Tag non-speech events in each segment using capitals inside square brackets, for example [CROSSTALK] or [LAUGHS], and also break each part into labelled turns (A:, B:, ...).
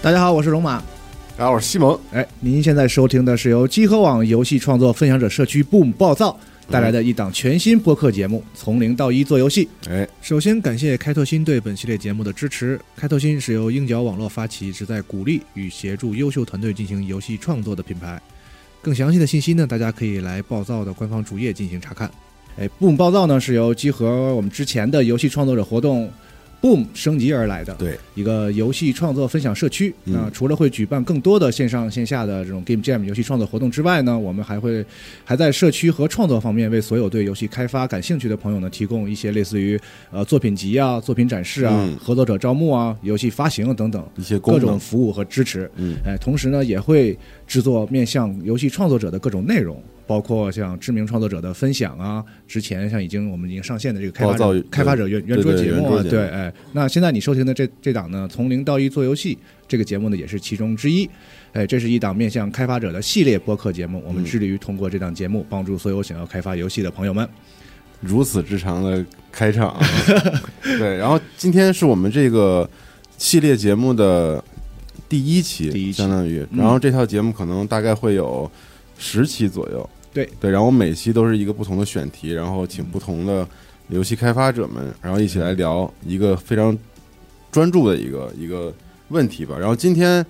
A: 大家好，我是龙马。
B: 然后我是西蒙，
A: 哎，您现在收听的是由集合网游戏创作分享者社区 Boom 暴躁带来的一档全新播客节目《从零到一做游戏》。
B: 哎，
A: 首先感谢开拓新对本系列节目的支持。开拓新是由鹰角网络发起，旨在鼓励与协助优秀团队进行游戏创作的品牌。更详细的信息呢，大家可以来暴躁的官方主页进行查看。哎，Boom 暴躁呢是由集合我们之前的游戏创作者活动 Boom 升级而来的。
B: 对，
A: 一个游戏创作分享社区。
B: 嗯
A: 那除了会举办更多的线上线下的这种 Game Jam 游戏创作活动之外呢，我们还会还在社区和创作方面为所有对游戏开发感兴趣的朋友呢，提供一些类似于呃作品集啊、作品展示啊、
B: 嗯
A: 合作者招募啊、游戏发行等等
B: 一些功
A: 各
B: 能
A: 种服务和支持。
B: 嗯，
A: 哎，同时呢，也会制作面向游戏创作者的各种内容。包括像知名创作者的分享啊，之前像已经我们已经上线的这个开发
B: 暴躁
A: 者开发者原
B: 对
A: 圆桌
B: 对
A: 节目啊，
B: 圆桌节目
A: 对，哎，那现在你收听的这这档呢，从零到一做游戏这个节目呢，也是其中之一。哎，这是一档面向开发者的系列播客节目，
B: 嗯
A: 我们致力于通过这档节目帮助所有想要开发游戏的朋友们。
B: 如此之长的开
A: [LAUGHS]
B: 场，对，然后今天是我们这个系列节目的第一期，
A: 第一期
B: 相当于，
A: 嗯
B: 然后这套节目可能大概会有十期左右，
A: 对
B: 对，然后每期都是一个不同的选题，然后请不同的游戏开发者们，然后一起来聊一个非常专注的一个一个问题吧，然后今天。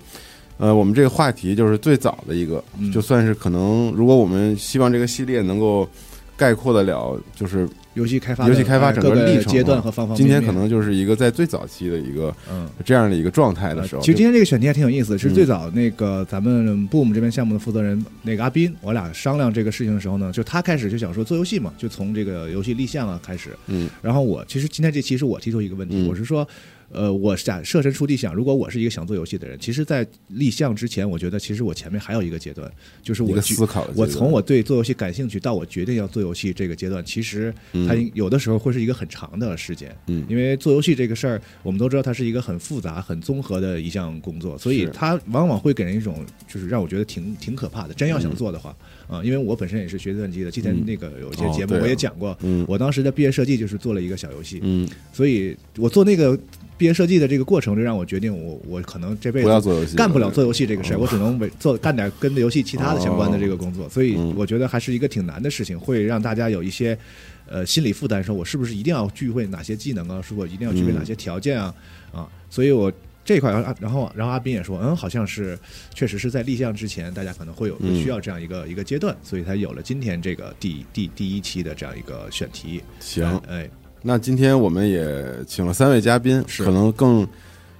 B: 呃，我们这个话题就是最早的一个，
A: 嗯
B: 就算是可能，如果我们希望这个系列能够概括得了，就是
A: 游戏开发的，
B: 游戏开发整
A: 哎各
B: 历
A: 个
B: 程啊
A: 阶段和方方面
B: 今
A: 面。
B: 天可能就是一个在最早期的一个
A: 嗯。
B: 这样的一个状态的时候，
A: 呃其实今
B: 就
A: 天这个选题还挺有意思，是
B: 嗯
A: 最早那个咱们 Boom 这边项目的负责人那个阿斌，我俩商量这个事情的时候呢，就他开始就想说做游戏嘛，就从这个游戏立项啊开始。
B: 嗯，
A: 然后我其实今天这期是我提出一个问题，
B: 嗯
A: 我是说，呃，我想设身处地想，如果我是一个想做游戏的人，其实，在立项之前，我觉得其实我前面还有一个阶段，就是
B: 一
A: 我
B: 个
A: 决
B: 思考的阶段
A: 我从我对做游戏感兴趣到我决定要做游戏这个阶段，其实它
B: 嗯
A: 有的时候会是一个很长的时间，
B: 嗯
A: 因为做游戏这个事儿，我们都知道它是一个很复杂、很综合的一项工作，所以
B: 是
A: 它往往会给人一种就是让我觉得挺挺可怕的。真要想做的话，啊、因为我本身也是学计算机的，之前
B: 嗯
A: 那个有一些
B: 哦
A: 节目
B: 对啊
A: 我也讲过，
B: 嗯
A: 我当时的毕业设计就是做了一个小游戏，
B: 嗯，
A: 所以我做那个毕业设计的这个过程，就让我决定我我可能这辈
B: 不要
A: 子
B: 做游戏，
A: 干不了做游戏这个事儿，
B: 哦
A: 我只能为做干点跟游戏其他的相关的这个工作，所以
B: 嗯
A: 我觉得还是一个挺难的事情，会让大家有一些呃心理负担，说我是不是一定要具备哪些技能啊，是我一定要具备哪些条件啊、
B: 嗯
A: 啊，所以我。这一块，然后然后然后阿斌也说，嗯，好像是确实是在立项之前，大家可能会有
B: 嗯
A: 需要这样一个、一个阶段，所以才有了今天这个第第第一期的这样一个选题。
B: 行。
A: 哎，哎
B: 那今天我们也请了三位嘉宾，
A: 是
B: 可能更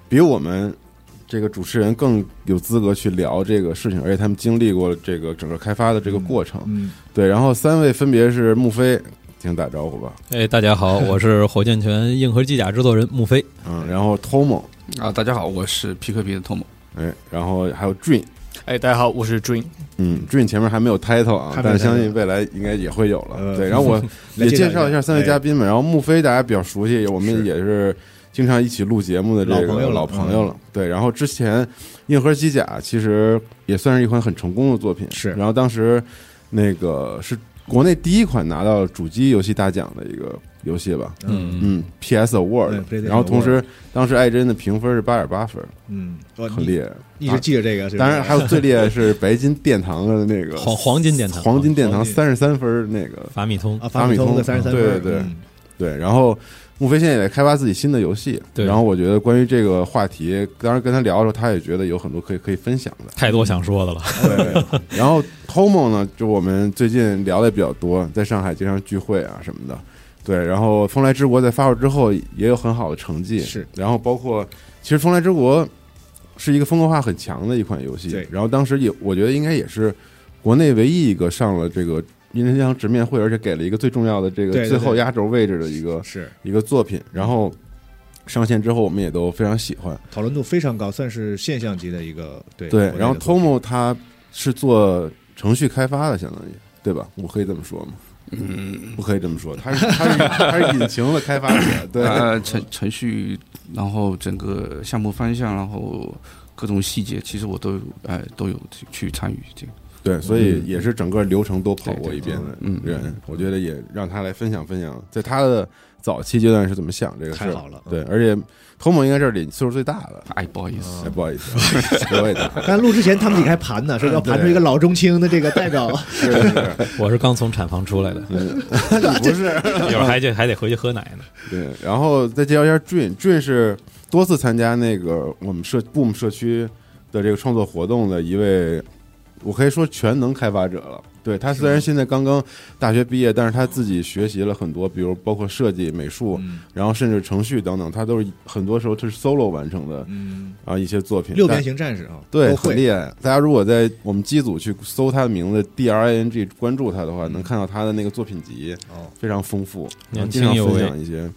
B: 比我们这个主持人更有资格去聊这个事情，而且他们经历过这个整个开发的这个过程。
A: 嗯，
B: 对，然后三位分别是穆飞，请打招呼吧，
C: 哎，大家好，我是火箭拳硬核机甲制作人穆飞。
B: 嗯，
A: 哎
B: 然后 Tomo，
D: 啊，大家好，我是皮克皮的 Tom。
B: 哎，然后还有 Dream。
D: 哎，大家好，我是 Dream。
B: 嗯，Dream 前面还没有 title 啊
A: 还，没有
B: 但相
A: title
B: 信未来应该也会有
A: 呃
B: 了。对，然后我
A: 来
B: 也介
A: 绍
B: 绍一下三位嘉
A: 宾。
B: 宾们，然后穆飞大家比较熟悉，我们也是经常一起录节目的这
A: 老朋友
B: 个
A: 了
B: 老朋友了。对，然后之前《硬核机甲》其实也算是一款很成功的作品，
A: 是
B: 然后当时那个是国内第一款拿到主机游戏大奖的一个游戏吧。
A: 哎嗯
B: 嗯，P.S. Award，
A: 对，PlayStation
B: 然后同时当时艾珍的评分是八点八分，
A: 嗯，哦
B: 很
A: 你
B: 厉害。
A: 一直记着这个，是吧
B: 当然还有最厉害是白金殿堂的那个
C: 黄黄金殿堂
B: 黄金殿堂
A: 黄金
B: 三十三分那个
C: 法米通，
A: 啊，法米通的三十三分
B: 对
A: 儿，
B: 对对
A: 嗯
B: 对，然后穆飞现在也在开发自己新的游戏，
C: 对
B: 然后我觉得关于这个话题，当时跟他聊的时候，他也觉得有很多可以可以分享的。
C: 太多想说的了。
B: [LAUGHS]
A: 嗯
B: 对，然后 Tomo 呢，就我们最近聊的比较多，在上海经常聚会啊什么的。对，然后《风来之国》在发售之后也有很好的成绩，
A: 是。
B: 然后包括，其实《风来之国》是一个风格化很强的一款游戏
A: 对，
B: 然后当时也我觉得应该也是国内唯一一个上了这个任天堂直面会，而且给了一个最重要的这
A: 对
B: 个
A: 对
B: 最后
A: 对
B: 压轴位置的一个
A: 是
B: 一个作品，然后上线之后我们也都非常喜欢。
A: 讨论度非常高，算是现象级的一个对
B: 对，然后
A: Tom
B: Tomo 他是做程序开发的，相当于对吧？我可以这么说吗？嗯，不可以这么说，他是他是他是引擎的开发者，对，
D: 呃，程程序，然后整个项目方向，然后各种细节，其实我都哎、都有去去参与这个。
B: 对，所以也是整个流程都跑过一遍的
D: 嗯
B: 人，我觉得也让他来分享分享，在他的早期阶段是怎么想这个事
A: 太
B: 儿。
A: 好了，
B: 对，而且 Tomo 应该是里岁数最大的，
D: 哎，不好意思，
B: 哎，不好意思 [LAUGHS] 啊，我也大，
A: 刚才录之前，他们几个还盘
B: [LAUGHS]
A: 呢，说要盘出一个老中青的这个代表。
B: 是是是，
C: 我是刚从产房出来的，
B: 你不是
C: 一会儿还得还得回去喝奶呢。
B: 对，然后再介绍一下 Dream，Dream 是多次参加那个我们社 Boom 社区的这个创作活动的一位，我可以说全能开发者了。对他虽然现在刚刚大学毕业，但是他自己学习了很多，比如包括设计、美术，
A: 嗯
B: 然后甚至程序等等，他都是很多时候他是 solo 完成的
A: 嗯，
B: 啊一些作品。
A: 六边
B: 但
A: 形战士啊，
B: 对，
A: 都
B: 很
A: 会。
B: 厉害。大家如果在我们机组去搜他的名字 D R I N G，关注他的话，能看到他的那个作品集。
A: 嗯哦，
B: 非常丰富，然后
C: 年
B: 经
C: 轻
B: 常
C: 有
B: 分
C: 为
B: 享一些，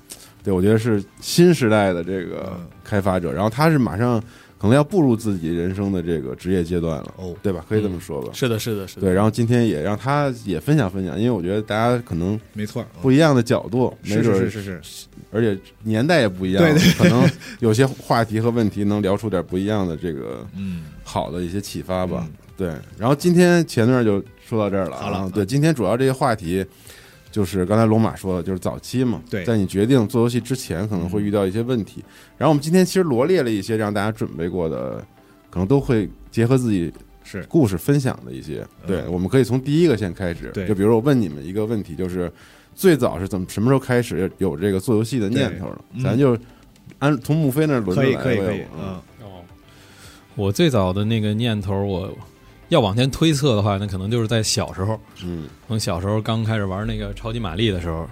B: 对我觉得是新时代的这个
A: 嗯
B: 开发者，然后他是马上可能要步入自己人生的这个职业阶段了，
A: 哦，
B: 对吧？可以这么说
C: 嗯
B: 吧。
E: 是的，是的，是的。
B: 对，然后今天也让他也分享分享，因为我觉得大家可能
A: 没错，嗯
B: 不一样的角度，没
A: 是
B: 准
A: 是
B: 儿
A: 是是是，
B: 而且年代也不一样，
A: 对对
B: 可能有些话题和问题能聊出点不一样的这个
A: 嗯，
B: 好的一些启发吧。
A: 嗯
B: 对，然后今天前段就说到这儿了啊。
A: 好了
B: 对，今天主要这些话题就是刚才龙马说的，就是早期嘛。
A: 对嗯
B: 在你决定做游戏之前，可能会遇到一些问题。然后我们今天其实罗列了一些让大家准备过的，可能都会结合自己
A: 是
B: 故事分享的一些。对，我们可以从第一个先开始。
A: 嗯对
B: 就比如我问你们一个问题，就是最早是怎么什么时候开始有这个做游戏的念头了？
A: 对嗯
B: 咱就按从穆飞那儿轮着
A: 可以
B: 来
A: 可以
B: 呗
A: 可以，
B: 嗯，
A: 嗯，
C: 哦，我最早的那个念头，我要往前推测的话，那可能就是在小时候，
B: 嗯
C: 从小时候刚开始玩那个超级玛丽的时候，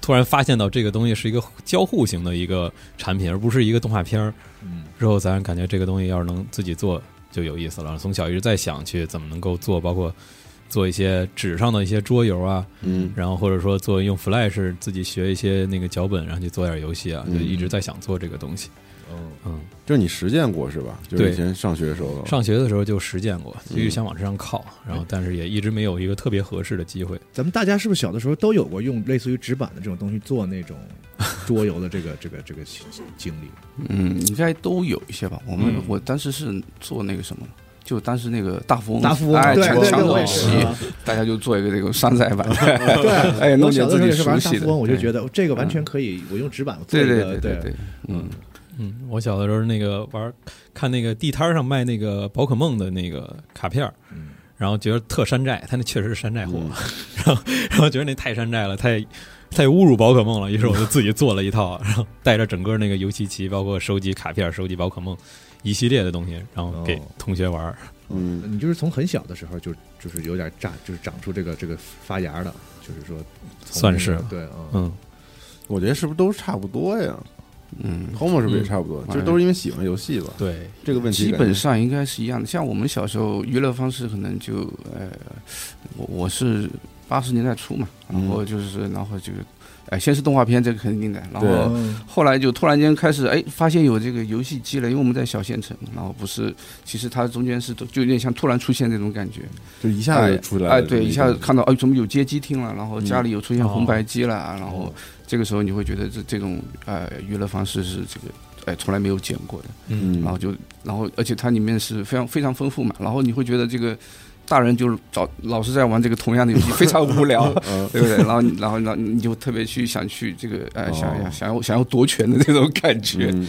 C: 突然发现到这个东西是一个交互型的一个产品，而不是一个动画片儿。
A: 嗯，
C: 之后咱感觉这个东西要是能自己做就有意思了。从小一直在想去怎么能够做，包括做一些纸上的一些桌游啊，
B: 嗯
C: 然后或者说做用 Flash 自己学一些那个脚本，然后去做点游戏啊，就
B: 嗯
C: 一直在想做这个东西。
A: 哦，
C: 嗯，
B: 就是你实践过是吧？就是
C: 对
B: 以前上学的时候，
C: 上学的时候就实践过，
B: 嗯
C: 就一直想往这上靠，然后但是也一直没有一个特别合适的机会。
A: 咱们大家是不是小的时候都有过用类似于纸板的这种东西做那种桌游的这个这个这个经历？
D: 嗯，应该都有一些吧。我们
A: 嗯
D: 我当时是做那个什么，就当时那个大富翁，
A: 大富翁，
D: 哎，
A: 对
D: 抢
A: 对
D: 抢
A: 对，
D: 手
A: 我也是
D: 棋，
A: 啊。
D: 大家就做一个这种山寨版，
A: [LAUGHS] 对，
D: 哎，弄
A: 我小的时候
D: 点自己
A: 也是玩
D: 熟
A: 大
D: 悉
A: 富
D: 的。
A: 翁，我就
D: 对嗯
A: 觉得这个完全可以，我用纸板做
D: 对
A: 一
D: 对
A: 个，
D: 对对对，嗯，
C: 嗯，我小的时候那个玩儿看那个地摊儿上卖那个宝可梦的那个卡片儿
A: 嗯
C: 然后觉得特山寨，他那确实是山寨货，
B: 嗯
C: [LAUGHS] 然后然后觉得那太山寨了，太太侮辱宝可梦了，于是我就自己做了一套，然后带着整个那个游戏机，包括收集卡片、收集宝可梦一系列的东西，然后给
A: 哦
C: 同学玩儿。
B: 嗯，
A: 你就是从很小的时候就就是有点长，就是长出这个这个发芽的，就是说从那个，
C: 算是
A: 对啊，
C: 嗯，
B: 我觉得是不是都差不多呀
D: 嗯，
B: ？Homo 是不是也差不多？
D: 嗯
B: 这都是因为喜欢游戏吧？
C: 对，
B: 这个问题
D: 基
B: 感觉
D: 本上应该是一样的。像我们小时候娱乐方式可能就呃，我我是八十年代初嘛，
B: 嗯
D: 然后就是然后就，哎，先是动画片这个肯定的，然
B: 对
D: 后
A: 哦
D: 后来就突然间开始哎，发现有这个游戏机了，因为我们在小县城，然后不是，其实它中间是就有点像突然出现这种感觉，
B: 就一下子就出来了，
D: 哎，对，一哦下子看
B: 到，
D: 到哎，怎么有街机厅了，然后家里有出现
C: 嗯
D: 红白机了，啊然后这个时候你会觉得这这种呃娱乐方式是这个哎从来没有见过的，
C: 嗯，
B: 嗯，
D: 然后就然后而且它里面是非常非常丰富嘛，然后你会觉得这个大人就找老是在玩这个同样的游戏，非常
B: [LAUGHS]
D: 无聊。 [LAUGHS]
B: 嗯
D: 对不对？然后，然后，然后你就特别去想去这个，呃，想
B: 哦
D: 要想要想要夺权的这种感觉，
B: 嗯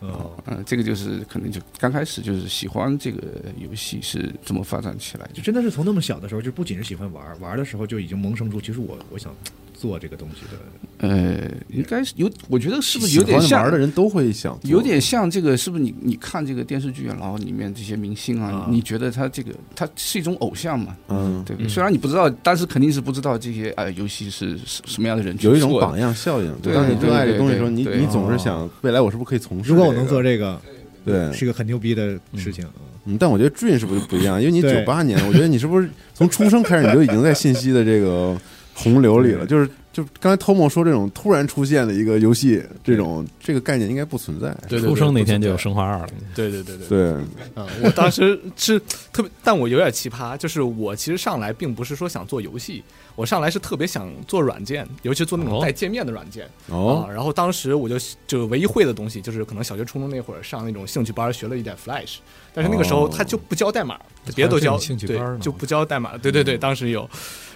A: 哦，
D: 嗯，这个就是可能就刚开始就是喜欢这个游戏是怎么发展起来
A: 就
D: 的，
A: 真的是从那么小的时候，就不仅是喜欢玩儿，玩儿的时候就已经萌生出，其实我我想做这个东西的，
D: 呃，应该是有，我觉得是不是有点
B: 喜欢
D: 像
B: 玩的，人都会想做，
D: 有点像这个，是不是你你看这个电视剧，啊然后里面这些明星啊，
A: 啊
D: 你觉得他这个他是一种偶像嘛，
B: 嗯，
D: 对不对？
C: 嗯
D: 虽然你不知道，但是肯定是不知道这些呃游戏是是什么样的人去
B: 有一种
D: 做的
B: 榜样效应。
D: 对
B: 当你
A: 对
B: 热爱这东西的时候，
D: 对
B: 你
D: 对
B: 你总是想未来我是不是可以从事？
A: 哦如果我能做，这个，
B: 对，
A: 是个很牛逼的事情。
B: 嗯，但我觉得 Dream 是不是不一样？因为你九
A: 对
B: 八年，我觉得你是不是从出生开始你就已经在信息的这个洪流里了？就是就刚才 Tomo 说这种突然出现的一个游戏，这种这个概念应该不存在。
E: 对对对
C: 出生那天就有
E: 不
C: 生
E: 存
C: 化二了。
E: 在对对对对。
B: 对，
E: 啊、我当时是特别，但我有点奇葩，就是我其实上来并不是说想做游戏，我上来是特别想做软件，尤其做那种
C: 哦
E: 带界面的软件。
B: 哦
E: 啊，然后当时我就就唯一会的东西就是可能小学、初中那会儿上那种兴趣班儿学了一点 Flash，但是那个时候
B: 哦
E: 他就不教代码，别的都
C: 还
E: 教，
C: 有这种兴趣
E: 对
C: 班儿呢
E: 就不教代码。对对对，当时有。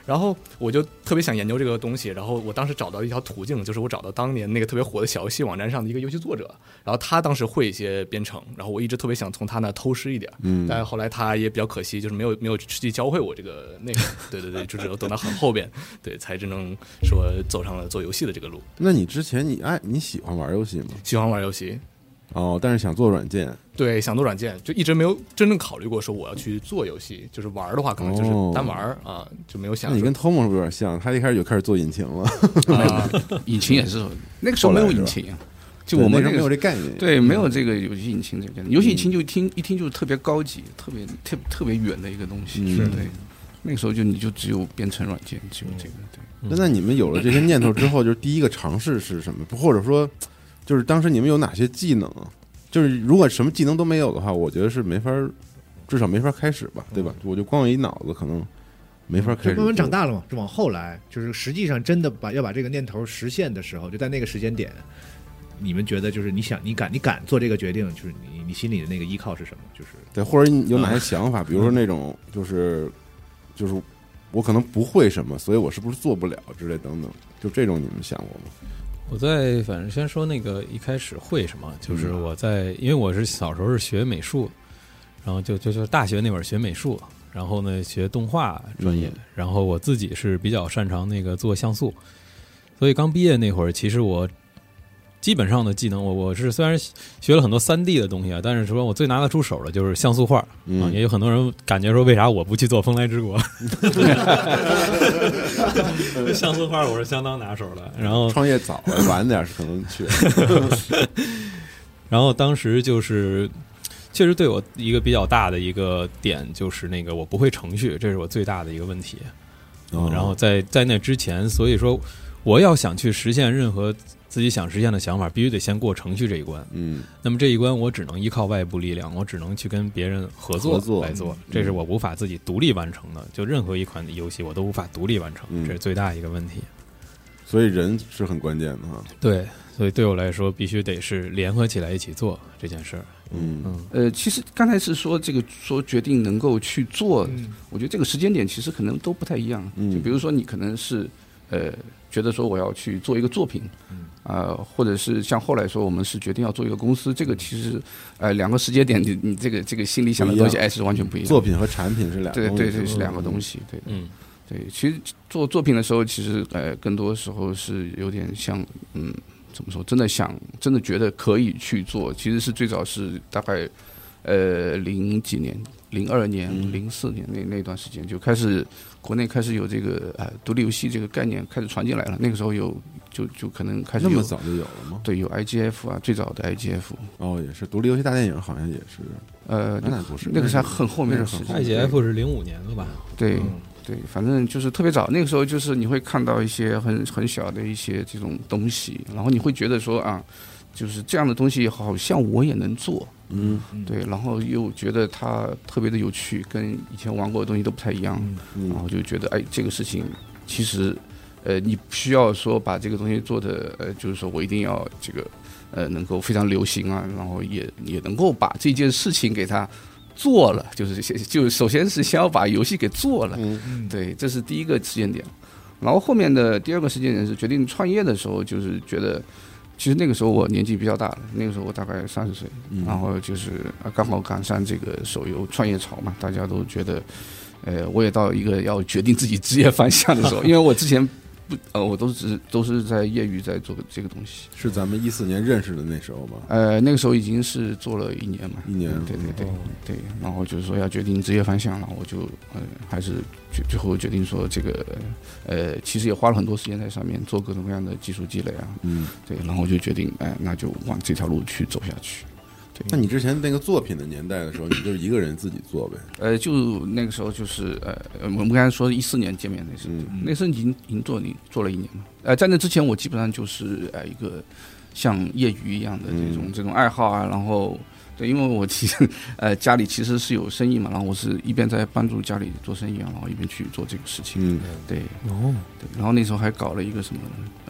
E: 然后我就特别想研究这个东西，然后我当时找到一条途径，就是我找到当年那个特别火的小游戏网站上的一个游戏作者，然后他当时会一些编程，然后我一直特别想从他那偷师一点儿，
B: 嗯
E: 但后来他也比较可惜，就是没有没有实际教会我这个那个， [LAUGHS] 对对对，就只有等到很后边，对才真正说走上了做游戏的这个路。
B: 那你之前你爱你喜欢玩游戏吗？
E: 喜欢玩游戏，
B: 哦，但是想做软件，
E: 对，想做软件，就一直没有真正考虑过说我要去做游戏，就是玩儿的话，可能就是
B: 哦
E: 单玩儿啊，就没有想
B: 那
E: 说。
B: 你跟 Tom 是不是有点像？他一开始就开始做引擎了，
E: 啊，
D: 引擎也
B: 嗯
D: 是那个时候没有引擎啊，就我们
B: 那时
D: 那
B: 候没有这
D: 个
B: 嗯概念。
D: 对没有这个游戏引擎这个概念，游戏引擎就听一听就是特别高级、特别特特别远的一个东西，
B: 是
D: 对。那个时候就你就只有编程软件，只有这
B: 嗯
D: 个对。
B: 那那你们有了这些念头之后，就是第一个尝试是什么？或者说，就是当时你们有哪些技能啊？就是如果什么技能都没有的话，我觉得是没法儿，至少没法儿开始吧，对吧？我就光有一脑子，可能没法儿开
A: 就
B: 始。
A: 慢慢长，大了嘛，就往后来，就是实际上真的把要把这个念头实现的时候，就在那个时间点，你们觉得就是你想你敢你敢做这个决定，就是你你心里的那个依靠是什么？就是
B: 对，或者你有哪些想法？比如说那种，就是就是我可能不会什么，所以我是不是做不了之类等等，就这种你们想过吗？
C: 我在反正先说那个一开始会什么，就是我在，因为我是小时候是学美术，然后就就就大学那会儿学美术，然后呢学动画专业，然后我自己是比较擅长那个做像素，所以刚毕业那会儿，其实我基本上的技能，我我是虽然学了很多三 D 的东西啊，但是说我最拿得出手的就是像素画，啊，也
B: 嗯，
C: 有很多人感觉说，为啥我不去做《风来之国》？ [LAUGHS] 像素画我是相当拿手的，然后
B: 创业早了，晚点儿是可能去。
C: 然后当时就是，确实对我一个比较大的一个点就是那个我不会程序，这是我最大的一个问题。然后在在那之前，所以说我要想去实现任何自己想实现的想法，必须得先过程序这一关。
B: 嗯，
C: 那么这一关我只能依靠外部力量，我只能去跟别人合作
B: 合作
C: 来做
B: 嗯，
C: 这是我无法自己独立完成的。就任何一款游戏我都无法独立完成，
B: 嗯
C: 这是最大一个问题。
B: 所以人是很关键的哈。
C: 对，所以对我来说必须得是联合起来一起做这件事儿。
B: 嗯
C: 嗯，
D: 呃，其实刚才是说这个说决定能够去做，
A: 嗯
D: 我觉得这个时间点其实可能都不太一样。
B: 嗯
D: 就比如说你可能是呃觉得说我要去做一个作品，啊、或者是像后来说我们是决定要做一个公司，这个其实呃两个时间点你你这个这个心里想的东
B: 不
D: 西
B: 一
D: 哎是完全不一样。
B: 作品和产品是俩
D: 对
B: 东西
D: 对对是两个
B: 嗯
D: 东西，对
C: 嗯，
D: 对。其实做作品的时候，其实呃更多时候是有点像嗯怎么说，真的想真的觉得可以去做，其实是最早是大概呃零几年。零二年、
B: 嗯
D: 零四年那那段时间就开始，国内开始有这个呃独立游戏这个概念开始传进来了。那个时候有就就可能开始
B: 那么
D: 有
B: 早就有了吗？
D: 对有 IGF 啊，最早的 IGF，
B: 哦，也是独立游戏大电影，好像也是，
D: 呃，
B: 那那不是，
D: 那个是很后面的
B: 那是
D: 事
B: 很
D: 情。
B: 后面
C: IGF 是零五年的吧？
D: 对
C: 嗯
D: 对，反正就是特别早，那个时候就是你会看到一些很很小的一些这种东西，然后你会觉得说啊，就是这样的东西好像我也能做，
B: 嗯，
D: 对，然后又觉得它特别的有趣，跟以前玩过的东西都不太一样，
B: 嗯
D: 然后就觉得哎，这个事情其实，呃，你不需要说把这个东西做的，呃，就是说我一定要这个，呃，能够非常流行啊，然后也也能够把这件事情给它做了，就是先就首先是先要把游戏给做了，
B: 嗯
A: 嗯，
D: 对，这是第一个时间点。然后后面的第二个时间点是决定创业的时候，就是觉得，其实那个时候我年纪比较大了，那个时候我大概三十岁，
B: 嗯
D: 然后就是呃刚好赶上这个手游创业潮嘛，大家都觉得，呃，我也到一个要决定自己职业方向的时候，因为我之前不呃，我都只都是在业余在做这个东西，
B: 是咱们一四年认识的那时候吧？
D: 呃，那个时候已经是做了一年嘛，
B: 一年
D: 对对对
C: 哦
D: 对，然后就是说要决定职业方向，然后我就呃还是最最后决定说这个呃，其实也花了很多时间在上面做各种各样的技术积累啊，
B: 嗯，
D: 对，然后我就决定哎、那就往这条路去走下去。
B: 那你之前那个作品的年代的时候，你就是一个人自己做呗？
D: 呃，就那个时候就是呃，我们刚才说一四年见面那时候，
B: 嗯
D: 那时候已经已经做了一做了一年嘛。呃，在那之前我基本上就是呃一个像业余一样的这种、
B: 嗯
D: 这种爱好啊，然后对对，因为我其实呃家里其实是有生意嘛，然后我是一边在帮助家里做生意啊，然后一边去做这个事情。
B: 嗯，
D: 对
C: 哦，
D: 对，然后那时候还搞了一个什么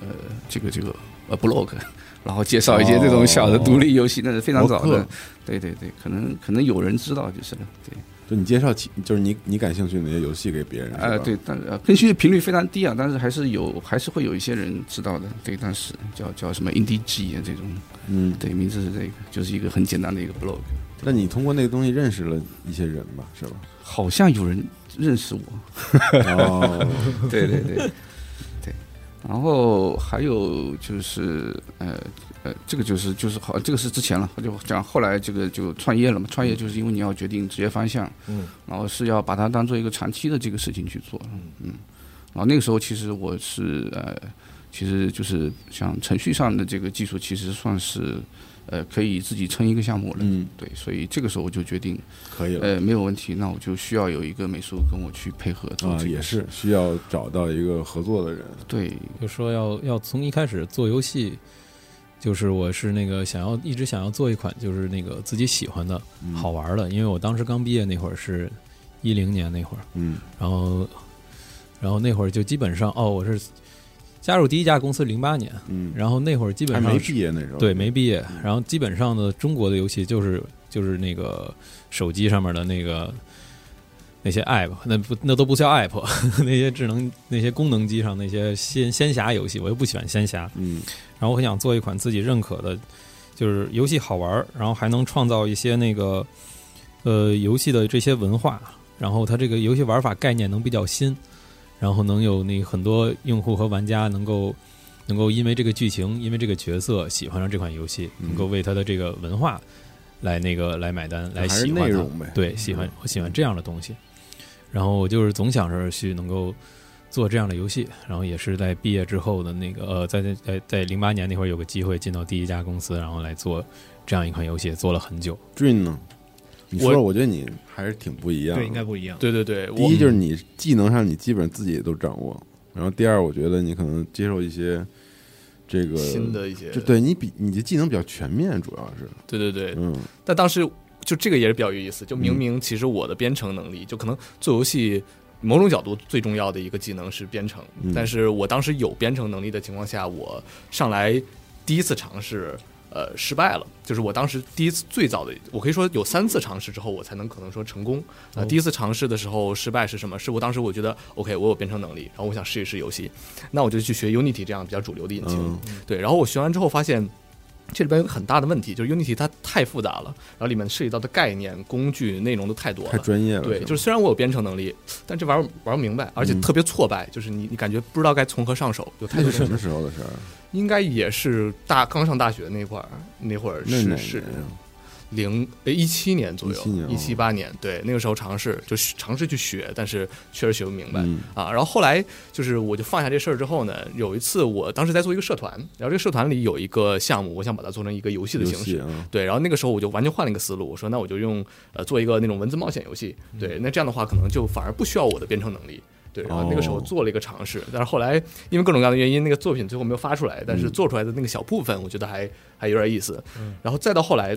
D: 呃这个这个呃 blog，然后介绍一些这种小的独立游戏，那是非常早
B: 哦博
D: 的
B: 客。
D: 对对对，可能可能有人知道就是了。对。
B: 就你介绍起，就是你你感兴趣的那些游戏给别人，是吧
D: 呃，对，但呃更新的频率非常低啊，但是还是有，还是会有一些人知道的。对，当时叫叫什么 IndieG 啊这种，
B: 嗯，
D: 对，名字是这个，就是一个很简单的一个 blog。
B: 那你通过那个东西认识了一些人吧，
D: [LAUGHS]
B: 是吧？
D: 好像有人认识我，
B: 哦， [LAUGHS]
D: 对对对对。然后还有就是呃呃，这个就是就是好，这个是之前了，就讲后来这个就创业了嘛，创业就是因为你要决定职业方向，
A: 嗯，
D: 然后是要把它当做一个长期的这个事情去做，嗯，然后那个时候其实我是呃，其实就是像程序上的这个技术，其实算是呃可以自己撑一个项目了，
B: 嗯，
D: 对，所以这个时候我就决定，
B: 可以了
D: 呃，没有问题，那我就需要有一个美术跟我去配合做
B: 啊，
D: 这个
B: 也
D: 事
B: 是需要找到一个合作的人，
D: 对，
C: 就说要要从一开始做游戏，就是我是那个想要一直想要做一款就是那个自己喜欢的、
B: 嗯
C: 好，玩的，因为我当时刚毕业那会儿是一零年那会儿，
B: 嗯
C: 然后然后那会儿就基本上哦，我是加入第一家公司零八年，
B: 嗯，
C: 然后那会儿基本
B: 还
C: 上
B: 没
C: 是
B: 毕业那时候，嗯
C: 对，没毕业。然后基本上的中国的游戏就是就是那个手机上面的那个那些 app，那不那都不叫 app，那 [LAUGHS] 些智能那些功能机上那些仙仙侠游戏，我又不喜欢仙侠。
B: 嗯
C: 然后我很想做一款自己认可的，就是游戏好玩儿，然后还能创造一些那个呃游戏的这些文化，然后它这个游戏玩法概念能比较新，然后能有那很多用户和玩家能够能够因为这个剧情，因为这个角色喜欢上这款游戏，
B: 嗯
C: 能够为它的这个文化来那个来买单，来
B: 还是
C: 喜欢
B: 内
C: 它
B: 容呗嗯
C: 对，喜欢我喜欢这样的东西。然后我就是总想着去能够做这样的游戏，然后也是在毕业之后的那个呃，在在在在零八年那会儿有个机会进到第一家公司，然后来做这样一款游戏，做了很久。
B: ，Dream 呢？你说
E: 我
B: 说，我觉得你还是挺不一样的，
A: 对，应该不一样。
E: 对对对，
B: 第
E: 我
B: 一就是你技能上你基本自己都掌握，然后第二，我觉得你可能接受一些这个
E: 新，的一些
B: 就，对你比你的技能比较全面，主要是，
E: 对对对，
B: 嗯
E: 但当时就这个也是比较有意思，就明明其实我的编程能力，就可能做游戏某种角度最重要的一个技能是编程，
B: 嗯
E: 但是我当时有编程能力的情况下，我上来第一次尝试。呃，失败了，就是我当时第一次最早的，我可以说有三次尝试之后，我才能可能说成功。啊、
C: 哦
E: 第一次尝试的时候失败是什么？是我当时我觉得 OK，我有编程能力，然后我想试一试游戏，那我就去学 Unity 这样比较主流的引擎。
B: 嗯
E: 对，然后我学完之后发现，这里边有个很大的问题，就是 Unity 它太复杂了，然后里面涉及到的概念、工具、内容都太多
B: 太
E: 了。
B: 专业了，
E: 对，就是是虽然我有编程能力，但这玩意儿玩不明白，而且
B: 嗯
E: 特别挫败，就是你你感觉不知道该从何上手，有
B: 那
E: 太多
B: 是
E: 东
B: 什
E: 西
B: 么。时候的事儿？
E: 应该也是大刚上大学那会儿，那会儿
B: 那哪
E: 是是
B: 年啊？
E: 零一七年左
B: 17年
E: 右
B: 哦，
E: 一七八年，对，那个时候尝试就尝试去学，但是确实学不明白。
B: 嗯
E: 啊，然后后来就是我就放下这事儿之后呢，有一次我当时在做一个社团，然后这个社团里有一个项目，我想把它做成一个游戏的
B: 游
E: 形
B: 戏
E: 式。
B: 啊，
E: 对，然后那个时候我就完全换了一个思路，我说那我就用呃做一个那种文字冒险游戏，对，那这样的话可能就反而不需要我的编程能力，对，然后那个时候
B: 哦
E: 做了一个尝试，但是后来因为各种各样的原因，那个作品最后没有发出来，但是做出来的那个小部分我觉得还还有点意思，然后再到后来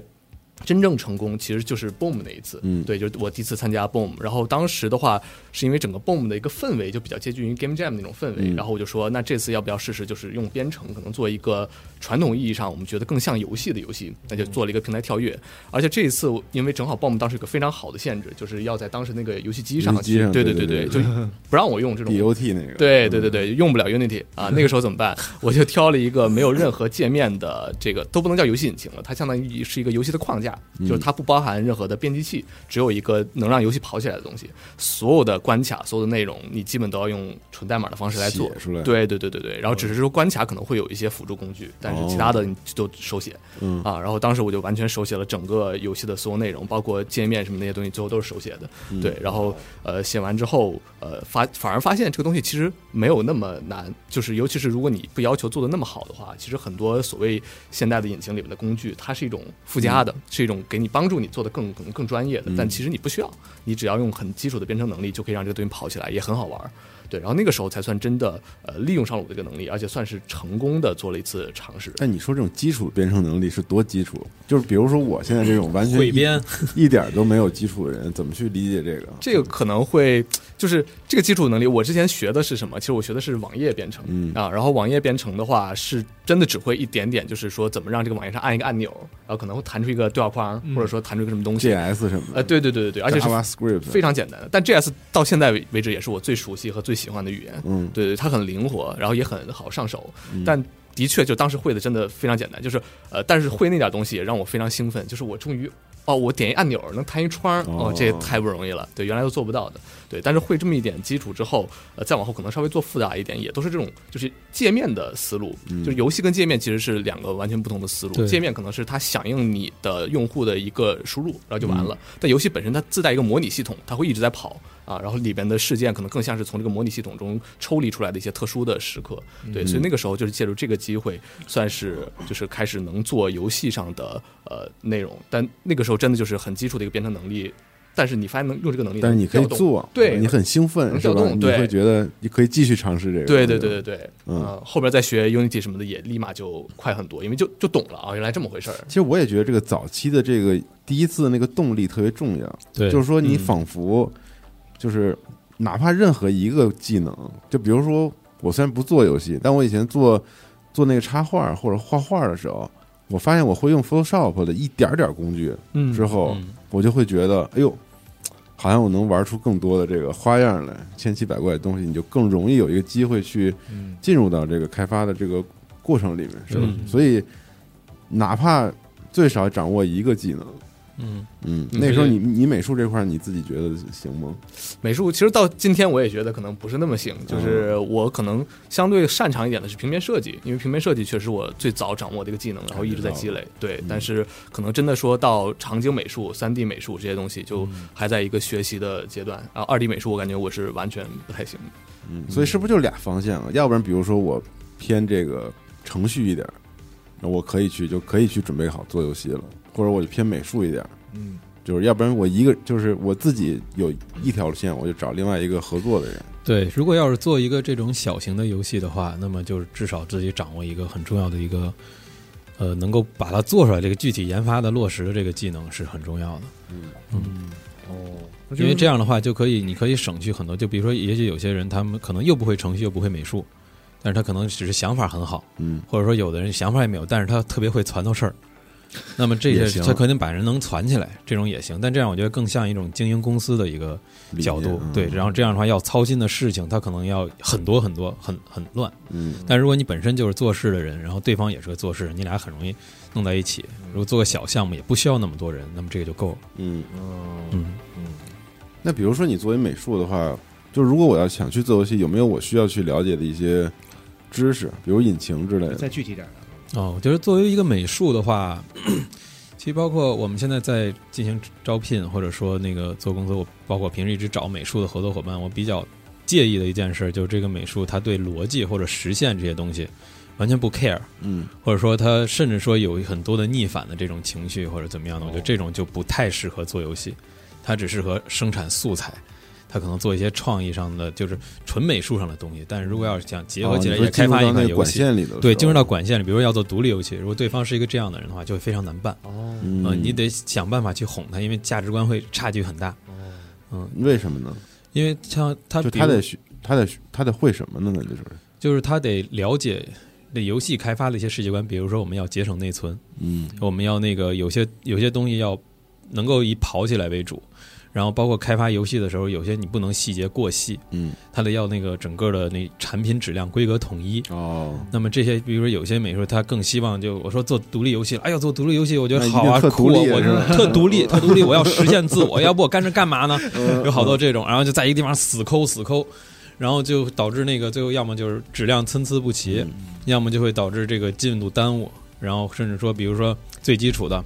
E: 真正成功其实就是 Boom 那一次，
B: 嗯
E: 对，就是我第一次参加 Boom，然后当时的话是因为整个 Boom 的一个氛围就比较接近于 Game Jam 那种氛围，
B: 嗯
E: 然后我就说那这次要不要试试，就是用编程可能做一个传统意义上我们觉得更像游戏的游戏，那就做了一个平台跳
B: 嗯
E: 跃，而且这一次因为正好 Boom 当时有个非常好的限制，就是要在当时那个游戏机上
B: 游
E: 去，
B: 戏机上
E: 对
B: 对
E: 对
B: 对对
E: 就不让我用这种
B: DOT 那个，嗯
E: 对对对对，用不了 Unity 啊，那个时候怎
B: [LAUGHS]
E: 么办？我就挑了一个没有任何界面的，这个都不能叫游戏引擎了，它相当于是一个游戏的框架，
B: 嗯
E: 就是它不包含任何的编辑器，只有一个能让游戏跑起来的东西。所有的关卡、所有的内容，你基本都要用纯代码的方式来做
B: 写出来
E: 对对对对对，然后只是说关卡可能会有一些辅助工具，但是其他的你就手写。
B: 嗯
E: 啊，然后当时我就完全手写了整个游戏的所有内容，包括界面什么那些东西，最后都是手写的。对，然后呃写完之后，呃发反而发现这个东西其实没有那么难，就是尤其是如果你不要求做的那么好的话，其实很多所谓现代的引擎里面的工具，它是一种附加的，是一种给你帮助你做的更可能更专业的，但其实你不需要，你只要用很基础的编程能力就可以让这个东西跑起来，也很好玩儿。对，然后那个时候才算真的呃利用上了我这个能力，而且算是成功的做了一次尝试。
B: 但你说这种基础编程能力是多基础？就是比如说我现在这种完
E: [LAUGHS]
B: 全
C: 汇
B: 一
C: 编，
B: 一点儿都没有基础的人，怎么去理解这个？
E: 这个可能会就是这个基础能力。我之前学的是什么？其实我学的是网页编程、
B: 嗯
E: 啊。然后网页编程的话，是真的只会一点点，就是说怎么让这个网页上按一个按钮，然后可能会弹出一个对话框，或者说弹出一个什么东西。
B: JS 什么的，
E: 呃，对对对对对，而且是
B: JavaScript
E: 非常简单的。但 JS 到现在为为止也是我最熟悉和最喜欢的语言。
B: 嗯
E: 对对，它很灵活，然后也很好上手。但的确，就当时会的真的非常简单，就是呃，但是会那点东西也让我非常兴奋，就是我终于。哦，我点一按钮能弹一窗，哦
B: 哦，
E: 这也太不容易了。对，原来都做不到的。对，但是会这么一点基础之后，呃，再往后可能稍微做复杂一点，也都是这种就是界面的思路。
B: 嗯
E: 就是游戏跟界面其实是两个完全不同的思路。
C: 对
E: 界面可能是它响应你的用户的一个输入，然后就完了。
B: 嗯
E: 但游戏本身它自带一个模拟系统，它会一直在跑啊，然后里边的事件可能更像是从这个模拟系统中抽离出来的一些特殊的时刻。对，
B: 嗯
E: 所以那个时候就是借助这个机会，算是就是开始能做游戏上的呃内容。但那个时候真的就是很基础的一个编程能力，但是你发现能用这个能力，
B: 但是你可以。做，
E: 对
B: 你很兴奋
E: 能
B: 是
E: 调
B: 吧？
E: 动
B: 你
E: 对
B: 会觉得你可以继续尝试这个。
E: 对对对对对，
B: 嗯
E: 呃后边再学 Unity 什么的也立马就快很多，因为就就懂了啊，原来这么回事儿。
B: 其实我也觉得这个早期的这个第一次的那个动力特别重要，
C: 对，
B: 就是说你
E: 嗯
B: 仿佛就是哪怕任何一个技能，就比如说我虽然不做游戏，但我以前做做那个插画或者画画的时候，我发现我会用 Photoshop 的一点儿点儿工具，
E: 嗯
B: 之后
C: 嗯
B: 我就会觉得，哎呦，好像我能玩出更多的这个花样来，千奇百怪的东西，你就更容易有一个机会去
A: 嗯
B: 进入到这个开发的这个过程里面，是吧？
C: 嗯
B: 所以哪怕最少掌握一个技能，
C: 嗯，
B: 嗯，
E: 嗯
B: 那时候你你美术这块儿你自己觉得行吗？
E: 美术其实到今天我也觉得可能不是那么行，就是我可能相对擅长一点的是平面设计，因为平面设计确实我最早掌握的一个技能，然后一直在积累。对，但是可能真的说到场景美术、三 D 美术这些东西，就还在一个学习的阶段。然后二 D 美术我感觉我是完全不太行的。
B: 嗯，所以是不是就俩方向啊？要不然比如说我偏这个程序一点儿，那我可以去就可以去准备好做游戏了，或者我就偏美术一点儿。
A: 嗯，
B: 就是要不然我一个就是我自己有一条线，我就找另外一个合作的人。
C: 对。如果要是做一个这种小型的游戏的话，那么就是至少自己掌握一个很重要的一个，呃，能够把它做出来这个具体研发的落实的这个技能是很重要的。嗯因为这样的话就可以，你可以省去很多。就比如说，也许有些人他们可能又不会程序，又不会美术，但是他可能只是想法很好，
B: 嗯，
C: 或者说有的人想法也没有，但是他特别会攒头事儿。那么这
B: 也
C: 些
B: 行
C: 他肯定把人能攒起来，这种也行。但这样我觉得更像一种经营公司的一个
B: 理解
C: 角度，
B: 嗯
C: 对。然后这样的话要操心的事情，他可能要很多很多，很很乱。
B: 嗯，
C: 但如果你本身就是做事的人，然后对方也是个做事人，你俩很容易弄在一起。如果做个小项目，也不需要那么多人，那么这个就够了。
B: 嗯，
C: 嗯。
B: 那比如说你作为美术的话，就如果我要想去做游戏，有没有我需要去了解的一些知识，比如引擎之类的？
A: 再具体点儿的，
C: 哦，我觉得作为一个美术的话， [CLEARS THROAT] 其实包括我们现在在进行招聘，或者说那个做工作，我包括平时一直找美术的合作伙伴，我比较介意的一件事就是这个美术他对逻辑或者实现这些东西完全不 care，
B: 嗯，
C: 或者说他甚至说有很多的逆反的这种情绪或者怎么样的，我
B: 哦
C: 觉得这种就不太适合做游戏，它只适合生产素材。它可能做一些创意上的，就是纯美术上的东西，但是如果要是想结合起来
B: 哦你说
C: 也开
B: 进入
C: 发一
B: 到
C: 款
B: 那个
C: 游
B: 管
C: 戏，
B: 线里的时候，
C: 对，进入到管线里，比如说要做独立游戏，如果对方是一个这样的人的话，就会非常难办。
E: 哦
B: 嗯
C: 呃你得想办法去哄他，因为价值观会差距很大。
B: 为什么呢？
C: 因为像他，
B: 就
C: 比
B: 他
C: 如
B: 得学，他得学他得会什么呢？那就是
C: 就是他得了解那游戏开发的一些世界观，比如说我们要节省内存，
B: 嗯
C: 我们要那个有些有些东西要能够以跑起来为主，然后包括开发游戏的时候，有些你不能细节过细，
B: 嗯
C: 它得要那个整个的那产品质量规格统一。
B: 哦，
C: 那么这些，比如说有些美术，他更希望就我说做独立游戏了，哎呀，做独立游戏我觉得好啊，
B: 那一定特
C: 酷啊
B: 独立
C: 我
B: 是吧
C: 特独立，特独立，我要实现自我，要 [LAUGHS] 不我干这干嘛呢？
B: 嗯
C: 有好多这种，然后就在一个地方死抠死抠，然后就导致那个最后要么就是质量参差不齐，
B: 嗯
C: 要么就会导致这个进度耽误，然后甚至说，比如说最基础的，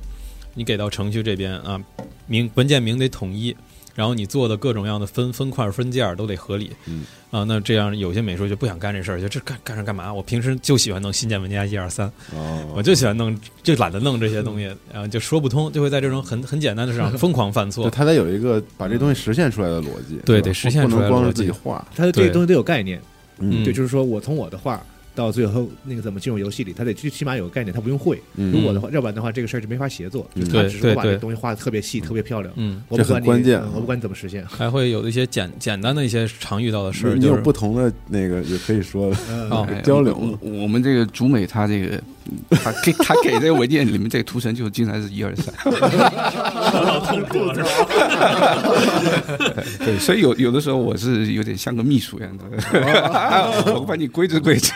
C: 你给到程序这边啊，名文件名得统一，然后你做的各种样的分分块分件儿都得合理，
B: 嗯
C: 啊，那这样有些美术就不想干这事儿，就这干干上干嘛？我平时就喜欢弄新建文件夹一二三，
B: 哦，
C: 我就喜欢弄，就懒得弄这些东西，然后就说不通，就会在这种很很简单的
B: [LAUGHS]
C: 事上疯狂犯
B: 就
C: 错。
B: 他得有一个把这东西实现出来的逻辑，
C: 对
B: 是吧
C: 得实现
B: 不
C: 出来
B: 能
C: 的
B: 光是
C: 逻辑
B: 自己画，
A: 他对这
C: 对
A: 个东西得有概念，
B: 嗯
A: 对，就是说我从我的画到最后那个怎么进入游戏里，他得最起码有个概念，他不用会。如
B: 嗯，
A: 果的话，要不然的话，这个事儿就没法协作。
B: 嗯
A: 就是他
C: 对
A: 只是把
C: 对
A: 这
C: 对
A: 个东西画的特别细，特别漂亮。
C: 嗯，
A: 我
B: 这
A: 不
B: 很
A: 管你，
B: 关键
A: 嗯
B: 啊
A: 我不管你怎么实现。
C: 还会有一些简简单的一些常遇到的事
B: 你
C: 儿，
B: 你
C: 就
B: 有
C: 是
B: 不同的那个也可以说
A: [LAUGHS] 嗯
B: [LAUGHS]
C: 哦
D: 哎
B: 交流
D: 我我我们这个主美他这个，他给他给这个文件里面这个图层就经常是一二三，对，所以有有的时候我是有点像个秘书一样的，
B: 哦
D: [LAUGHS] 我把你规制规制。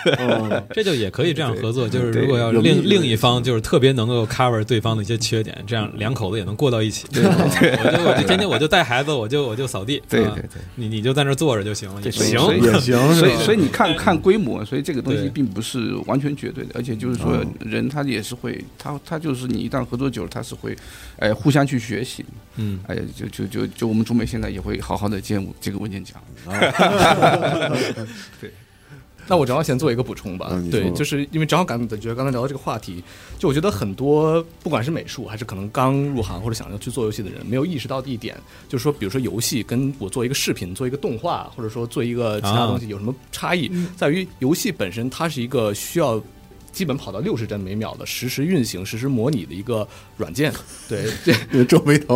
C: 这就也可以这样合作，就是
D: 对
C: 如果要
B: 有利
C: 另
B: 益
C: 另一方就是特别能够 cover 对方的一些缺点，这样两口子也能过到一起。对，我就我就天天我就带孩子，我就我就扫地，
D: 对
C: 啊
D: 对对，
C: 你你就在那儿坐着就行了，也
D: [LAUGHS] 所以
C: 行。
D: 所以
B: 也行，
D: 所以
B: 是吧
D: 所以你看看规模，所以这个东西
C: 对
D: 并不是完全绝对的，而且就是说
B: 嗯
D: 人他也是会，他他就是你一旦合作久了，他是会，哎，互相去学习，
C: 嗯，
D: 哎，就就就就我们中美现在也会好好的建这个文件夹。
E: 那我正好先做一个补充吧
B: 嗯你，
E: 对
B: 说，
E: 就是因为正好感觉刚才聊到这个话题，就我觉得很多不管是美术还是可能刚入行或者想要去做游戏的人，没有意识到的一点，就是说，比如说游戏跟我做一个视频、做一个动画，或者说做一个其他东西有什么差异，在于游戏本身它是一个需要。基本跑到六十帧每秒的实时运行、实时模拟的一个软件，对，这
B: 皱眉头，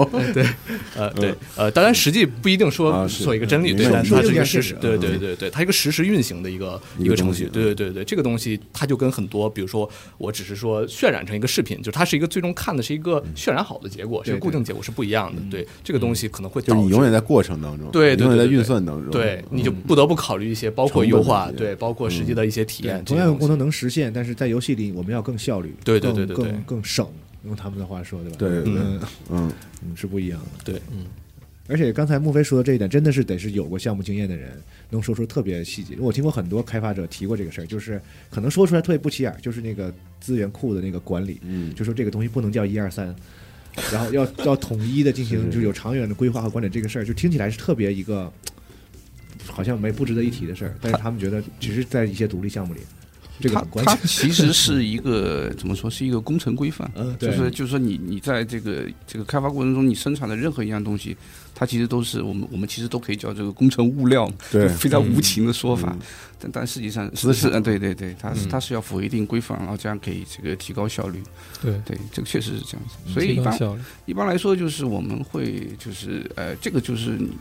E: 呃，对，呃，当然实际不一
B: 嗯
E: 定
B: 啊
E: 说
B: 是
E: 做一个真理，
B: 嗯明
E: 对，
B: 白
E: 但是它是一
A: 明白
E: 个实时
A: 嗯，
E: 对对对对，它一个实时运行的一个
B: 一个
E: 一个程
B: 东西
E: 序，对对对对，这个东西它就跟很多，比如说我只是说渲染成一个视频，就是它是一个最终看的是一
B: 嗯
E: 个渲染好的结果，是一
D: 对
E: 个
D: 对
E: 固定结果是不一样
A: 嗯
E: 的，对，这个东西可能会
B: 就
E: 导
B: 是你
E: 致
B: 永远在过程当中，你
E: 对对
B: 永远在
E: 对对
B: 运算当中，
E: 对，你
B: 嗯
E: 就不得不考虑一些包括
B: 成本
E: 优
B: 问
E: 化，
B: 题
E: 对，包
B: 嗯
E: 括实际的一些体验，这
A: 同
E: 些
A: 样有
E: 东
A: 功
E: 西
A: 能能实现，但是在游戏里我们要更效率，
E: 对对
A: 更
E: 对对对
A: 更更省，用他们的话说，对吧？
B: 对对对
A: 嗯
B: 嗯，
A: 嗯是不一样的。
E: 对，
A: 而且刚才孟非说的这一点，真的是得是有过项目经验的人，能说出特别细节。因为我听过很多开发者提过这个事儿，就是可能说出来特别不起眼儿，就是那个资源库的那个管理，
B: 嗯
A: 就说这个东西不能叫一二三，然后要
B: [LAUGHS]
A: 要统一的进行，
B: 是
A: 就有长远的规划和管理这个事儿，就听起来是特别一个好像没不值得一提的事儿，但是他们觉得只是在一些独立项目里，这个
D: 它
A: 很关
D: 它
A: 键。
D: 其实是一个怎么说，是一个工程规范。
A: 嗯，
D: 就
A: 对，
D: 是就是说你你在这个这个开发过程中，你生产的任何一样东西，它其实都是我们我们其实都可以叫这个工程物料，
B: 对
D: 就非常无情的说法
B: 嗯。
D: 但但实际上
B: 资
D: 是
B: 产
D: 是嗯对对对，它是
C: 嗯
D: 它是要符合一定规范，然后这样可以这个提高效率。
C: 对，
D: 对，这个确实是这样子。所以一
C: 提高
D: 般
C: 效率。
D: 一般来说，就是我们会就是呃，这个就是你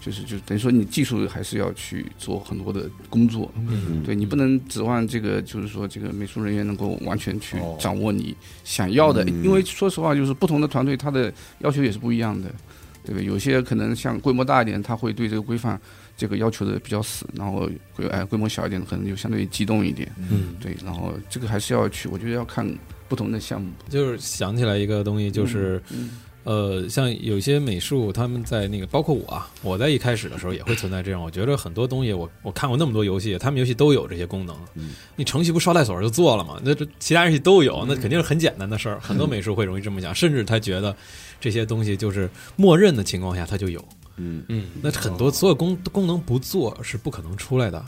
D: 就是就等于说你技术还是要去做很多的工作，
B: 嗯
D: 对你不能指望这个就是说这个美术人员能够完全去掌握你想要的，
B: 哦嗯
D: 因为说实话，就是不同的团队他的要求也是不一样的，对吧？有些可能像规模大一点，他会对这个规范这个要求的比较死，然后规哎规模小一点的可能就相对激动一点，
C: 嗯，
D: 对，然后这个还是要去，我觉得要看不同的项目，
C: 就是想起来一个东西，就是。
D: 嗯
C: 呃，像有些美术，他们在那个，包括我，啊，我在一开始的时候也会存在这样。我觉得很多东西我，我看过那么多游戏，他们游戏都有这些功能。
B: 嗯
C: 你程序不捎带锁就做了嘛？那这其他游戏都
D: 嗯
C: 有，那肯定是很简单的事儿。很多美术会容易这么想，甚至他觉得这些东西就是默认的情况下它就有。
B: 嗯
E: 嗯，
C: 那很多所有功功能不做是不可能出来的。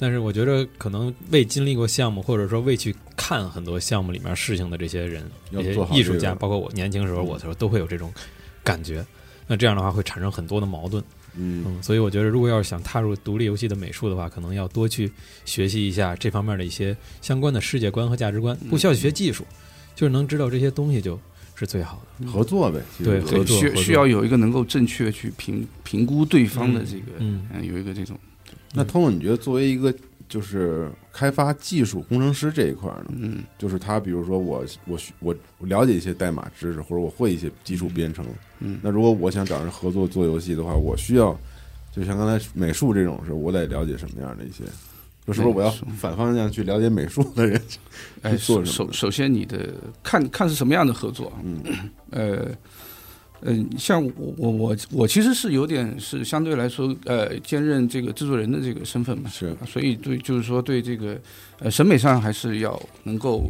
C: 但是我觉得，可能未经历过项目，或者说未去看很多项目里面事情的这些人，
B: 要
C: 这些
B: 做好
C: 艺术
B: 这
C: 家，
B: 个
C: 包括我年轻时候，
B: 嗯
C: 我的时候都会有这种感觉。那这样的话会产生很多的矛盾，
B: 嗯
C: 嗯，所以我觉得，如果要是想踏入独立游戏的美术的话，可能要多去学习一下这方面的一些相关的世界观和价值观，
B: 嗯
C: 不需要学技术，就是能知道这些东西就是最好的。
B: 合作呗，其实
C: 对
B: 合
D: 对，
C: 合
B: 作
C: 作
D: 需需要有一个能够正确去评评估对方的这个，
C: 嗯
D: 嗯，有一个这种，
B: 那通总，你觉得作为一个就是开发技术工程师这一块儿呢，
D: 嗯，
B: 就是他，比如说我我我我了解一些代码知识，或者我会一些基础编程，
D: 嗯
B: 那如果我想找人合作做游戏的话，我需要就像刚才美术这种事，我得了解什么样的一些。就是不是我要
D: 美术
B: 反方向去了解美术的人？
D: 哎，
B: 做
D: 首
B: 什么
D: 首首先你的看看是什么样的合作，啊
B: 嗯，
D: [COUGHS] 呃，嗯、像我我我我其实是有点是相对来说，呃，兼任这个制作人的这个身份嘛，
B: 是
D: 所以对，就是说对这个呃审美上还是要能够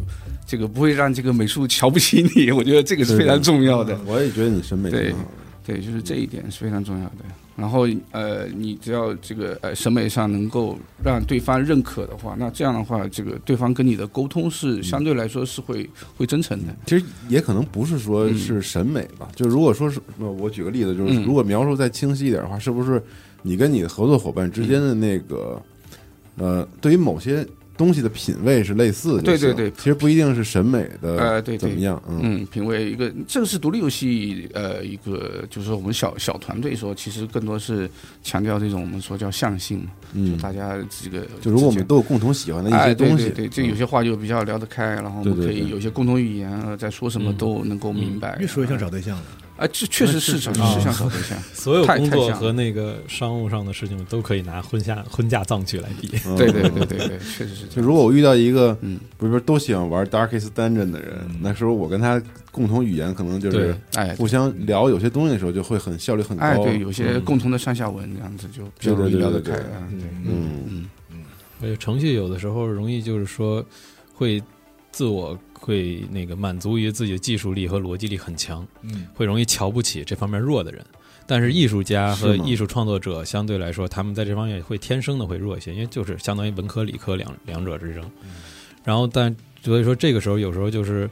D: 这个不会让这个美术瞧不起你，我觉得这个是非常重要的。
B: 我也觉得你审美挺好的
D: 对，就是这一点是非常重要的。然后呃，你只要这个呃审美上能够让对方认可的话，那这样的话，这个对方跟你的沟通是相对来说是会会真诚的。
B: 其实也可能不是说是审美吧，就如果说是，呃我举个例子，就是
D: 嗯
B: 如果描述再清晰一点的话，是不是你跟你的合作伙伴之间的
D: 嗯
B: 那个，呃，对于某些东西的品味是类似的？
D: 对对对
B: 其实不一定是审美的，
D: 呃，对
B: 怎么
D: 对，
B: 样？嗯，
D: 嗯，品味一个，这个是独立游戏，呃，一个就是说我们小小团队说，其实更多是强调这种我们说叫向性嘛，就
B: 嗯，
D: 大家这个
B: 就如果我们
D: 之间
B: 都有共同喜欢的一
D: 哎
B: 些
D: 对
B: 东西，
D: 对对，这有些话就比较聊得开，然后我
B: 对
D: 们
B: 对
D: 可
B: 对
D: 以有些共同语言，呃，在说什么
C: 嗯
D: 都能够明白。
A: 嗯越说越像嗯
D: 啊
A: 找对象了。
D: 啊，这确实是找
C: 是是
D: 是像找对象，
C: 所有
D: 太
C: 工
D: 太
C: 作
D: 像了
C: 和那个商务上的事情都可以拿婚嫁 [LAUGHS] 婚嫁葬去来比。 [LAUGHS]
B: 嗯
D: 对对对。对
B: [LAUGHS]
D: 对，确实是这
B: 就
D: 样。
B: 如果我遇到一个，
D: 嗯，
B: 比如说都喜欢玩 Darkest Dungeon 的人，那时候我跟他共同语言可能就是
C: 对
D: 哎
B: 互相聊有些东西的时候，就会很效率很高。
D: 哎，对，有些共同的上下文这样子就比
B: 对嗯
D: 较容
B: 哦对
D: 易
B: 对
D: 聊得
B: 对
D: 开
B: 对
D: 啊。对，
A: 嗯，
B: 嗯，
D: 嗯，
C: 而且程序有的时候容易就是说会自我会那个满足于自己的技术力和逻辑力很强，
A: 嗯，
C: 会容易瞧不起这方面弱的人。但是艺术家和
B: 是吗
C: 艺术创作者相对来说，他们在这方面会天生的会弱一些，因为就是相当于文科理科两两者之争。然后但所以说这个时候有时候就是，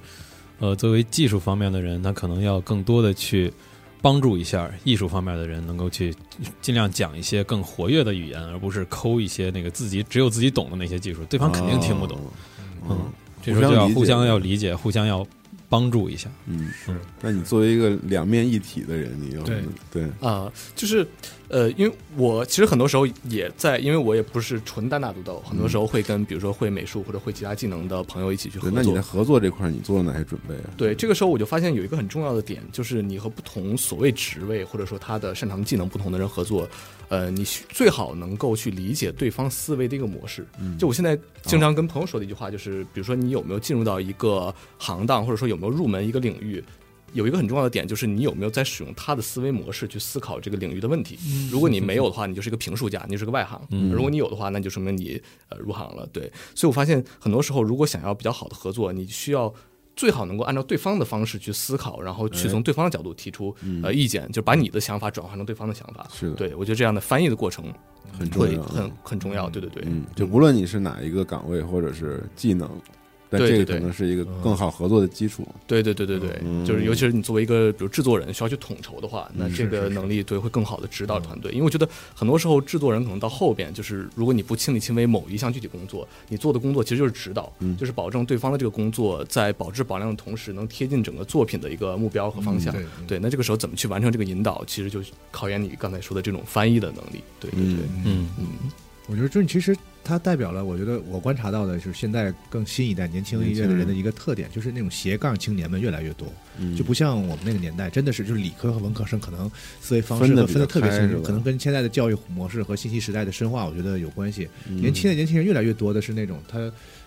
C: 呃，作为技术方面的人，他可能要更多的去帮助一下艺术方面的人，能够去尽量讲一些更活跃的语言，而不是抠一些那个自己只有自己懂的那些技术，对
B: 对
C: 方肯定听不懂。。
B: 嗯，
C: 这时候就要
B: 互
C: 互
B: 相理
C: 相
B: 解
C: 要理解，互相要帮助一下。
B: 嗯，
C: 是。
B: 那你作为一个两面一体的人，你要
E: 对
B: 对，
E: 啊、就是呃，因为我其实很多时候也在，因为我也不是纯单打独斗，很多时候会跟比如说会美术或者会其他技能的朋友一起去合
B: 嗯对
E: 作。
B: 那你在合作这块儿你做了哪些准备啊？
E: 对，这个时候我就发现有一个很重要的点，就是你和不同所谓职位或者说他的擅长技能不同的人合作，呃，你需最好能够去理解对方思维的一个模式。
B: 嗯
E: 就我现
B: 啊
E: 在经常跟朋友说的一句话，就是比如说你有没有进入到一个行当，或者说有没有入门一个领域。有一个很重要的点，就是你有没有在使用他的思维模式去思考这个领域的问题。
B: 嗯
E: 如果你没有的话，你就是一个评述家，你就是个外行；如果你有的话，那就说明你呃入行了。对，所以我发现很多时候，如果想要比较好的合作，你需要最好能够按照对方的方式去思考，然后
B: 哎
E: 去从对方的角度提出、呃意见，就把你的想法转化成对方的想法。
B: 嗯是的
E: 对我觉得这样的翻译的过程
B: 很重
E: 会
B: 要。啊
E: 很很重要。对对对，
B: 嗯，就无论你是哪一个岗位或者是技能，但
E: 对
B: 这个
E: 对对
B: 可能是一个
A: 嗯
B: 更好合作的基础。
E: 对对对对对，就是尤其是你作为一个比如制作人需要去统筹的话，那这个能力对会更好的指导团队。因为我觉得很多时候制作人可能到后边就是，如果你不亲力亲为某一项具体工作，你做的工作其实就是指导，就是保证对方的这个工作在保质保量的同时，能贴近整个作品的一个目标和方向。
A: 嗯对
E: 对，那这个时候怎么去完成这个引导，其实就考验你刚才说的这种翻译的能力。对对对，
B: 嗯，
C: 嗯，
A: 我觉得就是其实它代表了，我觉得我观察到的就是现在更新一代年轻音乐的人的一个特点，就是那种斜杠青年们越来越多，
B: 嗯
A: 就不像我们那个年代，真的是就是理科和文科生可能思维方式
B: 分得
A: 和
B: 比较
A: 分的特别
B: 开
A: 清
B: 是
A: 楚，
B: 吧
A: 可能跟现在的教育模式和信息时代的深化，我觉得有关系。
B: 嗯
A: 年轻的年轻人越来越多的是那种他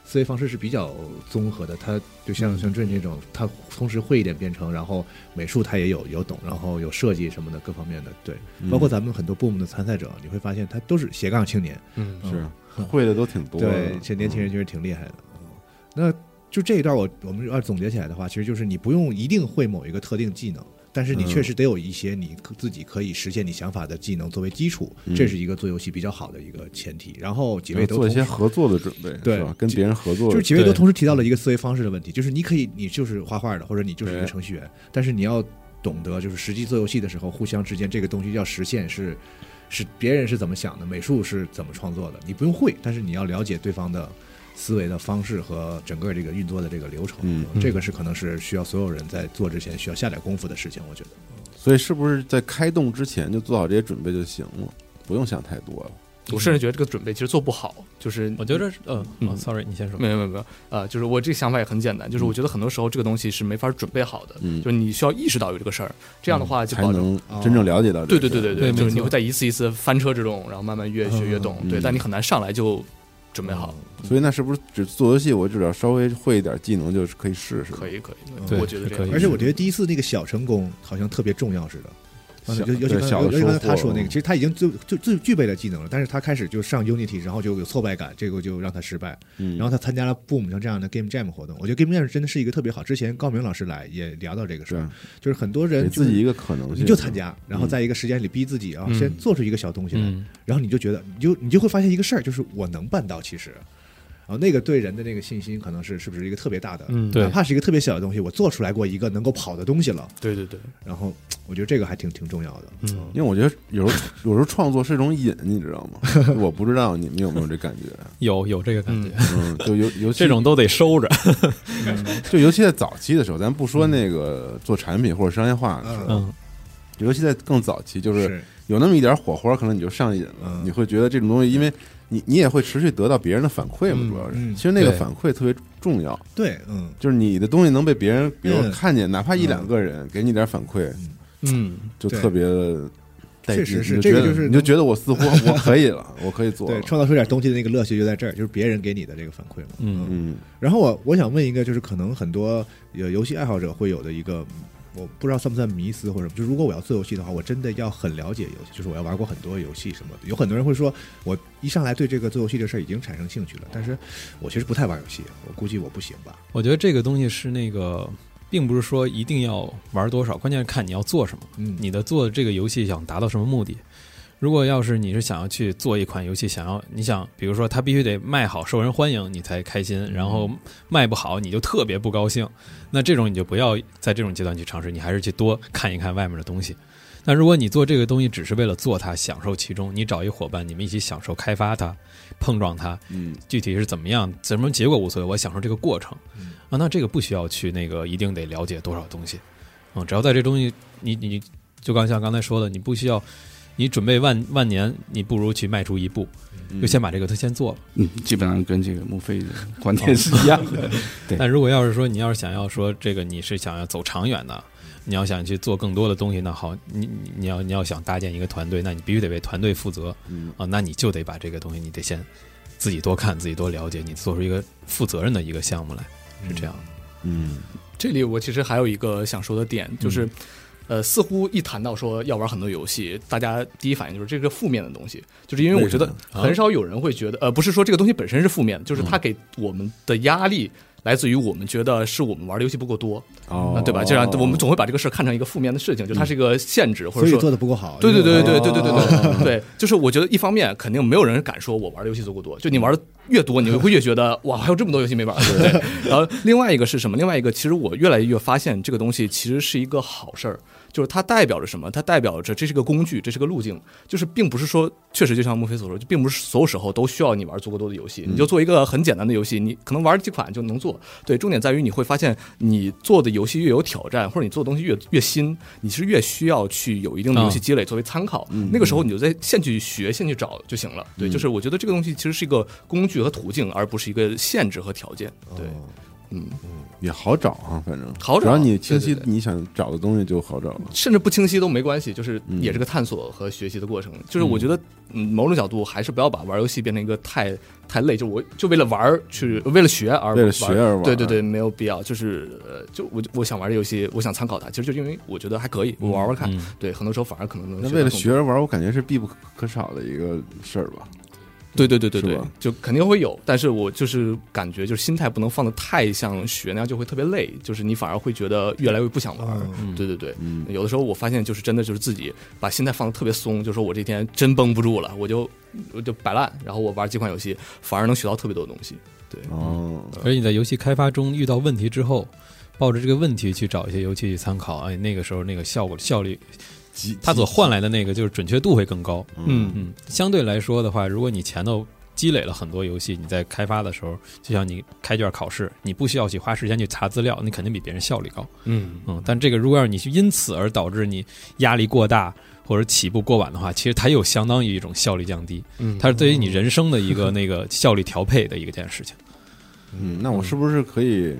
A: 思维方式是比较综合的，他就像像这这种，他同时会一点编程，然后美术他也有有懂，然后有设计什么的各方面的，对，
B: 嗯
A: 包括咱们很多 boom 的参赛者，你会发现他都是斜杠青年。
E: 嗯
A: 嗯
B: 是会的都挺多的。
A: 对，这年轻人其实挺厉害的。嗯那就这一段我，我们要总结起来的话，其实就是你不用一定会某一个特定技能，但是你
B: 嗯
A: 确实得有一些你可自己可以实现你想法的技能作为基础，
B: 嗯
A: 这是一个做游戏比较好的一个前提。然后几
B: 然
A: 位
B: 后
A: 都
B: 做一
A: 同
B: 些
A: 时
B: 合作的准备，
A: 对
B: 是吧？跟别人合作，
A: 就是几位都
C: 对
A: 同时提到了一个思维方式的问题，就是你可以你就是画画的，或者你就是一个
B: 对
A: 程序员，但是你要懂得就是实际做游戏的时候，互相之间这个东西要实现是是别人是怎么想的，美术是怎么创作的，你不用会，但是你要了解对方的思维的方式和整个这个运作的这个流程，
B: 嗯
A: 这个是可能是需要所有人在做之前需要下点功夫的事情，我觉得。
B: 所以是不是在开动之前就做好这些准备就行了，不用想太多了。
E: 我甚至觉得这个准备其实做不好，就是
C: 我觉得是，嗯、
E: 嗯
C: 哦、，sorry，你先说。
E: 没有没有没有，呃，就是我这个想法也很简单，就是我觉得很多时候这个东西是没法准备好的，
B: 嗯
E: 就是你需要意识到有这个事儿，这样的话就
B: 才
E: 保证。
B: 能真正了解到这
E: 对
B: 个
E: 对
B: 事儿。
E: 对
C: 嗯对
E: 对就是
C: 没
E: 你
C: 错
E: 会在一次一次翻车之中，然后慢慢越学越懂，
B: 嗯
E: 对，
B: 嗯
E: 但你很难上来就准备好，
B: 所以那是不是只做游戏，我只要稍微会一点技能就是可以试试？
E: 可以可以，
A: 对
E: 我觉
C: 嗯
E: 得
C: 是
E: 这
C: 可以
E: 样，
A: 而且我觉得第一次那个小成功好像特别重要似的，嗯
B: 小
A: 尤尤其
B: 对
A: 刚
B: 小
A: 尤尤
B: 的
A: 其
B: 收
A: 刚才他
B: 获
A: 说那个，
B: 嗯
A: 其实他已经就就就具备了技能了，但是他开始就上 Unity，然后就有挫败感，这个就让他失败。
B: 嗯
A: 然后他参加了 Boom 像这样的 Game Jam 活动，我觉得 Game Jam 真的是一个特别好。之前高明老师来也聊到这个事
B: 对
A: 儿，，就是很多
B: 给
A: 人就
B: 自
A: 是
B: 己一个可能性，
A: 你就参加，然后
B: 嗯
A: 在一个时间里逼自己啊，
C: 嗯
A: 先做出一个小东西来，
C: 嗯
A: 然后你就觉得，你就你就会发现一个事儿，就是我能办到，其实，然后那个对人的那个信心，可能是是不是一个特别大的，
E: 嗯
C: 对
A: 哪怕是一个特别小的东西，我做出来过一个能够跑的东西了，
E: 对对对，
A: 然后我觉得这个还挺挺重要的，
E: 嗯，
B: 因为我觉得有时候有时候创作是一种瘾，你知道吗？ [LAUGHS] 我不知道你们有没有这感觉，啊
C: 有有这个感觉，
B: [LAUGHS] 嗯，就尤尤其
C: [LAUGHS] 这种都得收着。
B: 就尤其在早期的时候，咱不说那个做产品或者商业化的时候，
A: 嗯
C: 嗯，
B: 尤其在更早期，就是
A: 是
B: 有那么一点火花，可能你就上瘾了
A: 嗯，
B: 你会觉得这种东西，因为你你也会持续得到别人的反馈嘛，
C: 嗯
B: 主要是，
A: 嗯
B: 其实那个
C: 对
B: 反馈特别重要，
A: 对，嗯，
B: 就是你的东西能被别人，比如
A: 嗯
B: 看见，哪怕一两个人给你点反馈，
C: 嗯，
B: 就
A: 对
B: 特别带劲。
A: 确实是
B: 你就觉得
A: 这个就是
B: 你就觉得我似乎我可以了，我可以做
A: 对，
B: 了。
A: 创造出点东西的那个乐趣就在这儿，就是别人给你的这个反馈嘛，
C: 嗯
B: 嗯，
A: 然后我我想问一个，就是可能很多有游戏爱好者会有的一个，我不知道算不算迷思或者什么。就如果我要做游戏的话，我真的要很了解游戏，就是我要玩过很多游戏什么的。有很多人会说，我一上来对这个做游戏这事儿已经产生兴趣了，但是我其实不太玩游戏，我估计我不行吧。
C: 我觉得这个东西是那个，并不是说一定要玩多少，关键是看你要做什么，
A: 嗯，
C: 你的做这个游戏想达到什么目的。如果要是你是想要去做一款游戏，想要你想，比如说它必须得卖好、受人欢迎，你才开心，然后卖不好你就特别不高兴，那这种你就不要在这种阶段去尝试，你还是去多看一看外面的东西。那如果你做这个东西只是为了做它，享受其中，你找一伙伴，你们一起享受开发它、碰撞它，
B: 嗯，
C: 具体是怎么样，什么结果无所谓，我享受这个过程
B: 嗯
C: 啊。那这个不需要去那个一定得了解多少东西，嗯，只要在这东西，你你你就刚像刚才说的，你不需要，你准备万万年，你不如去迈出一步，
B: 嗯
C: 就 [LAUGHS] 先把这个都先做了。
D: 嗯，基本上跟这个墨菲的观
B: [LAUGHS]
D: 点是一样的。对
C: 但如果要是说你要是想要说这个你是想要走长远的，你要想去做更多的东西，那好，你你你要你要想搭建一个团队，那你必须得为团队负责
B: 嗯
C: 啊，那你就得把这个东西你得先自己多看，自己多了解，你做出一个负责任的一个项目来，是这样的。
B: 嗯
E: 这里我其实还有一个想说的点，就是，
C: 嗯
E: 呃，似乎一谈到说要玩很多游戏，大家第一反应就是这个负面的东西，就是因为我觉得
B: 为
C: 么嗯
E: 很少有人会觉得，呃，不是说这个东西本身是负面的，就是它给我们的压力。来自于我们觉得是我们玩的游戏不够多，
B: 哦
E: 啊，对吧？这样我们总会把这个事儿看成一个负面的事情，就它是一个限制，
A: 所
E: 或者
A: 以
E: 说
A: 做的不够好。
E: 对对对
A: 因为哦
E: 对对对对对对对，就是我觉得一方面肯定没有人敢说我玩的游戏足够多，就你玩的越多，你会越觉得哇还有这么多游戏没玩。对，然后另外一个是什么？另外一个其实我越来越发现这个东西其实是一个好事儿。就是它代表着什么？它代表着这是个工具，这是个路径，就是并不是说，确实就像墨菲所说，就并不是所有时候都需要你玩足够多的游戏，
A: 嗯
E: 你就做一个很简单的游戏，你可能玩几款就能做。对，重点在于你会发现，你做的游戏越有挑战，或者你做的东西越越新，你是越需要去有一定的游戏
C: 啊
E: 积累作为参考。
B: 嗯
E: 那个时候你就在现去学、现去找就行了。对，就是我觉得这个东西其实是一个工具和途径，而不是一个限制和条件。
B: 哦
E: 对，嗯，
B: 也好找啊，反正
E: 好找
B: 只要你清晰
E: 对对
B: 你想找的东西就好找了。
E: 甚至不清晰都没关系，就是
B: 嗯
E: 也是个探索和学习的过程。就是我觉得，嗯，某种角度还是不要把玩游戏变成一个太太累，就我就为了玩儿去，为了学而
B: 为了学而玩
E: 对对对，没有必要。就是呃，就我我想玩这游戏，我想参考它，其实就是因为我觉得还可以，我玩玩看。
C: 嗯
E: 对，嗯很多时候反而可能能
B: 那
E: 到
B: 为了
E: 更多
B: 学着玩儿，我感觉是必不可少的一个事儿吧。
E: 对对对对
B: 是
E: 对
B: 吧，
E: 就肯定会有，但是我就是感觉就是心态不能放的太像学那样，就会特别累，就是你反而会觉得越来越不想玩儿。
A: 嗯
E: 对对对，
B: 嗯
E: 有的时候我发现就是真的就是自己把心态放的特别松，就说我这天真绷不住了，我就我就摆烂，然后我玩几款游戏，反而能学到特别多东西。对，
B: 哦，
C: 而你在游戏开发中遇到问题之后，抱着这个问题去找一些游戏去参考，哎，那个时候那个效果效率，
B: 急
C: 它所换来的那个就是准确度会更高。
E: 嗯
C: 嗯，相对来说的话，如果你前头积累了很多游戏，你在开发的时候，就像你开卷考试，你不需要去花时间去查资料，你肯定比别人效率高。
E: 嗯
C: 嗯，但这个如果要是你去因此而导致你压力过大或者起步过晚的话，其实它有相当于一种效率降低，
E: 嗯
C: 它是对于你人生的一个那个效率调配的一个件事情。
B: 嗯，那我是不是可以，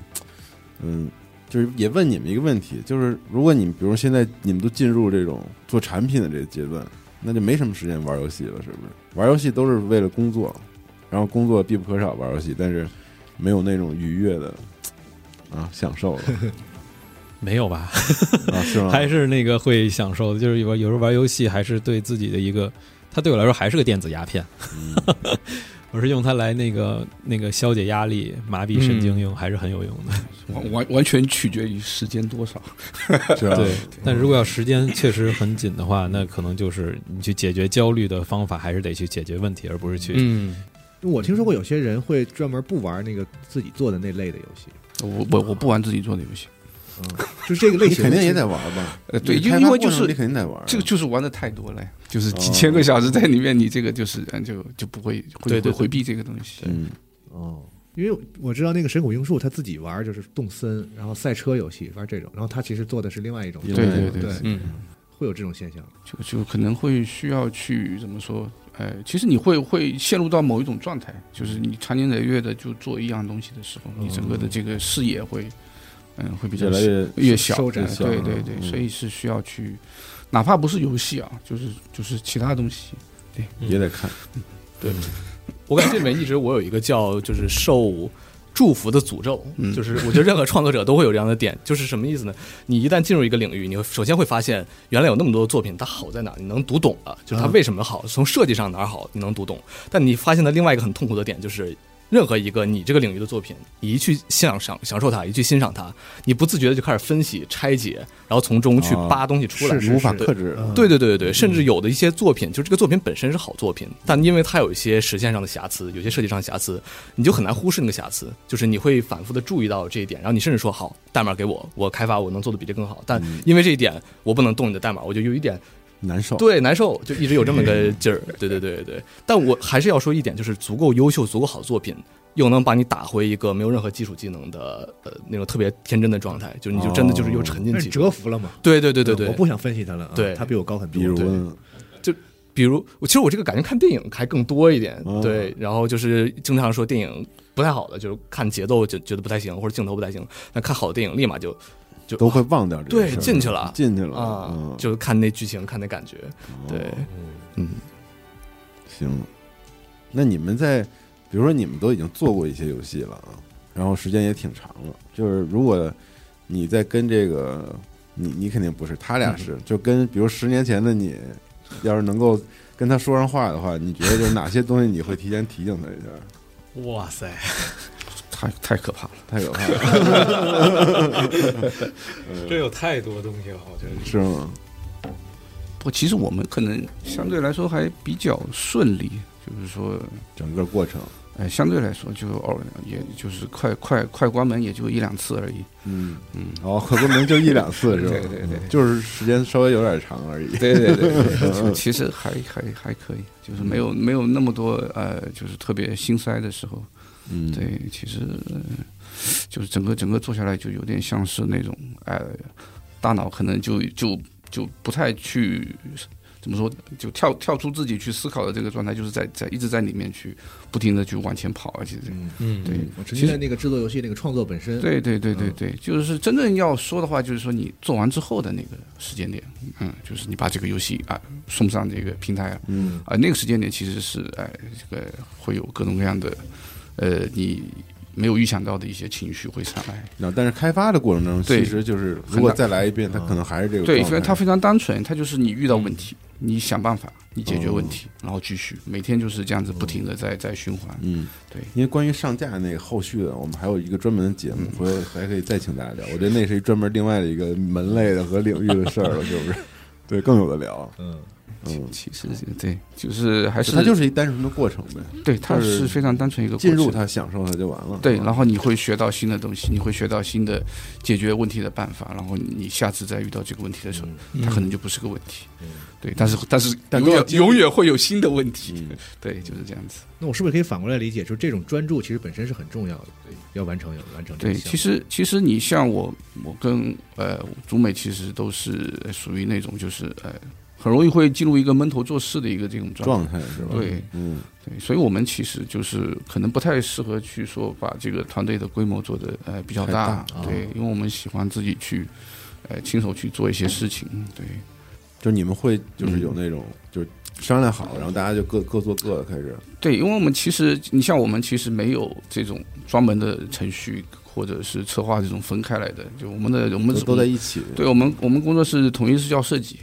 B: 嗯，就是也问你们一个问题，就是如果你们比如现在你们都进入这种做产品的这个阶段，那就没什么时间玩游戏了，是不是？玩游戏都是为了工作，然后工作必不可少玩游戏，但是没有那种愉悦的啊享受了。
C: 没有吧？
B: 啊，是吗？
C: 还是那个会享受的，就是有有时候玩游戏还是对自己的一个，它对我来说还是个电子鸦片， [LAUGHS] 我是用它来那个那个消解压力、麻痹神经用，还是很有用的。
D: 完完完全取决于时间多少。
B: 是吧？
C: 对，但如果要时间确实很紧的话，那可能就是你去解决焦虑的方法，还是得去解决问题，而不是去、
E: 嗯，
A: 我听说过有些人会专门不玩那个自己做的那类的游戏，
D: 我我我不玩自己做的游戏，
A: 就是这个类
B: 你
A: 型
B: 肯定也
A: 得
B: 得玩吧？
D: 呃，对，
B: 你
D: 因
B: 开
D: 为
B: 发
D: 因为就
B: 过程
D: 是
B: 你肯定得玩啊，
D: 这个就是玩的太多了呀，就是几
B: 哦
D: 千个小时在里面，你这个就是嗯就就不会会
E: 对
D: 会
E: 对对
D: 回避这个东西。
B: 嗯，
A: 哦。因为我知道那个神谷英树他自己玩就是动森，然后赛车游戏玩这种，然后他其实做的是另外一种，
B: 对
D: 对
B: 对
D: 对对
A: 对
E: 嗯，
A: 会有这种现象。
D: 就就可能会需要去怎么说？呃，其实你会会陷入到某一种状态，就是你长年累月的就做一样东西的时候，你整个的这个视野会，嗯，会比较
B: 越来越
D: 越小，
A: 收
D: 对
A: 窄
B: 小
D: 对
B: 了
D: 对对，
B: 嗯
D: 所以是需要去，哪怕不是游戏啊，就是就是其他东西，
B: 也得看，
E: 我感觉这里面一直我有一个叫就是受祝福的诅咒，
D: 嗯
E: 就是我觉得任何创作者都会有这样的点，就是什么意思呢？你一旦进入一个领域，你会首先会发现原来有那么多作品，它好在哪儿？你能读懂了，就是它
B: 嗯
E: 为什么好，从设计上哪儿好，你能读懂。但你发现的另外一个很痛苦的点就是。任何一个你这个领域的作品，你一去享享享受它，一去欣赏它，你不自觉的就开始分析、拆解，然后从中去
B: 啊
E: 扒东西出来，
A: 是是
B: 无法
E: 对
B: 克制。
E: 对对对对对，甚至有的一些作品，就这个作品本身是好作品，但因为它有一些实现上的瑕疵，有些设计上的瑕疵，你就很难忽视那个瑕疵。就是你会反复的注意到这一点，然后你甚至说好，代码给我，我开发我能做的比这更好，但因为这一点我不能动你的代码，我就有一点
B: 难受，
E: 对难受，就一直有这么个劲儿。对对对对对，但我还是要说一点，就是足够优秀、足够好的作品。又能把你打回一个没有任何基础技能的呃那种特别天真的状态，就你就真的就是又沉浸
A: 但
E: 其
A: 是
E: 中。
A: 折服了嘛？
E: 对对对对对，
A: 我不想分析他了啊，
E: 对
A: 他比我高很多。
B: 比如
A: 对
B: 呢
E: 比如，我其实我这个感觉看电影还更多一点，
B: 哦
E: 对。然后就是经常说电影不太好的，就是看节奏就觉得不太行，或者镜头不太行。但看好的电影立马就就
B: 都会忘掉这个
E: 对
B: 事儿
E: 进去了
B: 进去了
E: 啊，
B: 嗯
E: 就看那剧情，看那感觉。
B: 哦
E: 对，嗯，
B: 行，那你们在，比如说你们都已经做过一些游戏了啊，然后时间也挺长了，就是如果你在跟这个你你肯定不是，他俩是，就跟比如十年前的你，要是能够跟他说上话的话，你觉得就是哪些东西你会提前提醒他一下？
C: 哇塞，
D: 太太可怕了。
B: 太可怕了，
C: 这有太多东西了，我觉得
B: 是吗？
D: 不过其实我们可能相对来说还比较顺利，就是说，
B: 整个过程，
D: 哎，相对来说就偶尔，也就是快快快关门也就一两次而已。
B: 嗯
D: 嗯，
B: 然后可不能就一两次是吧？
D: 对对对
B: 就是时间稍微有点长而已。
D: 对对对，其实还还还可以，就是没有没有那么多呃，就是特别心塞的时候。
B: [LAUGHS] 嗯，
D: 对，其实呃就是整个整个做下来就有点像是那种呃，大脑可能就就就不太去怎么说，就跳跳出自己去思考的这个状态，就是在在一直在里面去不停的去往前跑，而且这
A: 嗯，
C: 嗯，
D: 对
A: 我沉
D: 其
A: 浸
D: 实
A: 在那个制作游戏那个创作本身。
D: 对对对对
A: 嗯
D: 对，就是真正要说的话，就是说你做完之后的那个时间点，嗯，就是你把这个游戏啊送上这个平台啊，
B: 嗯
D: 啊、那个时间点其实是哎、这个会有各种各样的，呃，你没有预想到的一些情绪会上来。
B: 那但是开发的过程中，
D: 对
B: 其实就是
D: 很
B: 如果
D: 大嗯
B: 再来一遍，它可能还是这个
D: 对，因
B: 状
D: 为
B: 态嗯
D: 它非常单纯，它就是你遇到问题，你想办法，你解决
B: 哦
D: 问题，然后继续，每天就是这样子不停的在在循环。
B: 嗯，
D: 对
B: 因为关于上架那个后续的，我们还有一个专门的节目，
D: 嗯
B: 回头还可以再请大家聊。我觉得那是一专门另外的一个门类的和领域的
D: [LAUGHS]
B: 事儿了，是不是？对，更有的聊。
A: 嗯，
B: 嗯，
D: 其实对，就是还呃是
B: 它就是一单纯的过程呗，
D: 对，它
B: 就是
D: 是非常单纯一个过
B: 进入
D: 程
B: 它，享受它就完了。
D: 对，然后你会学到新的东西，你会学到新的解决问题的办法，然后你下次再遇到这个问题的
A: 嗯
D: 时候，它可能就不是个问题。对，但是但是
B: 但
D: 永
B: 都要
D: 远
B: 经历
D: 永远会嗯有新的问题
B: 嗯。
D: 对，就是这样子。
A: 那我是不是可以反过来理解，就是这种专注其实本身是很重要的，要完成要完成这个
D: 对，
A: 项目。
D: 其实其实你像我，我跟呃祖美其实都是呃属于那种就是呃很容易会进入一个闷头做事的一个这种状态。
B: 状态是吧？
D: 对
B: 嗯，
D: 对，所以我们其实就是可能不太适合去说把这个团队的规模做的呃比较
B: 太
D: 大
B: 大，啊
D: 对，因为我们喜欢自己去呃亲手去做一些事情，对。
B: 就是你们会就是
D: 嗯
B: 有那种、就是商量好，然后大家就各各做各的开始，
D: 对，因为我们其实，你像我们其实没有这种专门的程序或者是策划这种分开来的，就我们的我们
B: 都都在一起。
D: 对我们我们工作室统一是叫设计，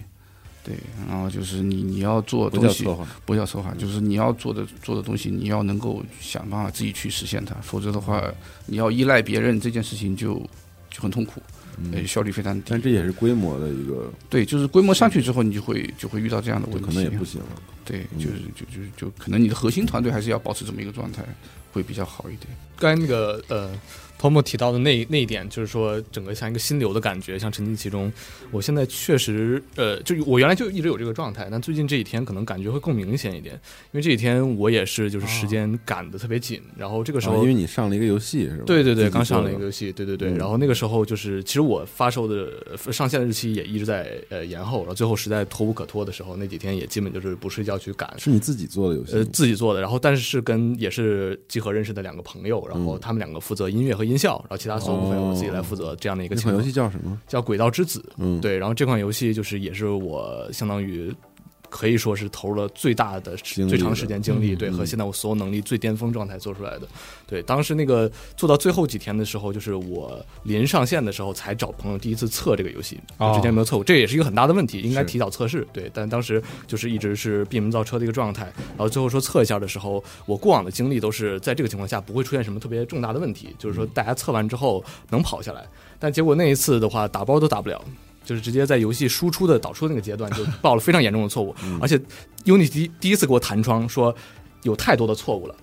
D: 对，然后就是你你要做
B: 不
D: 东
B: 叫
D: 西
B: 策划，
D: 不叫策划，就是你要做的做的东西，你要能够想办法自己去实现它，否则的话，你要依赖别人这件事情就就很痛苦，呃，效率非常低
B: 但。这也是规模的一个，
D: 对，就是规模上去之后，你就会就会遇到这样的
B: 就
D: 问题，啊
B: 可能也不行了。
D: 对，
B: 嗯
D: 就是就就就可能你的核心团队还是要保持这么一个状态，会比较好一点。
E: 刚才那个呃泡沫提到的那那一点，就是说整个像一个心流的感觉，像沉浸其中。我现在确实呃，就我原来就一直有这个状态，但最近这几天可能感觉会更明显一点，因为这几天我也是就是时间赶得特别紧，然后这个时
B: 啊
E: 候
B: 因为你上了一个游戏是吧？
E: 对对
B: 自
E: 对，
B: 己
E: 刚上
B: 做
E: 了一
B: 的
E: 个游戏，对对对。
B: 嗯
E: 然后那个时候就是，其实我发售的呃上线的日期也一直在呃延后，然后最后实在拖无可拖的时候，那几天也基本就是不睡觉去赶。
B: 是你自己做的游戏吗，
E: 呃，自己做的，然后但是是跟也是集合认识的两个朋友，然
B: 嗯
E: 后他们两个负责音乐和音效，然后其他所有部分我自己来负责这样的一个
B: 哦那
E: 情
B: 款游
E: 况
B: 戏。叫什么？
E: 叫《轨道之子》，
B: 嗯，，
E: 对，然后这款游戏就是也是我相当于可以说是投入了最大的时、
B: 精力
E: 最长
B: 的嗯
E: 时间精力，对，和现在我所有能力最巅峰状态做出来的。对，当时那个做到最后几天的时候，就是我临上线的时候才找朋友第一次测这个游戏，
C: 哦
E: 就之前没有测过，这也是一个很大的问题，应该
B: 是
E: 提早测试。对，但当时就是一直是闭门造车的一个状态，然后最后说测一下的时候，我过往的经历都是在这个情况下不会出现什么特别重大的问题，就
B: 嗯
E: 是说大家测完之后能跑下来。但结果那一次的话，打包都打不了，就是直接在游戏输出的导出那个阶段就 [LAUGHS] 爆了非常严重的错误，而且 Unity 第第一次给我弹窗说有太多的错误了，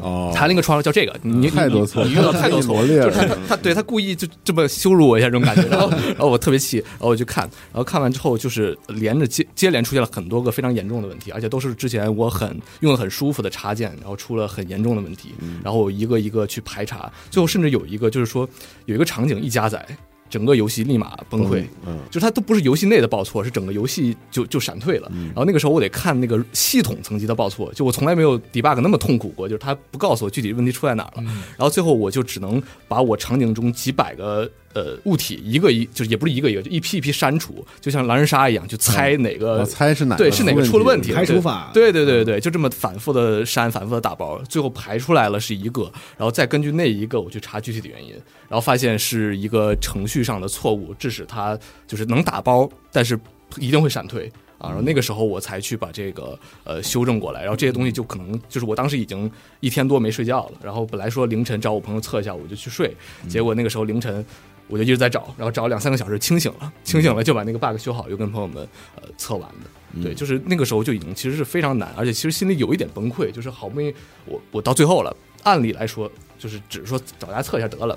B: 哦，
E: 弹了一个窗叫这个，你你
B: 太多错了
E: 你遇到嗯太多错误，
B: 磨练
E: 就
B: 了
E: 是他他他对他故意就这么羞辱我一下这种感觉， [LAUGHS] 然后然后我特别气，然后我去看，然后看完之后就是连着接接连出现了很多个非常严重的问题，而且都是之前我很用的很舒服的插件，然后出了很严重的问题，然后我一个一个去排查，最后甚至有一个就是说有一个场景一加载，整个游戏立马崩溃，
B: 嗯，
E: 就是它都不是游戏内的报错，是整个游戏就就闪退了。然后那个时候我得看那个系统层级的报错，就我从来没有 debug 那么痛苦过，就是它不告诉我具体问题出在哪儿了。然后最后我就只能把我场景中几百个呃物体一个一，就是也不是一个一个，就一批一批删除，就像狼人杀一样，就猜哪个、
B: 我猜是哪
E: 呃对是哪个出了问题，啊
A: 排除法
E: 对对对对对，就这么反复的删，反复的打包，最后排出来了是一个，然后再根据那一个我去查具体的原因，然后发现是一个程序上的错误，致使它就是能打包，但是一定会闪退。啊，然后那个时候我才去把这个呃修正过来，然后这些东西就可能就是我当时已经一天多没睡觉了，然后本来说凌晨找我朋友测一下，我就去睡，结果那个时候凌晨我就一直在找，然后找了两三个小时，清醒了，清醒了就把那个 bug 修好，又跟朋友们呃测完的。对，就是那个时候就已经其实是非常难，而且其实心里有一点崩溃，就是好不容易我我到最后了，按理来说就是只是说找大家测一下得了，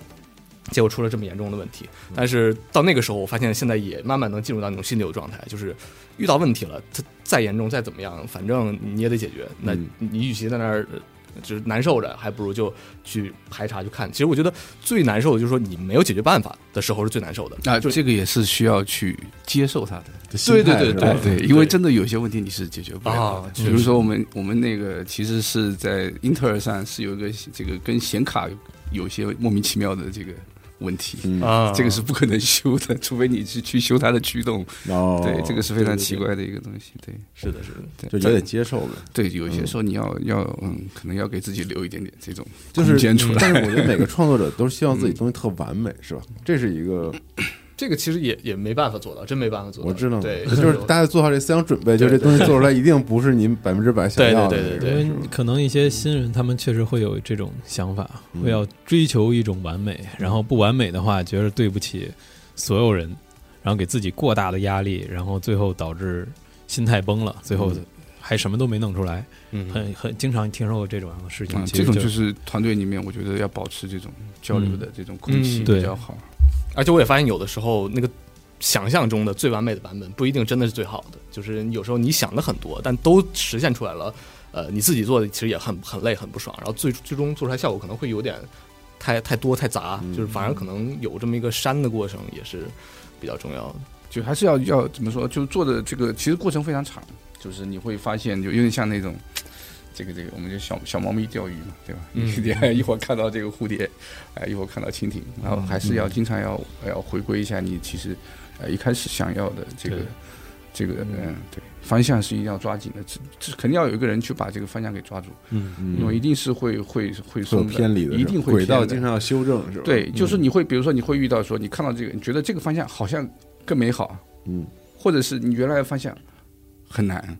E: 结果出了这么严重的问题。但是到那个时候，我发现现在也慢慢能进入到那种心流状态，就是遇到问题了，它再严重再怎么样，反正你也得解决。那
B: 嗯
E: 你与其在那儿。呃就是难受着，还不如就去排查去看。其实我觉得最难受的就是说你没有解决办法的时候是最难受的。
D: 啊，
E: 就
D: 这个也是需要去接受它的。
E: 对对对对
D: 哦对，因为真的有些问题你是解决不了
E: 啊
D: 的。比如说我们我们那个其实是在英特尔上是有一个这个跟显卡有些莫名其妙的这个问题，
B: 嗯，
E: 啊，
D: 这个是不可能修的，除非你去去修它的驱动。
E: [LAUGHS]
B: 哦，
D: 对，这个是非常奇怪的一个东西。对
E: 是的，是的。
B: 就
D: 对
B: 也得接受呗。
D: 对，有些时候你要要嗯，可能要给自己留一点点这种
B: 就是
D: 空间出
B: 但是
D: 来。
B: 我觉得每个创作者都是希望
E: 嗯
B: 自己东西特完美，是吧？这是一个
E: 这个其实也也没办法做到，真没办法做到。
B: 我知道， [LAUGHS]
E: 对，
B: 就是大家做好这思想准备，就是这东西做出来一定不是您百分之百想要的
E: 对对
B: 那
E: 对
C: 因
B: 种
C: 为可能一些新人，他们确实会有这种想法，会要追求一种完美，然后不完美的话，觉得对不起所有人，然后给自己过大的压力，然后最后导致心态崩了，最后
B: 嗯
C: 还什么都没弄出来，
E: 嗯，
C: 很很经常听说过这种样的事情
D: 啊，。
C: 嗯其
D: 这
C: 实
D: 种
C: 就
D: 就是团队里面，我觉得要保持这种交流的这种空气
E: 嗯
C: 对
D: 比较好。
E: 而且我也发现有的时候那个想象中的最完美的版本不一定真的是最好的，就是有时候你想的很多，但都实现出来了，呃，你自己做的其实也很很累很不爽，然后最最终做出来效果可能会有点太太多太杂，就是反而可能有这么一个删的过程也是比较重要的。
D: 就还是要要怎么说？就是做的这个，其实过程非常长，就是你会发现，就有点像那种，这个这个，我们就小小猫咪钓鱼嘛，对吧？嗯、一会儿看到这个蝴蝶，哎、一会儿看到蜻蜓，然后还是要经常要要回归一下你其实，呃，一开始想要的这个
C: 对
D: 这个嗯，对，方向是一定要抓紧的，这这肯定要有一个人去把这个方向给抓住，
B: 嗯
D: 因为一定是会会会
B: 会有
D: 松的
B: 偏离的，
D: 一定会
B: 轨道
D: 偏的
B: 经常要修正，是吧？
D: 对，就是你会，比如说你会遇到说，你看到这个，你觉得这个方向好像更美好，
B: 嗯，
D: 或者是你原来的方向很难，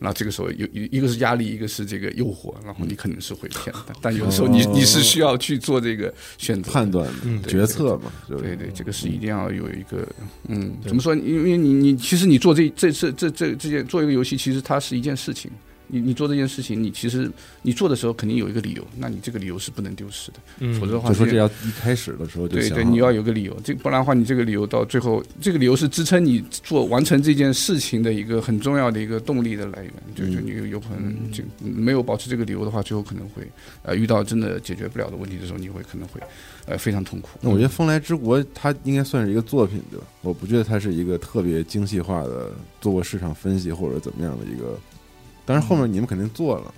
D: 那这个时候有一一个是压力，一个是这个诱惑，然后你肯定是会偏的。但有的时候你
B: 嗯哦
D: 你是需要去做这个选择，
B: 判断嘛、
C: 嗯
B: 决策嘛，就是
D: 对对，这个是一定要有一个，嗯，
C: 对
D: 怎么说？因为你你其实你做这这这这这这件做一个游戏，其实它是一件事情。你你做这件事情，你其实你做的时候肯定有一个理由，那你这个理由是不能丢失的，否则的
B: 嗯
D: 话
B: 啊就说
D: 这
B: 这要一开始的时候就
D: 对
B: 想
D: 对，
B: 好
D: 你要有个理由，这不然的话，你这个理由到最后，这个理由是支撑你做完成这件事情的一个很重要的一个动力的来源。就就
B: 嗯
D: 你有可能就没有保持这个理由的话，最后可能会呃遇到真的解决不了的问题的时候，你会可能会呃非常痛苦。
B: 那我觉得《风来之国》它应该算是一个作品，对吧？我不觉得它是一个特别精细化的做过市场分析或者怎么样的一个。当然后面你们肯定做了，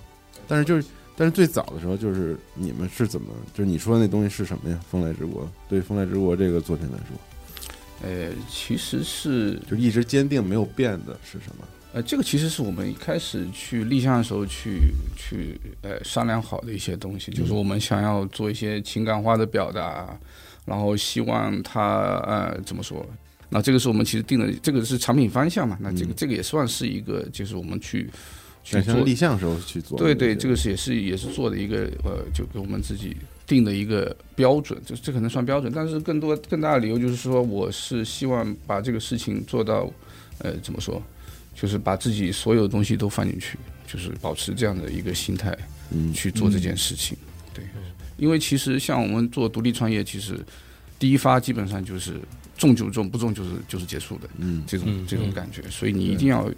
B: 但是就是但是最早的时候就是你们是怎么就是你说的那东西是什么呀？《风来之国》对《风来之国》这个作品来说，
D: 呃，其实是
B: 就一直坚定没有变的是什么？
D: 呃，这个其实是我们一开始去立项的时候去去呃商量好的一些东西，就是我们想要做一些情感化的表达，然后希望它呃怎么说？那这个是我们其实定的，这个是产品方向嘛？那这个、
B: 嗯
D: 这个也算是一个，就是我们去去
B: 选
D: 做
B: 项立项时候去做的
D: 对
B: 些。
D: 对，这个是也是也是做的一个呃，就给我们自己定的一个标准，这这可能算标准，但是更多更大的理由就是说，我是希望把这个事情做到，呃，怎么说，就是把自己所有的东西都放进去，就是保持这样的一个心态
B: 嗯
D: 去做这件事情。对，因为其实像我们做独立创业，其实第一发基本上就是中就中，不中就是就是结束的。
B: 嗯
D: 这种、
C: 嗯
D: 这种
C: 嗯
D: 感觉，所以你一定要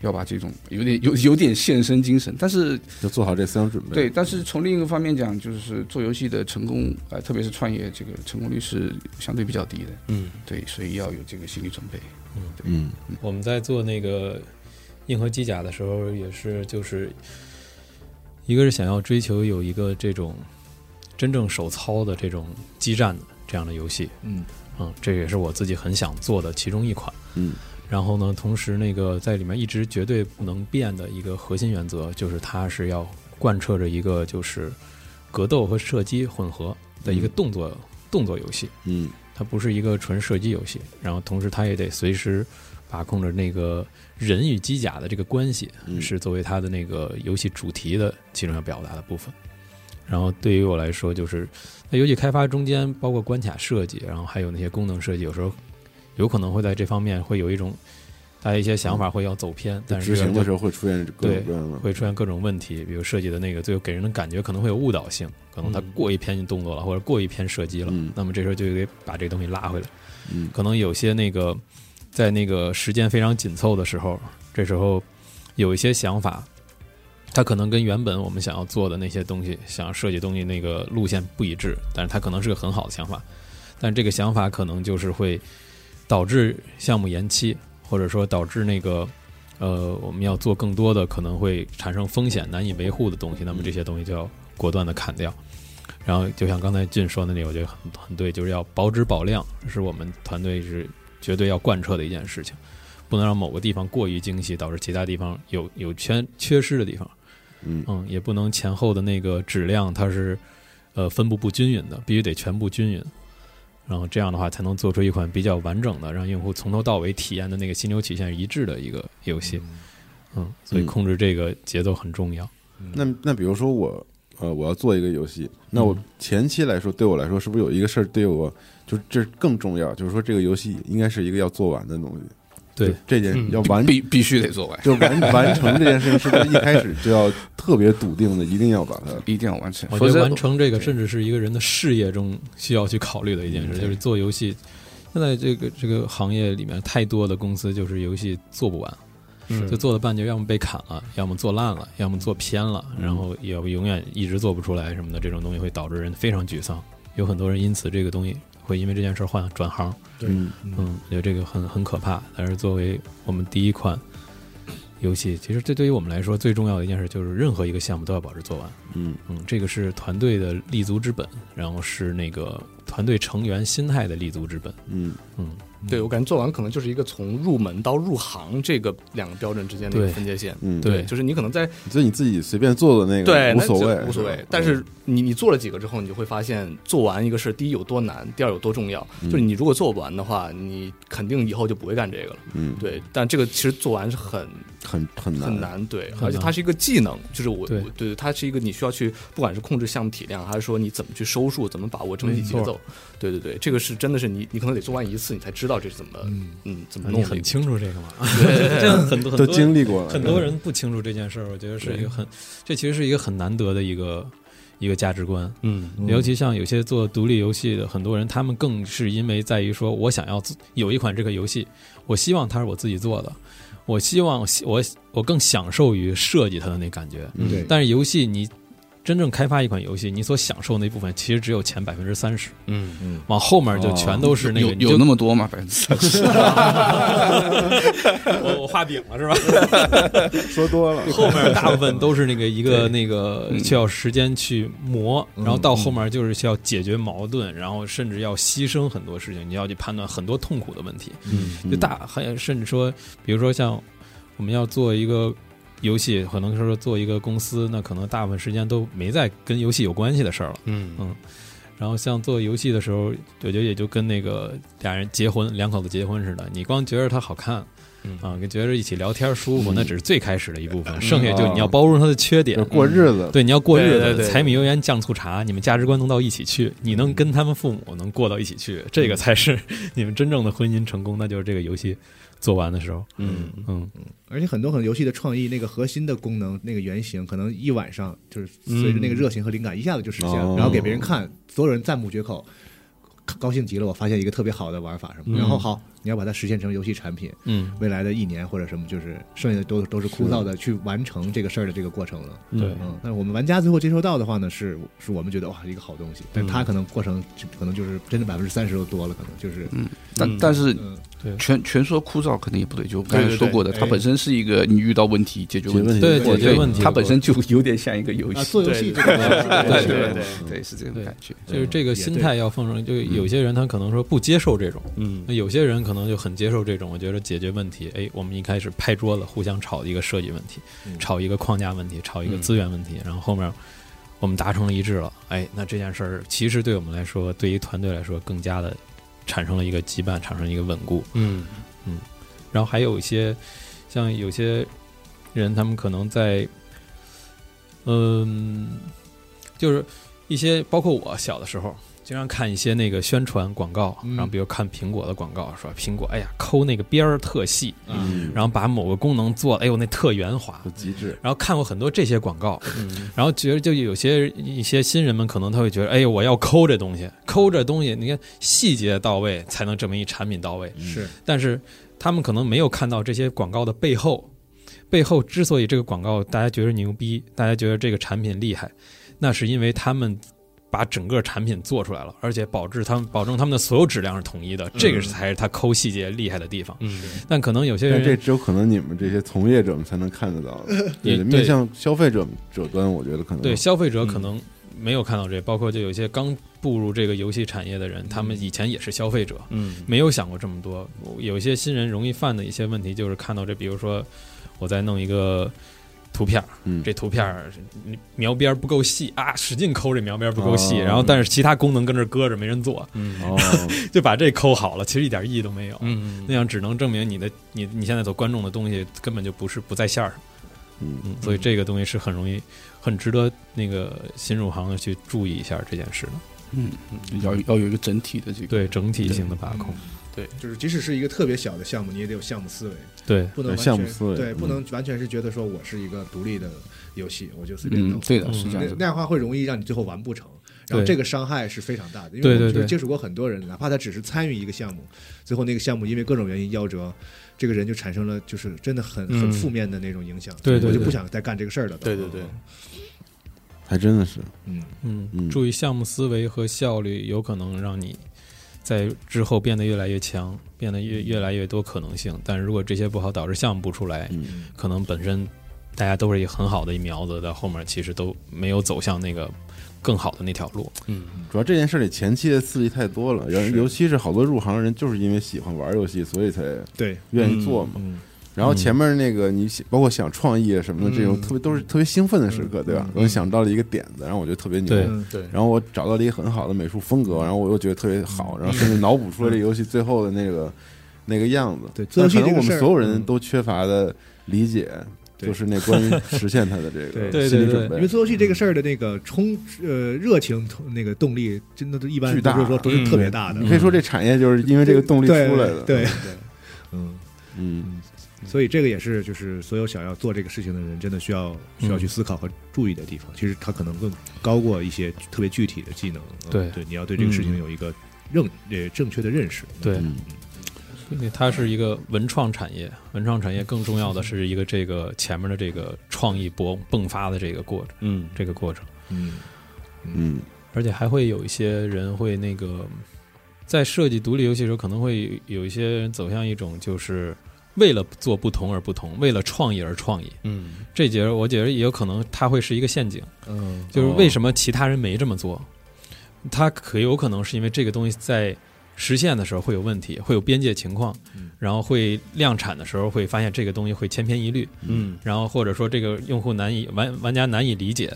D: 要把这种有点有有点献身精神，但是
B: 就做好这思想准备。
D: 对，但是从另一个方面讲，就是做游戏的成功，呃，特别是创业，这个成功率是相对比较低的，
C: 嗯，
D: 对，所以要有这个心理准备。
B: 嗯
C: 我们在做那个硬核机甲的时候，也是就是一个是想要追求有一个这种真正手操的这种激战的这样的游戏，
E: 嗯
C: 嗯，这也是我自己很想做的其中一款。
B: 嗯
C: 然后呢，同时那个在里面一直绝对不能变的一个核心原则，就是它是要贯彻着一个就是格斗和射击混合的一个动作、动作游戏。
B: 嗯
C: 它不是一个纯射击游戏，然后同时它也得随时把控着那个人与机甲的这个关系，
B: 嗯
C: 是作为它的那个游戏主题的其中要表达的部分。然后对于我来说，就是在游戏开发中间，包括关卡设计，然后还有那些功能设计，有时候有可能会在这方面会有一种大家一些想法会要走偏，但
B: 嗯
C: 是
B: 执行的时
C: 候
B: 候会出现各种各样的
C: 会出现各种问题，比如设计的那个最后给人的感觉可能会有误导性，可能它
E: 嗯
C: 过于偏动作了，或者过于偏射击了，
B: 嗯
C: 那么这时候就得把这个东西拉回来。
B: 嗯
C: 可能有些那个在那个时间非常紧凑的时候，这时候有一些想法，它可能跟原本我们想要做的那些东西、想要设计东西那个路线不一致，但是它可能是个很好的想法，但这个想法可能就是会导致项目延期，或者说导致那个。呃，我们要做更多的可能会产生风险、难以维护的东西，那么这些东西就要果断的砍掉。然后就像刚才俊说的那，我觉得很很对，就是要保质保量，是我们团队是绝对要贯彻的一件事情，不能让某个地方过于精细，导致其他地方有有缺缺失的地方。
B: 嗯
C: 嗯，也不能前后的那个质量它是呃分布不均匀的，必须得全部均匀。然后这样的话，才能做出一款比较完整的，让用户从头到尾体验的那个心流曲线是一致的一个游戏。嗯，所以
B: 嗯
C: 控制这个节奏很重要。
B: 那那比如说我呃我要做一个游戏，那我前期来说对我来说是不是有一个事儿对我就是这更重要？就是说这个游戏应该是一个要做完的东西，
C: 对
B: 就，这件
E: 嗯
B: 要
D: [LAUGHS]
B: 完。
D: 必必须得做完，
B: 就完完成这件事情，是不是一开始就要特别笃定的，一定要把它？
D: 一定要完成，
C: 我
D: 否
C: 觉得
D: 则
C: 完成这个
D: 对
C: 甚至是一个人的事业中需要去考虑的一件事，就是做游戏。现在这个这个行业里面太多的公司就是游戏做不完，
E: 嗯
C: 就做了半截，要么被砍了，要么做烂了，要么做偏了，然后也永远一直做不出来什么的，这种东西会导致人非常沮丧。有很多人因此这个东西会因为这件事儿换转行，
B: 嗯
C: 嗯，我觉得这个很很可怕。但是作为我们第一款游戏，其实这对于我们来说最重要的一件事就是，任何一个项目都要保持做完。
B: 嗯
C: 嗯，这个是团队的立足之本，然后是那个团队成员心态的立足之本。
B: 嗯，
C: 嗯，
E: 对我感觉做完可能就是一个从入门到入行这个两个标准之间的一个
C: 对
E: 分界线。
B: 嗯，
C: 对
E: 就是你可能在
B: 就你自己随便做的那个，
E: 对，
B: 无
E: 那
B: 所
E: 就
B: 谓，
E: 无所
B: 吧
E: 谓。但是你你做了几个之后，你就会发现做完一个事，第一有多难，第二有多重要。就是你如果做不完的话，你肯定以后就不会干这个了。
B: 嗯，
E: 对，但这个其实做完是很
B: 很很难，
E: 很难，对，
C: 很
E: 而且它
C: 难
E: 是一个技能，就是我
C: 对
E: 我对它是一个你需要去，不管是控制项目体量，还是说你怎么去收束，怎么把握整体
C: 没
E: 节
C: 错
E: 奏，对对对，这个是真的是你你可能得做完一次，你才知道这是怎么
C: 嗯
E: 嗯怎么
C: 你
E: 弄
C: 很
E: 的。
C: 清楚这个嘛？这样很多很
B: 都
C: 多
B: 经历过了，
C: 很多人不清楚这件事儿，我觉得是一个很，这其实是一个很难得的一个一个价值观。
E: 嗯
C: 尤其像有些做独立游戏的很多人，他们更是因为在于说我想要自有一款这个游戏，我希望它是我自己做的，我希望我我更享受于设计它的那感觉。
B: 嗯
A: 对
C: 但是游戏你真正开发一款游戏，你所享受那部分其实只有前百分之三十，
E: 嗯，
A: 嗯，
C: 往后面就全都是那
D: 哦有
C: 个
D: 有那么多吗？百分之三十，
C: 我我哦画饼了是吧？
B: 说多了，
C: 后面大部分都是那个一个
D: 对
C: 那个
D: 嗯
C: 需要时间去磨，
A: 嗯
C: 然后到后面就是需要解决矛盾，然后甚至要牺牲很多事情，你要去判断很多痛苦的问题。
B: 嗯
A: 嗯
D: 嗯
C: 就大还有甚至说，比如说像我们要做一个游戏，可能说做一个公司，那可能大部分时间都没在跟游戏有关系的事儿了。
E: 嗯
C: 嗯然后像做游戏的时候，我觉得也就跟那个俩人结婚两口子结婚似的，你光觉着它好看。
E: 嗯
C: 啊，跟觉着一起聊天舒服，
B: 嗯
C: 那只是最开始的一部分，剩下就你要包容它的缺点
B: 就，
C: 嗯
B: 过日子，
C: 对，你要过日
E: 对对对
C: 子，
E: 对
C: 柴米油盐酱醋茶，你们价值观能到一起去，你能跟他们父母能过到一起去，这个才是 [LAUGHS] 你们真正的婚姻成功。那就是这个游戏做完的时候，
E: 嗯
C: 嗯，
A: 而且很多很多游戏的创意，那个核心的功能，那个原型，可能一晚上就是随着那个热情和灵感一下子就实现了，
B: 哦
A: 然后给别人看，所有人赞不绝口，高兴极了。我发现一个特别好的玩法什么，
C: 嗯
A: 然后好，你要把它实现成游戏产品，
C: 嗯，
A: 未来的一年或者什么，就是剩下的都都是枯燥的去完成这个事儿的这个过程了。
C: 对，
A: 嗯，但是我们玩家最后接收到的话呢，是是我们觉得哇一个好东西，但他可能过程就可能就是真的百分之三十都多了，可能就是
D: 但但是
A: 嗯
D: 全全说枯燥肯定也不对，就我刚才
E: 对对
D: 说过的，
A: 对
D: 它本身是一个你遇到问题解决
B: 解决问题，
D: 问题，
C: 对
D: 对
C: 解决问题
D: 它本身就有点像一个游
A: 啊
D: 戏
A: 做，游戏这个
E: 对
A: 东西
E: 对对，
D: 对，是这种
C: 对
D: 感觉。
C: 就是这个
A: 也
C: 心
A: 对
C: 态要放上，就有些人他可能说不接受这种，
E: 嗯
C: 那有些人可能就很接受这种，我觉得解决问题，哎，我们一开始拍桌子互相吵一个设计问题，
A: 嗯
C: 吵一个框架问题，吵一个资源问题，然后后面我们达成了一致了，哎，那这件事儿其实对我们来说，对于团队来说，更加的产生了一个羁绊，产生了一个稳固。
E: 嗯
C: 然后还有一些像有些人，他们可能在，嗯，就是一些包括我小的时候，经常看一些那个宣传广告，
A: 嗯
C: 然后比如看苹果的广告，说苹果，哎呀，抠那个边儿特细，
B: 嗯，
C: 然后把某个功能做，哎呦，那特圆滑
B: 就。极致，
C: 然后看过很多这些广告，
E: 嗯
C: 然后觉得就有些一些新人们可能他会觉得，哎呦，我要抠这东西，抠这东西，你看细节到位才能证明一产品到位。
A: 是
C: 但是他们可能没有看到这些广告的背后，背后之所以这个广告大家觉得牛逼，大家觉得这个产品厉害，那是因为他们把整个产品做出来了，而且保质他们保证他们的所有质量是统一的，这个是才是他抠细节厉害的地方。
E: 嗯，
C: 但可能有些
B: 但这
C: 人
B: 只有可能你们这些从业者们才能看得到，
C: [LAUGHS]
B: 对
C: 也对
B: 面向消费者者端，我觉得可能
C: 对消费者可能没有看到这，包括就有些刚步入这个游戏产业的人，他们以前也是消费者，
E: 嗯
C: 没有想过这么多。有一些新人容易犯的一些问题，就是看到这，比如说我在弄一个图片儿，
B: 嗯
C: 这图片儿你描边儿不够细啊，使劲抠这描边儿不够细，
B: 哦
C: 然后但是其他功能跟这儿搁着没人做，
E: 嗯
B: 哦， [LAUGHS]
C: 就把这抠好了，其实一点意义都没有。
E: 嗯
C: 那样只能证明你的你你现在所观众的东西根本就不是不在线儿上，
B: 嗯，
C: 嗯，所以这个东西是很容易、很值得那个新入行的去注意一下这件事的，
D: 嗯，要要有一个整体的这个，
C: 对整体性的把控，
B: 嗯
A: 就是即使是一个特别小的项目，你也得有项目思维，
C: 对
A: 不能完
B: 对
A: 全
B: 项目思维
A: 对，
B: 嗯
A: 不能完全是觉得说我是一个独立的游戏，我就随便
D: 嗯
A: 弄。，
D: 对的，
C: 嗯
D: 是这样
A: 那
D: 子
A: 那
D: 的。
A: 样的话会容易让你最后完不成，然后
C: 对
A: 这个伤害是非常大的。因为
C: 对
A: 我们
C: 对
A: 就是
C: 对
A: 接触过很多人，哪怕他只是参与一个项目，最后那个项目因为各种原因夭折，这个人就产生了就是真的很很
E: 嗯
A: 负面的那种影响。
C: 对对
A: 我就
C: 对
A: 不想再干这个事儿了。
E: 对对对，
B: 还真的是，
A: 嗯，
C: 嗯
B: 嗯，
C: 注意项目思维和效率，有可能让你在之后变得越来越强，变得越越来越多可能性。但是如果这些不好，导致项目不出来，
B: 嗯
C: 可能本身大家都是一个很好的一苗子，到后面其实都没有走向那个更好的那条路。
E: 嗯，
B: 主要这件事里前期的刺激太多了，然后
C: 是
B: 尤其是好多入行人就是因为喜欢玩游戏，所以才
A: 对，
B: 愿意做嘛。
A: 嗯，
B: 然后前面那个你想包括想创意啊什么的，这种
E: 嗯
B: 特别都是特别兴奋的时刻，对吧？我想到了一个点子，然后我觉得特别牛，
C: 对
A: 嗯
E: 对，
B: 然后我找到了一个很好的美术风格，然后我又觉得特别好，然后甚至脑补出了这游戏最后的那个那个样子。
A: 对做
B: 但
A: 游戏
B: 可能
A: 这个
B: 我
A: 事
B: 们
A: 儿
B: 所有人都缺乏的理解，
A: 对
B: 就是那关于实现它的这
A: 对
B: 个心理准
C: 对对对
A: 因为
B: 备。
A: 做游戏这个事儿的那个冲呃热情那个动力，真的都一般
B: 巨大
A: 不是说不是特别大的
B: 你，可以说这产业就是因为这个动力出来的。
A: 对，对嗯，
B: 嗯，
A: 所以这个也是就是所有想要做这个事情的人，真的需要需要去思考和注意的地
C: 嗯
A: 方。其实它可能更高过一些特别具体的技能。嗯
C: 对
A: 对，你要对这个事情
C: 嗯
A: 有一个认呃正确的认识。
C: 对，
B: 嗯
C: 所以它是一个文创产业，文创产业更重要的是一个这个前面的这个创意勃迸发的这个过程，
E: 嗯
C: 这个过程，
A: 嗯，
B: 嗯，
C: 而且还会有一些人会那个在设计独立游戏的时候，可能会有一些人走向一种就是为了做不同而不同，为了创意而创意。
E: 嗯
C: 这节我觉得也有可能它会是一个陷阱，
E: 嗯
C: 就是为什么其他人没这么做？他可有可能是因为这个东西在实现的时候会有问题，会有边界情况
A: 嗯，
C: 然后会量产的时候会发现这个东西会千篇一律，
E: 嗯
C: 然后或者说这个用户难以玩玩家难以理解，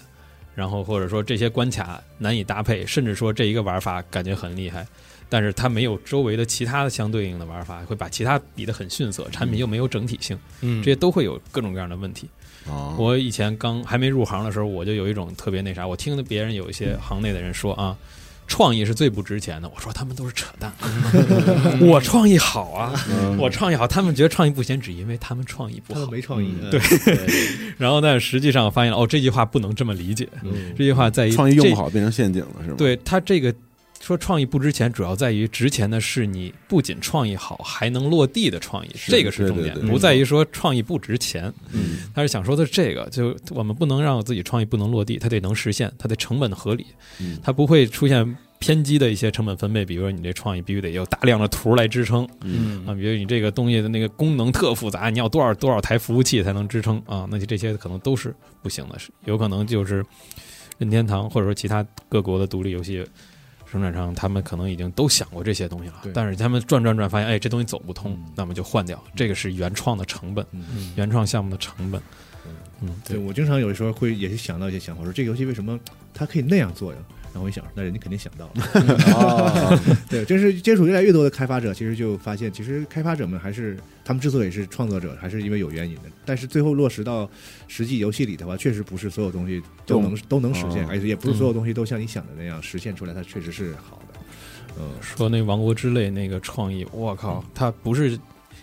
C: 然后或者说这些关卡难以搭配，甚至说这一个玩法感觉很厉害，但是它没有周围的其他的相对应的玩法，会把其他比得很逊色，产品又没有整体性，
E: 嗯，
C: 这些都会有各种各样的问题。
B: 哦
C: 我以前刚还没入行的时候，我就有一种特别那啥，我听别人有一些行内的人说啊，创意是最不值钱的。我说他们都是扯
B: [LAUGHS]
C: 淡， [LAUGHS] 我创意好啊，
B: 嗯
C: 我创意好，他们觉得创意不行，只因为他们创意不
A: 他们
C: 好。
A: 没创意。
B: 嗯
A: 对，
C: 然后但实际上发现了，哦，这句话不能这么理解，
E: 嗯
C: 这句话在于
B: 创意用
C: 这
B: 不好变成陷阱了，是吗？，
C: 对他这个说创意不值钱，主要在于值钱的是你不仅创意好，还能落地的创意，
B: 是
C: 这个是
B: 对
C: 重
B: 对
C: 点
B: 对，
C: 不在于说创意不值钱。
B: 嗯
C: 他是想说的是这个，就我们不能让自己创意不能落地，它得能实现，它得成本合理，
B: 嗯
C: 它不会出现偏激的一些成本分配，比如说你这创意必须得有大量的图来支撑
B: 嗯
C: 啊，比如你这个东西的那个功能特复杂，你要多少多少台服务器才能支撑啊，那就这些可能都是不行的，是有可能就是任天堂或者说其他各国的独立游戏。生产商他们可能已经都想过这些东西了
A: 对，
C: 但是他们转转转发现，哎，这东西走不通，那么就换掉。这个是原创的成本，
E: 嗯
C: 原创项目的成本。嗯，
A: 对我经常有的时候会也是想到一些想法，说这个游戏为什么它可以那样做呀？然后我一想，那人家肯定想到了。
B: 哦，
A: [LAUGHS] 对，真是接触越来越多的开发者，其实就发现，其实开发者们还是他们之所以是创作者，还是因为有原因的。但是最后落实到实际游戏里的话，确实不是所有东西都能都能实现，
B: 哦
A: 而且也不是所有东西都像你想的那样实现出来，它确实是好的。嗯，
C: 说那《王国之泪》那个创意，我靠，它不是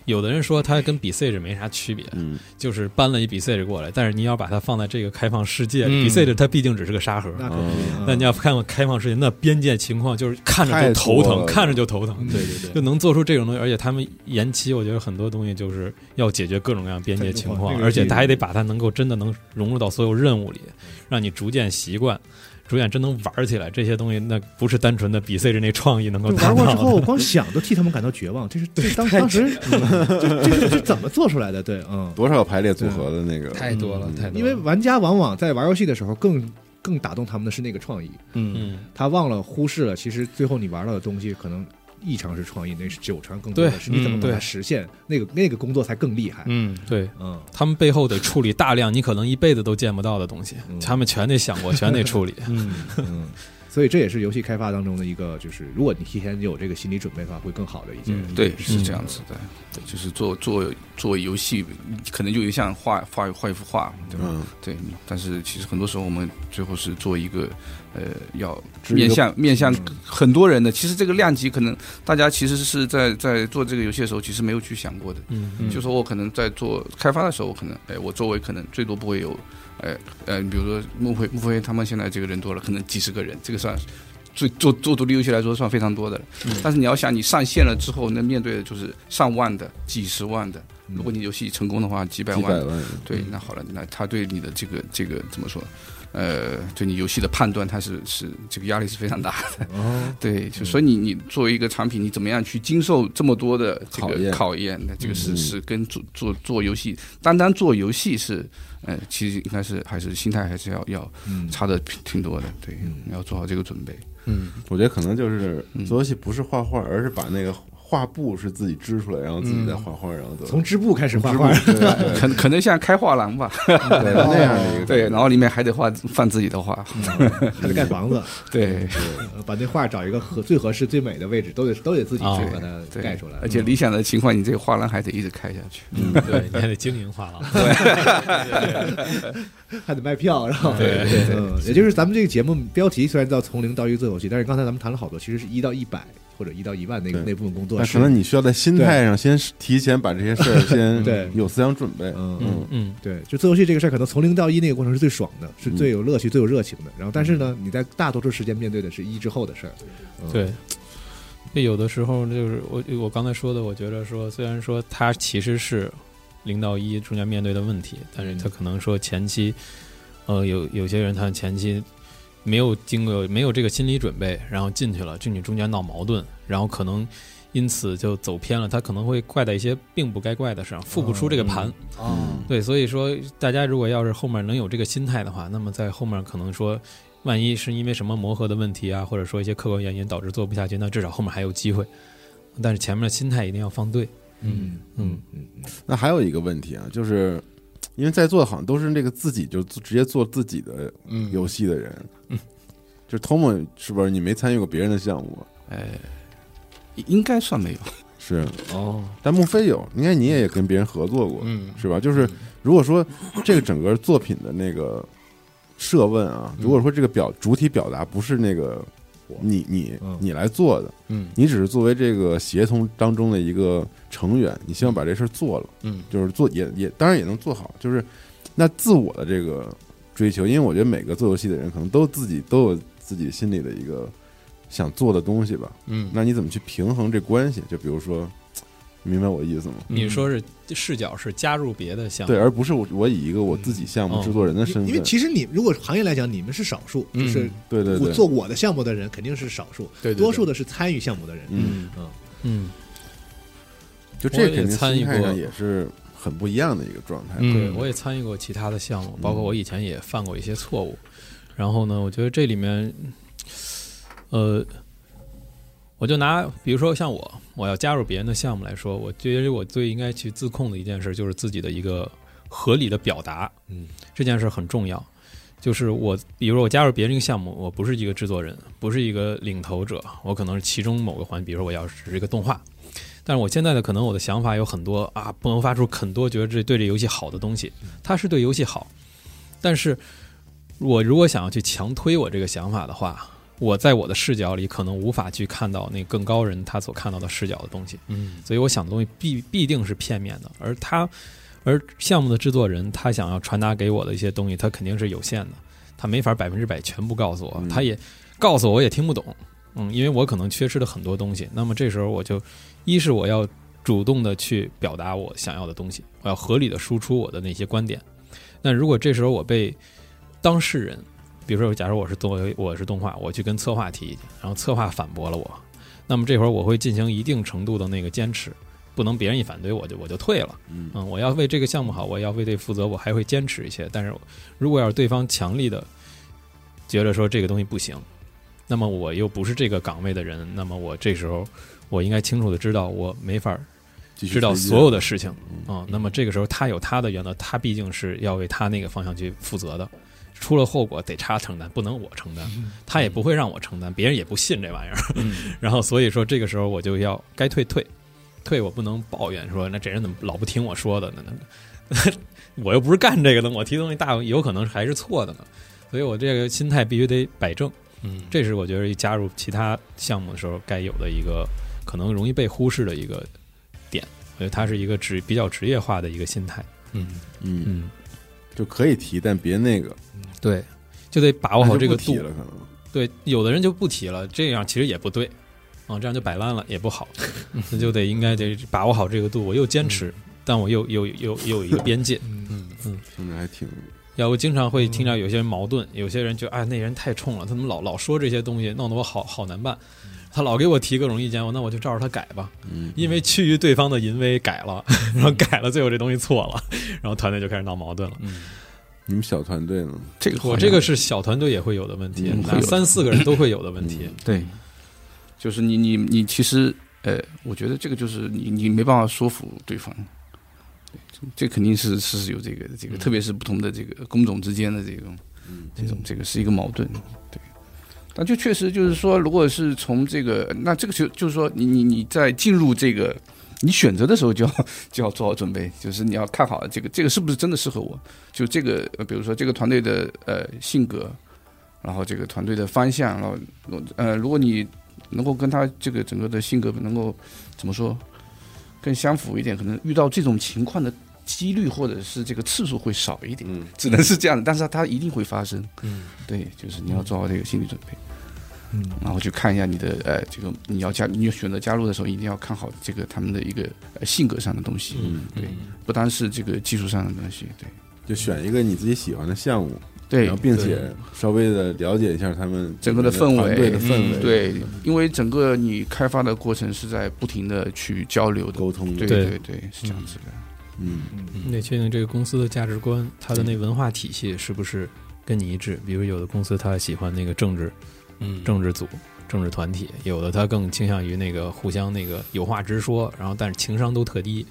C: 有的人说它跟比 C 是没啥区别，
B: 嗯，
C: 就是搬了一比 C 是过来，但是你要把它放在这个开放世界
E: 嗯
C: 里，比 C 是它毕竟只是个沙盒。
A: 那肯定。嗯
C: 那你要看看开放世界，那边界情况就是看着就头
B: 太多
C: 疼，
B: 了
C: 看着就头疼。
A: 嗯
E: 对对
C: 就
E: 对，
C: 能做出这种东西，而且他们延期，我觉得很多东西就是要解决各种各样边界情
A: 那
C: 况，
A: 个
C: 而且他还得把它能够真的能融入到所有任务里，让你逐渐习惯，逐渐真能玩起来。这些东西那不是单纯的比 C 着那创意能够
A: 就
C: 达
A: 玩过
C: 到
A: 之后，
C: 的。
A: 光想都替他们感到绝望。这是这当当时，嗯这这是这怎么做出来的？对，嗯，
B: 多少排列组合的那个，
E: 太多了，太多了，
A: 因为玩家往往在玩游戏的时候更更打动他们的是那个创意。
E: 嗯
C: 嗯，
A: 他忘了忽视了，其实最后你玩到的东西可能异常是创意，那是九成更多的
C: 对
A: 是你怎么把它
C: 嗯对
A: 实现，那个那个工作才更厉害。
E: 嗯
C: 对
A: 嗯，
C: 他们背后得处理大量你可能一辈子都见不到的东西，
A: 嗯
C: 他们全得想过，全得处理。
E: 嗯
A: 嗯，所以这也是游戏开发当中的一个，就是如果你提前有这个心理准备的话，会更好的一件。
E: 嗯
D: 对，是这样子的，对，就是做做做游戏，可能就像画画画一幅画，对吧？
B: 嗯，
D: 对，但是其实很多时候我们最后是做一个，呃，要
B: 是一个
D: 面向面向
A: 嗯
D: 很多人的。其实这个量级可能大家其实是在在做这个游戏的时候，其实没有去想过的。
C: 嗯
E: 嗯
D: 就说我可能在做开发的时候，我可能哎，我周围可能最多不会有，哎呃，比如说慕飞慕飞他们现在这个人多了，可能几十个人，这个算是最做做独立游戏来说算非常多的了。但是你要想，你上线了之后，那面对的就是上万的、几十万的，
A: 嗯
D: 如果你游戏成功的话，几百
B: 几
D: 万
B: 百
D: 的。
B: 万，
D: 对，那好了，那他对你的这个这个怎么说？呃，对你游戏的判断，它是是这个压力是非常大的。
A: 哦，
D: 对，就所以你你作为一个产品，你怎么样去经受这么多的这
B: 考
D: 个
B: 验
D: 考验？那这个是
B: 嗯
D: 是跟做做做游戏，单单做游戏是，呃，其实应该是还是心态还是要要
A: 嗯，
D: 差的挺挺多的。对，要做好这个准备。
C: 嗯，
B: 我觉得可能就是
A: 嗯
B: 做游戏不是画画，而是把那个画布是自己织出来，然后自己再画画，然后怎么
A: 嗯从织布 [LAUGHS] 开始画画，
B: 对对
D: 可可能像开画廊吧，
B: 哎对那样的一个
D: 对，然后里面还得画放自己的画，
A: 嗯还得盖房子，
D: 对
A: 呃把那画找一个合最合适、最美的位置，都得都得自己去把它
D: 对，
A: 盖出来。
D: 而且理想的情况，你这个画廊还得一直开下去。
C: 嗯对，你还得经营画廊，
A: 还得卖票，然后
C: 对
A: 嗯，也就是咱们这个节目标题虽然叫从零到一做游戏，但是刚才咱们谈了好多，其实是一到一百或者一到一万那个
B: 对
A: 那部分工作
B: 但
A: 是
B: 可能你需要在心态上先提前把这些事儿
A: [LAUGHS] 对
B: 先有思想准备。
A: 嗯
B: 嗯，
C: 嗯，
A: 对，就做游戏这个事儿，可能从零到一那个过程是最爽的，是
B: 嗯
A: 最有乐趣、最有热情的。然后，但是呢，你在大多数时间面对的是一之后的事儿。嗯，
C: 对。就有的时候就是我我刚才说的，我觉得说虽然说它其实是零到一中间面对的问题，但是它可能说前期，呃，有有些人他前期没有经过没有这个心理准备，然后进去了，就你中间闹矛盾，然后可能因此就走偏了，他可能会怪在一些并不该怪的事上，复不出这个盘。
A: 哦，
C: 对，所以说大家如果要是后面能有这个心态的话，那么在后面可能说，万一是因为什么磨合的问题啊，或者说一些客观原因导致做不下去，那至少后面还有机会。但是前面的心态一定要放对。
A: 嗯
C: 嗯
A: 嗯嗯，
B: 那还有一个问题啊，就是因为在座的好像都是那个自己就直接做自己的
E: 嗯
B: 游戏的人，就是 Tom 是不是你没参与过别人的项目？啊
D: 呃，应该算没有。
B: 是，
E: 哦，
B: 但莫非有？应该你也跟别人合作过，
E: 嗯
B: 是吧？就是如果说这个整个作品的那个设问啊，
E: 嗯
B: 如果说这个表主体表达不是那个你你
A: 嗯
B: 你来做的，
E: 嗯
B: 你只是作为这个协同当中的一个成员，你希望把这事儿做了，
E: 嗯
B: 就是做也也当然也能做好，就是那自我的这个追求，因为我觉得每个做游戏的人可能都自己都有自己心里的一个想做的东西吧，
E: 嗯，
B: 那你怎么去平衡这关系？就比如说，明白我意思吗？
C: 你说是视角是加入别的项
B: 嗯
C: 目，
B: 对，而不是我我以一个我自己项
C: 嗯
B: 目制作人的身
A: 因为
B: 份，
A: 其实你如果行业来讲，你们是少数，就
E: 嗯
A: 是
B: 对对
A: 我
B: 对，
A: 做我的项目的人肯定是少数，
E: 对对对
A: 多数的是参与项目的人。
B: 嗯，
A: 嗯，
C: 嗯，
B: 就这
C: 我也
B: 肯定
C: 参与
B: 心
C: 过
B: 态上也是很不一样的一个状态。
E: 嗯
C: 对，我也参与过其他的项目，包括我以前也犯过一些错误。然后呢，我觉得这里面，呃，我就拿比如说像我，我要加入别人的项目来说，我觉得我最应该去自控的一件事就是自己的一个合理的表达。
A: 嗯，
C: 这件事很重要。就是我，比如说我加入别人一个项目，我不是一个制作人，不是一个领头者，我可能是其中某个环，比如说我要是一个动画，但是我现在的可能我的想法有很多啊，迸发出很多觉得这对这游戏好的东西，它是对游戏好，但是我如果想要去强推我这个想法的话，我在我的视角里可能无法去看到那更高人他所看到的视角的东西，
E: 嗯
C: 所以我想的东西必必定是片面的，而他，而项目的制作人他想要传达给我的一些东西，他肯定是有限的，他没法百分之百全部告诉我
B: 嗯，
C: 他也告诉我我也听不懂，嗯，因为我可能缺失了很多东西。那么这时候我就，一是我要主动的去表达我想要的东西，我要合理的输出我的那些观点。那如果这时候我被当事人，比如说假如我是作为我是动画，我去跟策划提意见，然后策划反驳了我，那么这会儿我会进行一定程度的那个坚持，不能别人一反对我就我就退了。
B: 嗯
C: 嗯，我要为这个项目好，我要为这负责，我还会坚持一些。但是如果要是对方强力的觉得说这个东西不行，那么我又不是这个岗位的人，那么我这时候我应该清楚的知道我没法儿
B: 继续
C: 知道
B: 实践
C: 所有的事情啊、嗯那么这个时候他有他的原则，他毕竟是要为他那个方向去负责的。出了后果得他承担，不能我承担，
B: 嗯
C: 他也不会让我承担，别人也不信这玩意儿。 [LAUGHS] 然后所以说这个时候我就要该退退，退我不能抱怨说那这人怎么老不听我说的呢？那 [LAUGHS] 我又不是干这个的，我提东西大有可能还是错的呢，所以我这个心态必须得摆正。
E: 嗯，
C: 这是我觉得加入其他项目的时候该有的一个可能容易被忽视的一个点。我觉得它是一个职比较职业化的一个心态。
E: 嗯
B: 嗯，
C: 嗯，
B: 就可以提，但别那个
C: 对，就得把握好这个
B: 那就不提。
C: 度
B: 了，可能
C: 对，有的人就不提了，这样其实也不对，啊，这样就摆烂了也
B: [LAUGHS]
C: 不好，那就得应该得把握好
B: 嗯
C: 这个度。我又坚持，但我又又又又有一个边界，
E: 嗯
B: 听着还挺
C: 然后我经常会听
D: 嗯
C: 到有些人矛盾，有些人觉得哎那人太冲了，他怎么老老说这些东西，弄得我好好难办。
D: 嗯
C: 他老给我提各种意见，我那我就照着他改吧，
B: 嗯，
C: 因为趋于对方的淫威改了，然后改了，最后这东西错了，然后团队就开始闹矛盾了。
B: 你们小团队呢？
D: 这个
C: [LAUGHS] 我
D: 嗯好像
C: 这个是小团队也会有的问题
D: 嗯，会
C: 那
D: 有的嗯
C: 三四个人都会有的问题。
F: 对，
D: 就是你你你其实，呃，我觉得这个就是你你没办法说服对方，对这这肯定是是有这个这个，
C: 嗯
D: 特别是不同的这个工种之间的这种这种这个是一个矛盾，对。但就确实就是说，如果是从这个，那这个就就是说你，你你在进入这个你选择的时候，就要 [LAUGHS] 就要做好准备，就是你要看好这个这个是不是真的适合我，就这个，呃比如说这个团队的呃性格，然后这个团队的方向，然后呃，如果你能够跟他这个整个的性格能够怎么说更相符一点，可能遇到这种情况的几率或者是这个次数会少一点，
B: 嗯，
D: 只能是这样的，但是它一定会发生。
E: 嗯，
D: 对，就是你要做好这个心理准备，
A: 嗯，
D: 然后去看一下你的呃这个你要加你选择加入的时候，一定要看好这个他们的一个、呃、性格上的东西，
C: 嗯，
D: 对，不单是这个技术上的东西，对。
B: 就选一个你自己喜欢的项目，
D: 对，
B: 然后并且稍微的了解一下他们
D: 整个的氛围
B: 团队的氛围，
C: 嗯
D: 对，因为整个你开发的过程是在不停的去交流的，
B: 沟通的
D: 对
C: 对
D: 对对，是这样子的。
B: 嗯
C: 你得确定这个公司的价值观，它的那文化体系是不是跟你一致。比如有的公司它喜欢那个政治
E: 嗯
C: 政治组、政治团体，有的它更倾向于那个互相那个有话直说，然后但是情商都特低。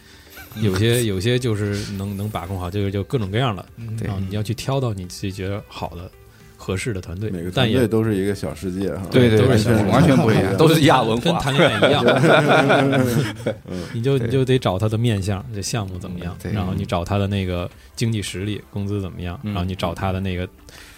C: 有些有些就是能能把控好，这个就各种各样的。
D: 对
C: 然后你要去挑到你自己觉得好的、合适的团队，
B: 每个团
C: 但也
B: 队都是一个小世界哈，
D: 对对
C: 都
D: 对，
C: 是
D: 完
C: 小文
D: 全
C: 化
D: 完全不一样，都是亚文
C: 跟
D: 化。
C: 谈恋爱一样，你就
D: 对
C: 你就得找他的面相，这项目怎么样，
D: 对
C: 然后你找他的那个经济实力、工资怎么样，然后你找他的那个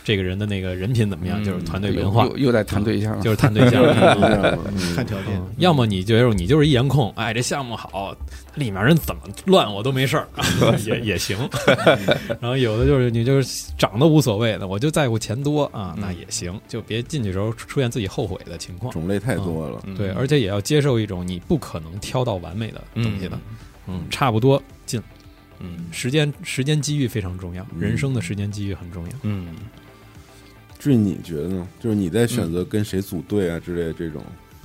C: 这个人的那个人品怎么样，
E: 嗯
C: 就是团队
D: 又
C: 文化，
D: 又又在谈对象了
C: 就。是谈对象。
B: 这
C: 嗯
B: 样吗？嗯
A: 看条件，
C: 嗯要么你就是你就是一颜控，哎，这项目好，里面人怎么乱我都没事儿， [LAUGHS] 也也行。然后有的就是你就是长得无所谓的，我就在乎钱多啊，那也行，就别进去时候出现自己后悔的情况。
B: 种类太多了，
E: 嗯
C: 对，而且也要接受一种你不可能挑到完美的东西的，嗯，差不多进
E: 嗯
C: 时间时间机遇非常重要，
B: 嗯
C: 人生的时间机遇很重要。
E: 嗯，
B: 至于你觉得呢？就是你在选择跟谁组队啊之类的这种，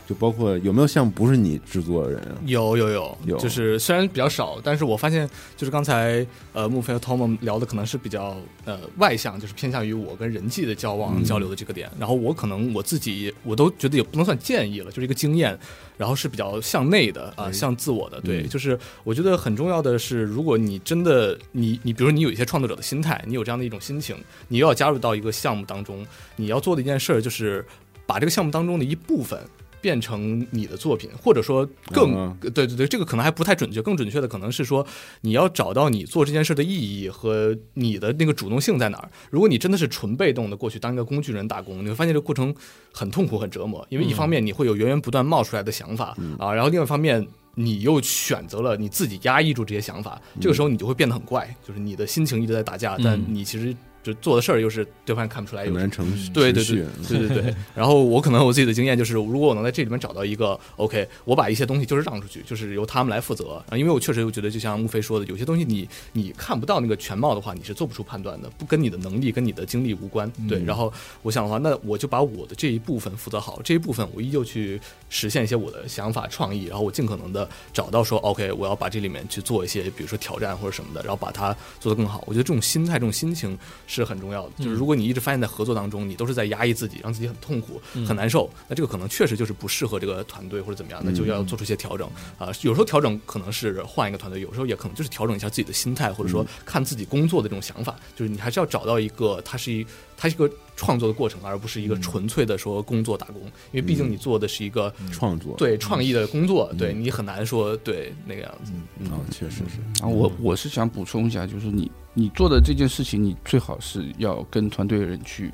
B: 就包括有没有项目不是你制作的人啊？
E: 有有有
B: 有
E: 就是虽然比较少，但是我发现就是刚才呃穆飞和 Tom 聊的可能是比较呃外向，就是偏向于我跟人际的交往、
B: 嗯
E: 交流的这个点。然后我可能我自己我都觉得也不能算建议了，就是一个经验，然后是比较向内的啊、向自我的。对，
B: 嗯
E: 就是我觉得很重要的是，如果你真的你你比如你有一些创作者的心态，你有这样的一种心情，你又要加入到一个项目当中，你要做的一件事儿就是把这个项目当中的一部分。变成你的作品，或者说更、
B: 嗯
E: 对对对，这个可能还不太准确，更准确的可能是说，你要找到你做这件事的意义和你的那个主动性在哪儿。如果你真的是纯被动的过去当一个工具人打工，你会发现这个过程很痛苦、很折磨，因为一方面你会有源源不断冒出来的想法、啊，然后另外一方面。你又选择了你自己压抑住这些想法，这个时候你就会变得很怪，就是你的心情一直在打架，但
C: 嗯
E: 你其实就做的事儿又是对方看不出来有
B: 很难程序，程
E: 对对
B: 序
E: 对对对对。嗯 [LAUGHS] 然后我可能我自己的经验就是，如果我能在这里面找到一个 OK，我把一些东西就是让出去，就是由他们来负责。啊，因为我确实又觉得，就像穆飞说的，有些东西你你看不到那个全貌的话，你是做不出判断的，不跟你的能力跟你的经历无关。嗯对，然后我想的话，那我就把我的这一部分负责好，这一部分我依旧去实现一些我的想法创意，然后我尽可能的找到说 OK，我要把这里面去做一些，比如说挑战或者什么的，然后把它做得更好。我觉得这种心态、这种心情是很重要
A: 嗯
E: 的。就是如果你一直发现，在合作当中，你都是在压抑自己，让自己很痛苦、
A: 嗯
E: 很难受，那这个可能确实就是不适合这个团队或者怎
A: 嗯
E: 么样，那就要做出一些调整。啊、有时候调整可能是换一个团队，有时候也可能就是调整一下自己的心态，或者
A: 嗯
E: 说看自己工作的这种想法。就是你还是要找到一个，它是一它是一个创作的过程，而不是
A: 嗯
E: 一个纯粹的说工作打工，因为毕竟你做的是一个。
A: 嗯
B: 啊创作
E: 对创意的工作，对你很难说对那个样子。
B: 啊，确实是
D: 然后我我是想补充一下，就是你你做的这件事情，你最好是要跟团队的人去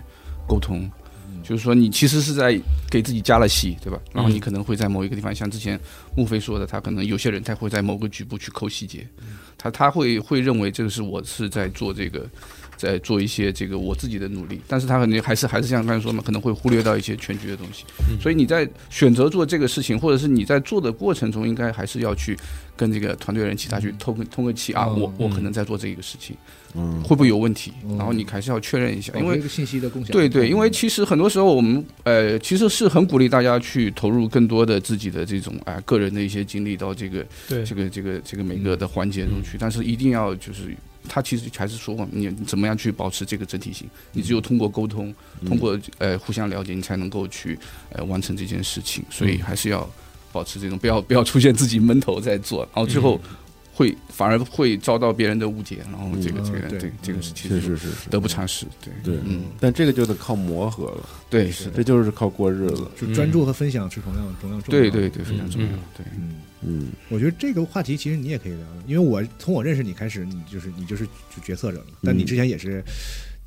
D: 沟通，就是说你其实是在给自己加了戏，对吧？然后你可能会在某一个地方，像之前穆飞说的，他可能有些人他会在某个局部去抠细节，他他会会认为这个是我是在做这个。在做一些这个我自己的努力，但是他肯定还是还是像刚才说嘛，可能会忽略到一些全局的东西。所以你在选择做这个事情，或者是你在做的过程中，应该还是要去跟这个团队人其他去通个通个气啊，
E: 哦
D: 我
C: 嗯
D: 我可能在做这个事情，
B: 嗯
D: 会不会有问题，
A: 嗯
D: 然后你还是要确认一下，因
E: 嗯
A: 保持
D: 为
A: 一个信息的共享，
D: 对对，因为其实很多时候我们呃，其实是很鼓励大家去投入更多的自己的这种啊、个人的一些经历到这个
C: 对
D: 这个这个这个每个的环节中去，但是一定要就是。他其实还是说嘛，你怎么样去保持这个整体性？你只有通过沟通，
B: 嗯
D: 通过呃互相了解，你才能够去呃完成这件事情。所以还是要保持这种，不要不要出现自己闷头在做，然后最后会反而会遭到别人的误解，然后这个
A: 嗯
D: 这
A: 啊
D: 个
A: 对
D: 这个这个是其
B: 确
D: 实
B: 实是是
D: 得不偿失。对
B: 对，
D: 嗯，
B: 但这个就得靠磨合了，
D: 对，是的。
B: 这就是靠过日子。
A: 是专注和分享是同样同样重要
D: 嗯对
A: 的。
D: 对对，非常重要
E: 嗯。
D: 对，
A: 嗯，
B: 嗯
A: 我觉得这个话题其实你也可以聊，因为我从我认识你开始，你就是你就是决策者了，但
D: 嗯
A: 你之前也是。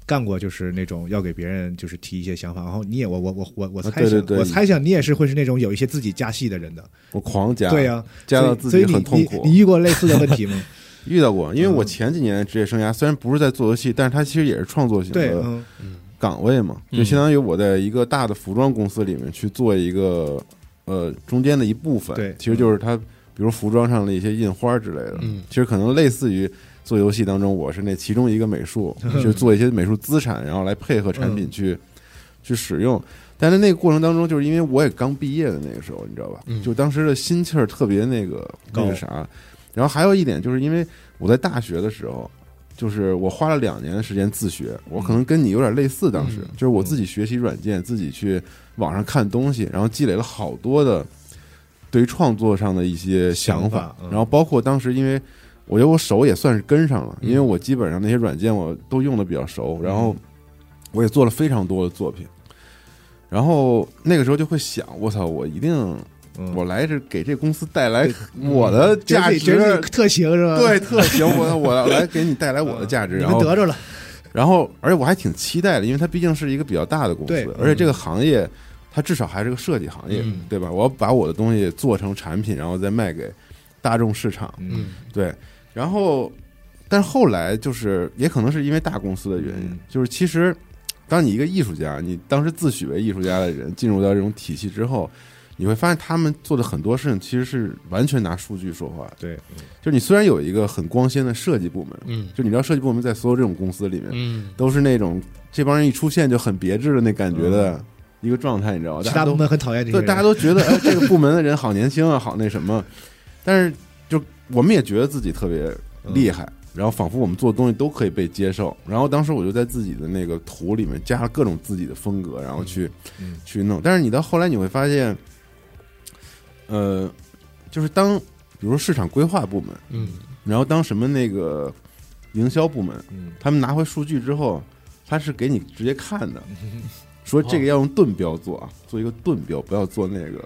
A: 干过就是那种要给别人就是提一些想法，然后你也我我我我我猜想、
B: 啊对对对
A: 我猜想你也是会是那种有一些自己加戏的人的，，
B: 我狂加，
A: 对呀、
B: 加
A: 所
B: 到
A: 以
B: 自
A: 所以
B: 己
A: 你
B: 很痛
A: 你
B: 苦。
A: 你遇过类似的问
B: [LAUGHS]
A: 题吗？ [LAUGHS]
B: 遇到过，因为我
A: 嗯
B: 前几年的职业生涯虽然不是在做游戏，但是它其实也是创作型
A: 对，
B: 的
A: 嗯
B: 岗位嘛，
C: 嗯
B: 就相当于我在一个大的服装公司里面去做一个呃中间的一部分，
A: 对
B: 其实就是它，比如服装上的一些印花之类的，
C: 嗯
B: 其实可能类似于做游戏当中，我是那其中一个美术，
C: [LAUGHS] 嗯
B: 就是做一些美术资产，然后来配合产品去、去使用。但是那个过程当中，就是因为我也刚毕业的那个时候，你知道吧？
C: 嗯
B: 就当时的心气儿特别那个那
A: 高
B: 个啥。然后还有一点，就是因为我在大学的时候，就是我花了两年的时间自学，我可能跟你有点类似。当时、
C: 嗯
B: 就是我自己学习软件，自己去网上看东西，然后积累了好多的对于创作上的一些想
A: 想
B: 法
A: 法。嗯
B: 然后包括当时，因为我觉得我手也算是跟上了，
C: 嗯
B: 因为我基本上那些软件我都用的比较
A: 嗯
B: 熟，然后我也做了非常多的作品。然后那个时候就会想，我操，我一定
A: 嗯，
B: 我来这给这公司带来我的
A: 觉得
B: 价
A: 自己觉得
B: 值
A: 自己，特行是吧？
B: [LAUGHS] 对，特行，我我来给你带来我的价值，
A: 嗯你
B: 然
A: 们
B: 后
A: 得着了，
B: 然后而且我还挺期待的，因为它毕竟是一个比较大的公
A: 对嗯
B: 司，而且这个行业它至少还是个设计行业
C: 嗯，
B: 对吧？我要把我的东西做成产品，然后再卖给大众市场，
A: 嗯
C: 嗯
B: 对，然后，但是后来就是，也可能是因为大公司的原因，
A: 嗯
B: 就是其实，当你一个艺术家，你当时自诩为艺术家的人进入到这种体系之后，你会发现他们做的很多事情其实是完全拿数据说话的。
A: 对，
B: 就是你虽然有一个很光鲜的设计部门，
C: 嗯
B: 就你知道设计部门在所有这种公司里面、
C: 嗯
B: 都是那种这帮人一出现就很别致的那感觉的一个状态，你知道吗？
A: 嗯其
B: 大
A: 他
B: 家都
A: 部门很讨厌这些
B: 对，
A: 人，
B: 大家都觉得哎，这个部门的人好年轻啊，好那什么，但是就我们也觉得自己特别厉害，然后仿佛我们做的东西都可以被接受。然后当时我就在自己的那个图里面加了各种自己的风格，然后去、
A: 嗯嗯
B: 去弄。但是你到后来你会发现，呃，就是当比如说市场规划部门，
C: 嗯
B: 然后当什么那个营销部门，
A: 嗯
B: 他们拿回数据之后，他是给你直接看的，说这个要用盾标做啊，做一个盾标，不要做那个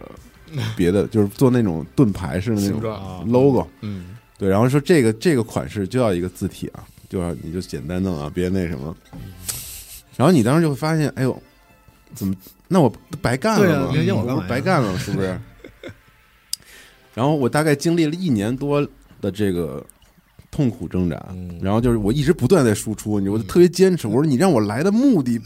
B: 别的，就是做那种盾牌式的那
E: 形
B: 种
E: 状啊，
B: logo。
C: 嗯
B: 对，然后说这个这个款式就要一个字体啊，就要你就简单弄啊，别那什么。然后你当时就会发现，哎呦，怎么那我白干
A: 对
B: 了
A: 啊
B: 吗？
A: 你要我干嘛呀
B: 不是白干了是不是？ [LAUGHS] 然后我大概经历了一年多的这个痛苦挣扎，
A: 嗯
B: 然后就是我一直不断在输出，你我就特别坚持，我说你让我来的目的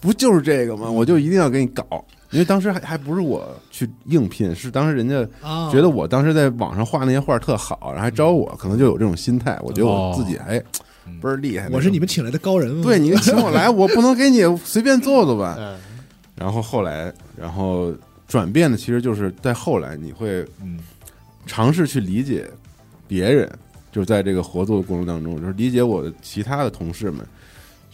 B: 不就是这个吗？
A: 嗯
B: 我就一定要给你搞。因为当时还还不是我去应聘，是当时人家
A: 啊嗯
B: 觉得我当时在网上画那些画特好，然后还招我，可能就有这种心态。我觉得我自己还倍儿厉害，
A: 哦我是你们请来的高人嘛，
B: 对你请我来，我不能给你随便做做
A: [LAUGHS]
B: 吧。
E: 嗯
B: 然后后来，然后转变的其实就是在后来，你会
A: 嗯
B: 尝试去理解别人，就是在这个合作的过程当中，就是理解我的其他的同事们，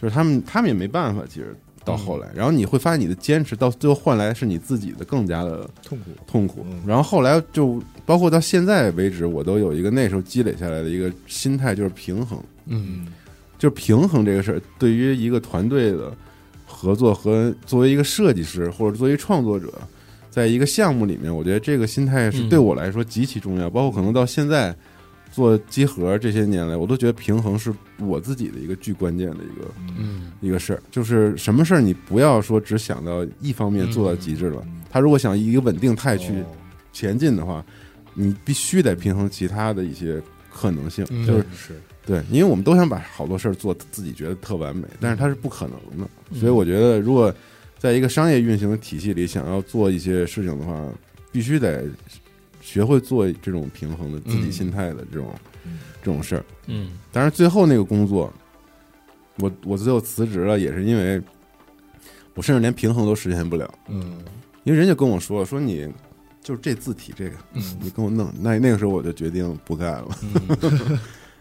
B: 就是他们他们也没办法，其实到后
A: 嗯
B: 来，然后你会发现你的坚持到最后换来是你自己的更加的
A: 痛苦，
B: 痛苦
A: 嗯。
B: 然后后来就包括到现在为止，我都有一个那时候积累下来的一个心态，就是平衡，
C: 嗯
B: 就是平衡这个事儿，对于一个团队的合作和作为一个设计师或者作为创作者，在一个项目里面，我觉得这个心态是
C: 嗯
B: 对我来说极其重要。包括可能到现在做集合这些年来，我都觉得平衡是我自己的一个巨关键的一个
C: 嗯
B: 一个事儿，就是什么事儿你不要说只想到一方面做到极致了。
A: 嗯
B: 他如果想以一个稳定态去
A: 哦
B: 前进的话，你必须得平衡其他的一些可能性，
C: 嗯
B: 就是
A: 是
B: 对，因为我们都想把好多事儿做自己觉得特完美，但是它是不可能的。所以我觉得，如果在一个商业运行的体系里想要做一些事情的话，必须得学会做这种平衡的自己
C: 嗯
B: 心态的这种、
A: 嗯
B: 这种事儿。
C: 嗯
B: 当然，最后那个工作我我最后辞职了，也是因为我甚至连平衡都实现不了，
A: 嗯
B: 因为人家跟我说说你就是这字体这个，你跟我弄，那那个时候我就决定不干了。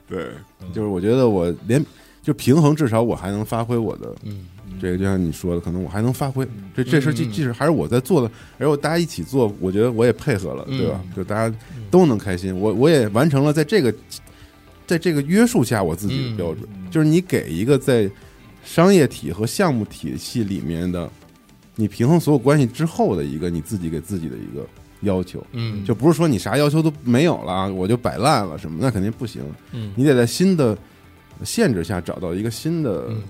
B: 对，就是我觉得我连就平衡，至少我还能发挥我的
A: 嗯
B: 这个，就像你说的，可能我还能发挥这这事儿，即即使还是我在做的，而我大家一起做，我觉得我也配合了，对吧？就大家都能开心，我我也完成了在这个在这个约束下我自己的标准，就是你给一个在商业体和项目体系里面的你平衡所有关系之后的一个你自己给自己的一个要求，
C: 嗯
B: 就不是说你啥要求都没有了，啊我就摆烂了什么，那肯定不行。
C: 嗯
B: 你得在新的限制下找到一个新的
C: 嗯，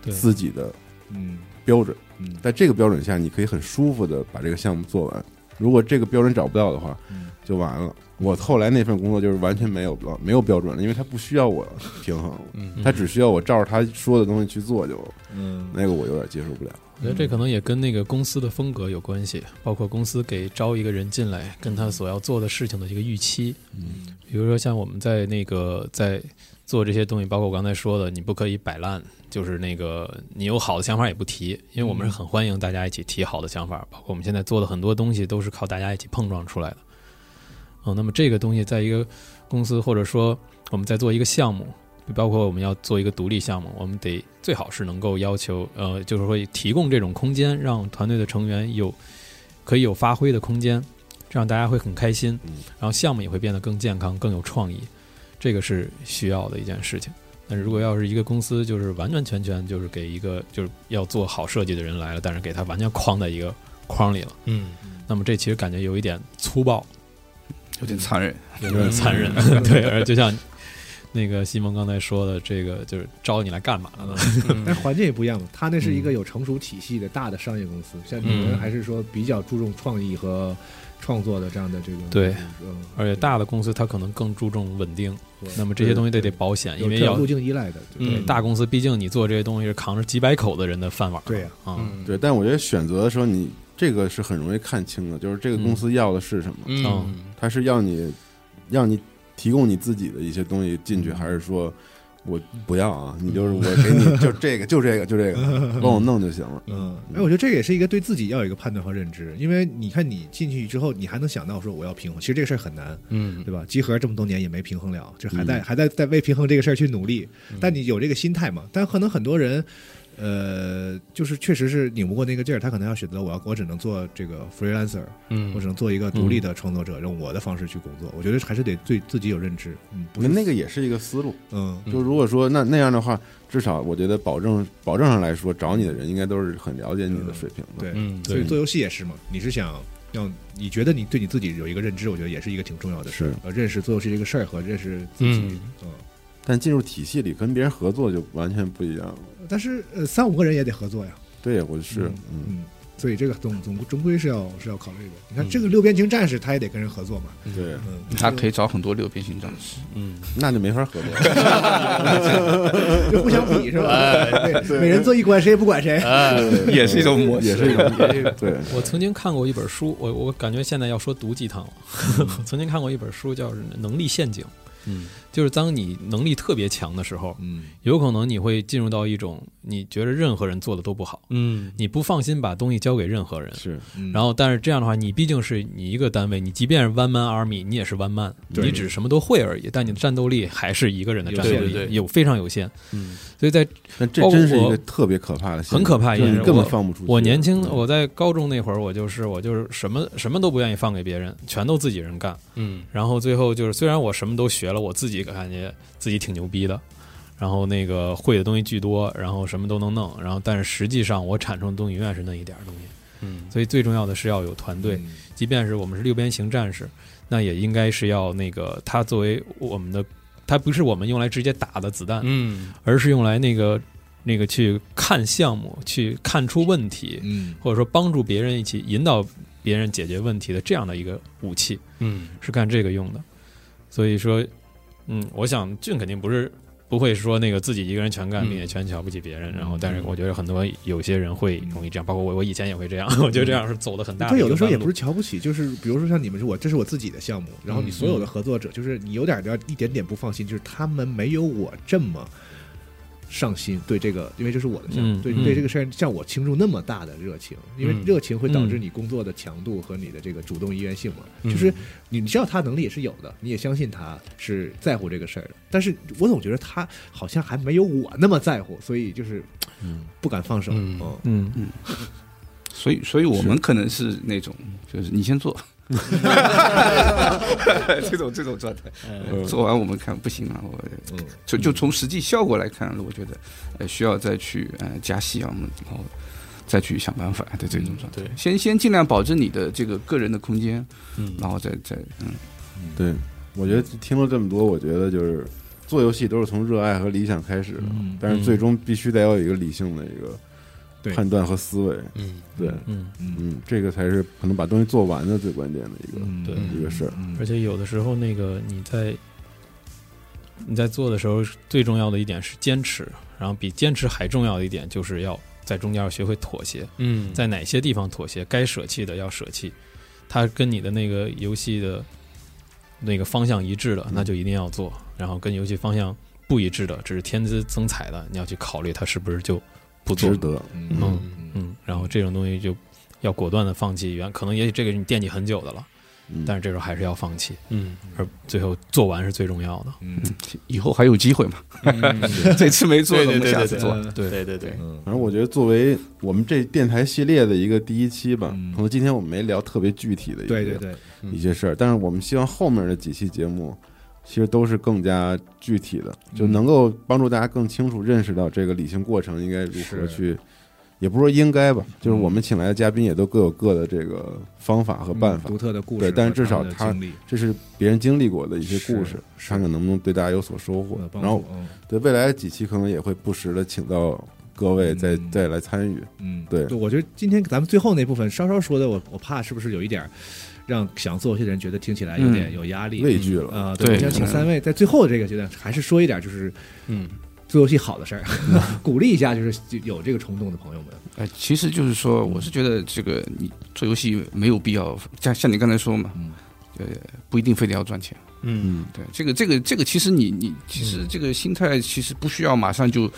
C: 对，
B: 自己的
A: 嗯
B: 标准，
A: 嗯
B: 在这个标准下，你可以很舒服的把这个项目做完。如果这个标准找不到的话
A: 嗯，
B: 就完了。我后来那份工作就是完全没有标没有标准了，因为它不需要我平衡，
C: 嗯
B: 它只需要我照着他说的东西去做就。
A: 嗯
B: 那个我有点接受不了。
C: 我觉得这可能也跟那个公司的风格有关系，包括公司给招一个人进来，跟他所要做的事情的一个预期。嗯，比如说像我们在那个在做这些东西，包括我刚才说的，你不可以摆烂，就是那个你有好的想法也不提，因为我们是很欢迎大家一起提好的想法，包括我们现在做的很多东西都是靠大家一起碰撞出来的。嗯，那么这个东西在一个公司或者说我们在做一个项目，包括我们要做一个独立项目，我们得最好是能够要求，呃，就是说提供这种空间，让团队的成员有可以有发挥的空间，这样大家会很开心
B: 嗯，
C: 然后项目也会变得更健康、更有创意，这个是需要的一件事情。但是如果要是一个公司，就是完完全全就是给一个就是要做好设计的人来了，但是给他完全框在一个框里了，
E: 嗯，
C: 那么这其实感觉有一点粗暴，
D: 有点残忍。
C: 有点
A: 嗯 [LAUGHS]
C: 残 [LAUGHS] 忍。对，而就像那个西蒙刚才说的，这个就是招你来干嘛呢？
A: 但是环境也不一样嘛，他那是一个有成熟体系的大的商业公司，像你们
C: 嗯
A: 还是说比较注重创意和创作的这样的这个
C: 对，
A: 嗯，
C: 而且大的公司它可能更注重稳定，
A: 对
C: 那么这些东西得得保险，因为
A: 有这
C: 要嗯
A: 种路径依赖的，对
C: 对大公司，毕竟你做这些东西是扛着几百口的人的饭碗。
A: 对呀，
C: 啊，
E: 嗯，
B: 对，但我觉得选择的时候，你这个是很容易看清的，就是这个公司要的是什么，
E: 嗯，
B: 它是要你让你提供你自己的一些东西进去，还是说我不要啊？你就是我给你就这个，就 [LAUGHS] 这个，就这个，帮我弄就行了。
A: 嗯，哎，我觉得这个也是一个对自己要有一个判断和认知，因为你看你进去之后，你还能想到说我要平衡，其实这个事儿很难，
E: 嗯，
A: 对吧？集合这么多年也没平衡了，就还在、还在在为平衡这个事儿去努力，但你有这个心态嘛？但可能很多人，呃，就是确实是拧不过那个劲儿，他可能要选择我要我只能做这个 freelancer，
E: 嗯
A: 我只能做一个独立的创作者，用我的方式去工作。我觉得还是得对自己有认知，嗯，不
B: 那
A: 是
B: 那个也是一个思路，
A: 嗯
B: 就如果说那那样的话，至少我觉得保证保证上来说，找你的人应该都是很了解你的水平的。
A: 对，
E: 嗯，
A: 所以
C: 对
A: 做游戏也是嘛，你是想。要你觉得你对你自己有一个认知，我觉得也是一个挺重要的事儿
B: 是。
A: 呃，认识做游戏这个事儿和认识自己，嗯，
B: 但进入体系里跟别人合作就完全不一样了。
A: 但是呃，三五个人也得合作呀，
B: 对，我是嗯
A: 嗯，所以这个总总终归是要是要考虑的。你看这个六边形战士，他也得跟人合作嘛，
B: 对，
A: 嗯，
D: 他可以找很多六边形战士，
E: 嗯
B: 那就没法合作了。
A: 嗯就互相比是吧？对，每人做一关，谁也不管谁。
D: 也是一种模
B: 也是一种对，
C: 我曾经看过一本书，我我感觉现在要说毒鸡汤了。
A: [LAUGHS]
C: 我曾经看过一本书叫《能力陷阱》，
E: 嗯，
C: 就是当你能力特别强的时候，
A: 嗯
C: 有可能你会进入到一种你觉得任何人做的都不好，
E: 嗯，
C: 你不放心把东西交给任何人。
B: 是
A: 嗯
C: 然后，但是这样的话，你毕竟是你一个单位，你即便是 one man army，你也是 one man，
A: 对
C: 你只什么都会而已，但你的战斗力还是一个人的战斗
E: 有
C: 力，
E: 限对对
C: 有非常有限。
E: 嗯，
C: 所以在
B: 但这
C: 包括
B: 真是一
C: 我
B: 个特别可怕的现象，
C: 很可怕一
B: 就
C: 件
B: 是
C: 事
B: 你根
C: 我
B: 本放不出去。
C: 我年轻，
B: 嗯
C: 我在高中那会儿，我就是我就是什么什么都不愿意放给别人，全都自己人干。
E: 嗯，
C: 然后最后就是，虽然我什么都学了，我自己感觉自己挺牛逼的，然后那个会的东西巨多，然后什么都能弄，然后但是实际上我产出的东西永远是那一点儿东西。
E: 嗯，
C: 所以最重要的是要有团队，
A: 嗯
C: 即便是我们是六边形战士，那也应该是要那个它作为我们的，它不是我们用来直接打的子弹，
E: 嗯，
C: 而是用来那个那个去看项目，去看出问题，
A: 嗯
C: 或者说帮助别人一起引导别人解决问题的这样的一个武器，
E: 嗯，
C: 是干这个用的。所以说，嗯，我想俊肯定不是。不会说那个自己一个人全干，
E: 嗯
C: 并且全瞧不起别
A: 嗯
C: 人。然后，但是我觉得很多有些人会容易这样，包括我，我以前也会这样。我觉得这样是走的很大
A: 他
C: 的一个
A: 嗯有
C: 弯路。
A: 的时候也不是瞧不起，就是比如说像你们是我，这是我自己的项目，然后你所有
C: 嗯
A: 的合作者，就是你有点点一点点不放心，就是他们没有我这么上心，对这个，因为这是我的项目，
C: 嗯
A: 对
C: 嗯
A: 对这个事儿向我倾注那么大的热情，因为
E: 嗯
A: 热情会导致
C: 嗯
A: 你工作的强度和你的这个主动意愿性嘛。
E: 嗯
A: 就是你知道他能力也是有的，你也相信他是在乎这个事儿的，但是我总觉得他好像还没有我那么在乎，所以就是
B: 嗯
A: 不敢放手。
E: 嗯
A: 嗯
C: 嗯，
D: 所以，所以我们可能是那种，就是你先
E: [LAUGHS]
D: 做， [LAUGHS] 这种这种状态，
B: 嗯
D: 做完我们看不行了，我
A: 嗯
D: 就就从实际效果来看，我觉得呃需要再去呃加细啊，我们然后再去想办法的这种状态。
E: 嗯对
D: 先先尽量保证你的这个个人的空间，
E: 嗯
D: 然后再再嗯，
B: 对，我觉得听了这么多，我觉得就是做游戏都是从热爱和理想开始
C: 啊
B: 的，
A: 嗯
B: 但是最终必须得要有一个理性的一个
A: 对
B: 判断和思维。
E: 嗯
B: 对，
C: 嗯，
A: 嗯
B: 嗯，这个才是可能把东西做完的最关键的一个、
A: 嗯，
C: 对
B: 一个事儿。
A: 嗯
C: 而且有的时候那个你在你在做的时候，最重要的一点是坚持，然后比坚持还重要的一点就是要在中间要学会妥协，
E: 嗯，
C: 在哪些地方妥协，该舍弃的要舍弃，它跟你的那个游戏的那个方向一致的，
B: 嗯
C: 那就一定要做；然后跟游戏方向不一致的，只是添资增彩的，你要去考虑它是不是就不做
B: 值。得，
A: 嗯
E: 嗯
C: 嗯，然后这种东西就要果断的放弃，原可能也许这个你惦记很久的了，
B: 嗯，
C: 但是这时候还是要放弃，
E: 嗯
C: 而最后做完是最重要的。
A: 嗯
D: 以后还有机会嘛，
E: 嗯，
D: [LAUGHS] 这次没做，
E: 对
D: 我
E: 对
D: 们
E: 对
D: 下
E: 对
D: 次
E: 对
A: 呃
D: 做。
E: 对对对对，
A: 嗯
B: 反正我觉得作为我们这电台系列的一个第一期吧，
A: 嗯
B: 可能今天我们没聊特别具体的一
A: 对
B: 些
A: 对对，
B: 一些事儿，但是我们希望后面的几期节目其实都是更加具体的，就能够帮助大家更清楚认识到这个理性过程应该如何
A: 是
B: 去，也不是说应该吧，就是我们请来的嘉宾也都各有各的这个方法和办法，
A: 嗯独特的故事
B: 对
A: 和他
B: 但
A: 们
B: 是
A: 的经历，
B: 至少他这是别人经历过的一些故事，
A: 是
B: 看看能不能对大家有所收获
A: 呃。帮
B: 然后
A: 助嗯
B: 对未来几期可能也会不时的请到各位再、
A: 嗯
B: 再来参与，
A: 嗯，
B: 对
A: 我觉得今天咱们最后那部分稍稍说的，我我怕是不是有一点儿让想做游戏的人觉得听起来有点
D: 嗯
A: 有压力
B: 畏惧了。
A: 啊？
D: 对
A: 我想请三位在最后的这个阶段，还是说一点就是
E: 嗯
A: 做游戏好的事儿，
B: 嗯
A: [LAUGHS] 鼓励一下就是有这个冲动的朋友们。
D: 呃，其实就是说，我是觉得这个你做游戏没有必要，像像你刚才说嘛，
A: 嗯
D: 呃，不一定非得要赚钱。
E: 嗯
B: 嗯，
D: 对，这个这个这个，其实你你其实这个心态其实不需要马上就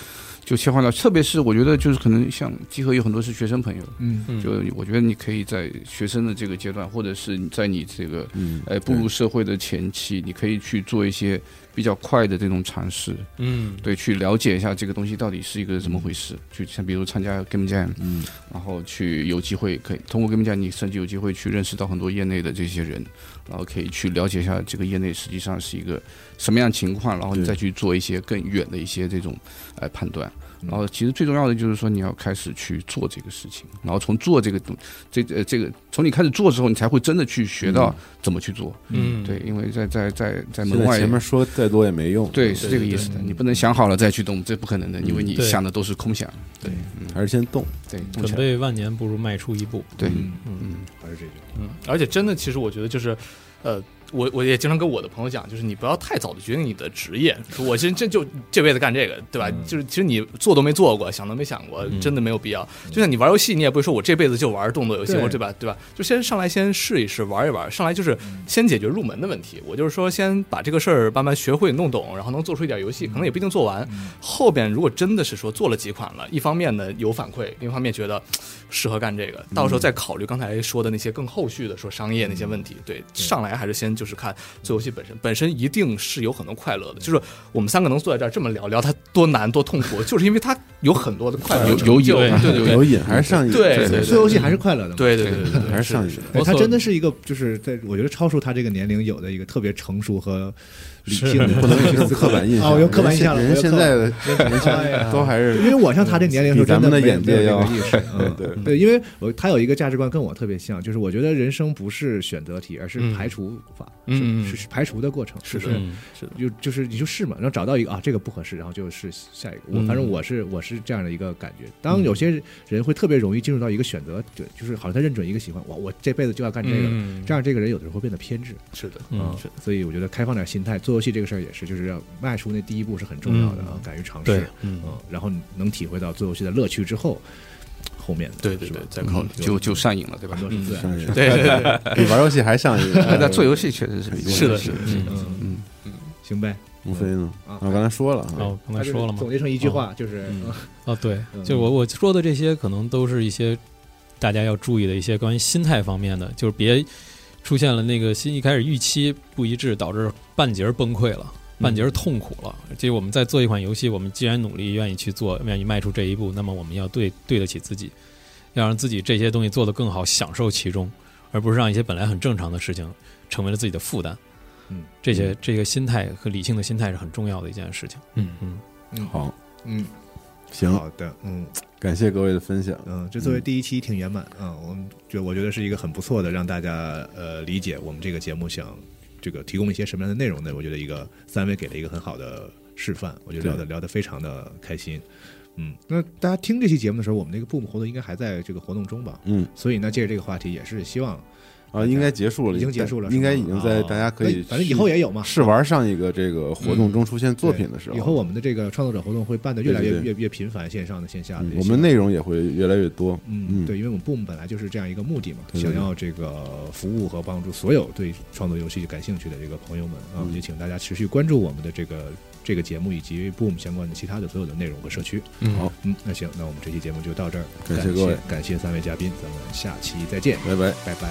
D: 就切换到，特别是我觉得就是可能像集合有很多是学生朋友，
A: 嗯
E: 嗯，
D: 就我觉得你可以在学生的这个阶段，或者是你在你这个
B: 嗯，
D: 呃步入社会的前期，你可以去做一些比较快的这种尝试，
E: 嗯
D: 对，去了解一下这个东西到底是一个怎么回事，去像比如参加 Game Jam，
B: 嗯，
D: 然后去有机会可以通过 Game Jam，你甚至有机会去认识到很多业内的这些人，然后可以去了解一下这个业内实际上是一个什么样的情况，然后你
B: 对
D: 再去做一些更远的一些这种呃判断。
A: 嗯
D: 然后其实最重要的就是说你要开始去做这个事情，然后从做这个东这呃这个从你开始做之后，你才会真的去学到怎么去做。
E: 嗯
D: 对，因为在在在在
B: 现
D: 哎门
B: 在
D: 外
B: 前。面说再多也没用，
D: 对，是这个意思
A: 对
D: 的。
A: 对
D: 你不能想好了再去动，这不可能的，因为你
C: 对
D: 想的都是空想。对，
B: 还是先动。
D: 对，
C: 嗯
D: 动
C: 准
D: 起来。
C: 备万年不如迈出一步。
D: 对，
A: 嗯，
D: 嗯。
A: 还是这句。
E: 嗯，而且真的，其实我觉得就是，呃，我我也经常跟我的朋友讲，就是你不要太早的决定你的职业。说我现这就这辈子干这个，对吧？
A: 嗯
E: 就是其实你做都没做过，想都没想过，真的没有必要。就像你玩游戏，你也不会说我这辈子就玩动作游戏，
A: 嗯对
E: 或对吧？对吧？就先上来先试一试，玩一玩。上来就是
A: 嗯
E: 先解决入门的问题。我就是说，先把这个事儿慢慢学会弄懂，然后能做出一点游
A: 嗯
E: 戏，可能也不一定做完。后边如果真的是说做了几款了，一方面呢有反馈，另一方面觉得适合干这个，到时候再考虑刚才说的那些更后续的说商业那些问题。对，上来还是先就是看做游戏本身，本身一定是有很多快乐的。就是我们三个能坐在这儿这么聊聊它多难多痛苦，就是因为它有很多的快乐
D: 有
E: 成
D: 有
E: 就，
D: 有
E: 对对
B: 有瘾还是上瘾，
E: 对对对
A: 做游戏还是快乐的嘛。
E: 对对对对对对，
B: 还是上瘾。
A: 对，
E: 我
A: 他
E: 所
A: 哎真的是一个，就是在我觉得超出他这个年龄有的一个特别成熟和理性的，
B: 不能有这种刻板印象。
A: [LAUGHS] 哦，有刻板印象了。
B: 人
A: 我有
B: 现
A: 刻板
B: 在的人
A: 哎呀
B: 现都还
A: 因为
B: 是
A: 我像他这年龄的时候，
B: 比咱
A: 真
B: 们的
A: 没有
B: 眼
A: 没有
B: 界
A: 这
B: 要
A: 个意
B: [LAUGHS]
A: 识。嗯，
B: 对
A: 对，因为我他有一个价值观跟我特别像，就是我觉得人生不是选择题，而是
E: 嗯
A: 排除法，
E: 嗯
A: 是
E: 嗯
A: 是是排除的过程，
E: 是
A: 就
E: 的
A: 是
C: 嗯，
A: 就就是你就试嘛，然后找到一个啊这个不合适，然后就是下一个。我
E: 嗯
A: 反正我是我是这样的一个感觉。当有些人会特别容易进入到一个选择，就就是好像他认准一个喜欢，我我这辈子就要干这个了，
E: 嗯
A: 这样这个人有的时候会变得偏执。
E: 是的，
C: 嗯
E: 是的，
A: 所以我觉得开放点心态，做游戏这个事儿也是，就是要迈出那第一步是很重要的啊，
E: 嗯
A: 敢于尝试，
C: 对，
E: 嗯
A: 嗯，然后能体会到做游戏的乐趣之后，后面的
E: 对对
A: 是吧嗯
E: 对，再考虑。
D: 就就上瘾了，对吧
A: 很？多是自然
B: 上
A: 的事
B: 瘾
A: 儿，
E: 对对对对，
A: [LAUGHS]
B: [LAUGHS] 比玩游戏还上瘾。
D: [LAUGHS] 那做游戏确实是
B: 嗯是
E: 是的，
D: 是
E: 是的，
D: 的
E: 是的，
A: 嗯
D: 嗯
A: 行呗，
B: 无非呢，
A: 啊
B: 啊，我刚才说了
C: 然
B: 啊，
C: 后刚才说了嘛
A: 总，结成一句话就是，
B: 嗯
A: 嗯
C: 啊，对
A: 嗯，
C: 就是我我说的这些，可能都是一些大家要注意的一些关于心态方面的，就是别出现了那个心一开始预期不一致，导致半截儿崩溃了，半截
A: 嗯
C: 儿痛苦了。这、我们在做一款游戏，我们既然努力愿意去做，愿意迈出这一步，那么我们要对对得起自己，要让自己这些东西做得更好，享受其中，而不是让一些本来很正常的事情成为了自己的负担。
A: 嗯，
C: 这些这个心态和理性的心态是很重要的一件事情。
E: 嗯
C: 嗯，
A: 嗯
B: 好，
A: 嗯，
B: 行，
A: 好的，嗯
B: 感谢各位的分享，
A: 嗯，这作为第一期挺圆满啊，我们觉我觉得是一个很不错的，让大家呃理解我们这个节目想这个提供一些什么样的内容呢？我觉得一个三位给了一个很好的示范，我觉得聊的聊得非常的开心。嗯，那大家听这期节目的时候，我们那个部门活动应该还在这个活动中吧？
B: 嗯
A: 所以呢，借着这个话题，也是希望
B: 啊，应该结束了，
A: 已经结束了，
B: 应该
A: 是
B: 已
A: 吗
B: 经在
A: 哦
B: 大家可以
A: 那反正以后
B: 也
A: 也有嘛，
B: 试玩上一个这个活动中出现作品的时候，
A: 嗯以后我们的这个创作者活动会办的越来越
B: 对对对
A: 越越频繁，线上的线下的
B: 嗯
A: 这些。
B: 我们内容也会越来越多，
A: 嗯，
B: 嗯
A: 对，因为我们 Boom 本来就是这样一个目的嘛，
B: 对对对
A: 想要这个服务和帮助所有对创作游戏感兴趣的这个朋友们啊，
B: 嗯
A: 也请大家持续关注我们的这个这个节目以及 Boom 相关的其他的所有的内容和社区。
C: 嗯
D: 哦
B: 好
A: 嗯，那行，那我们这期节目就到这儿，
B: 感
A: 感
B: 谢各位，
A: 感谢三位嘉宾，咱们下期再见，
B: 拜拜。
A: 拜拜。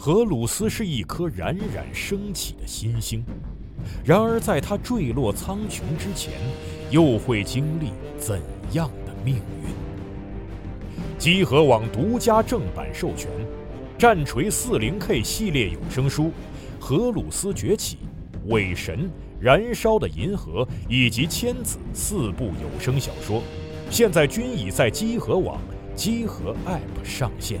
F: 荷鲁斯是一颗冉冉升起的新星，然而在他坠落苍穹之前，又会经历怎样的命运？集合网独家正版授权，《战锤 40K 系列有声书》《荷鲁斯崛起》《伪神》《燃烧的银河》以及《千子》四部有声小说，现在均已在集合网、集合 App 上线。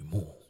F: 幕。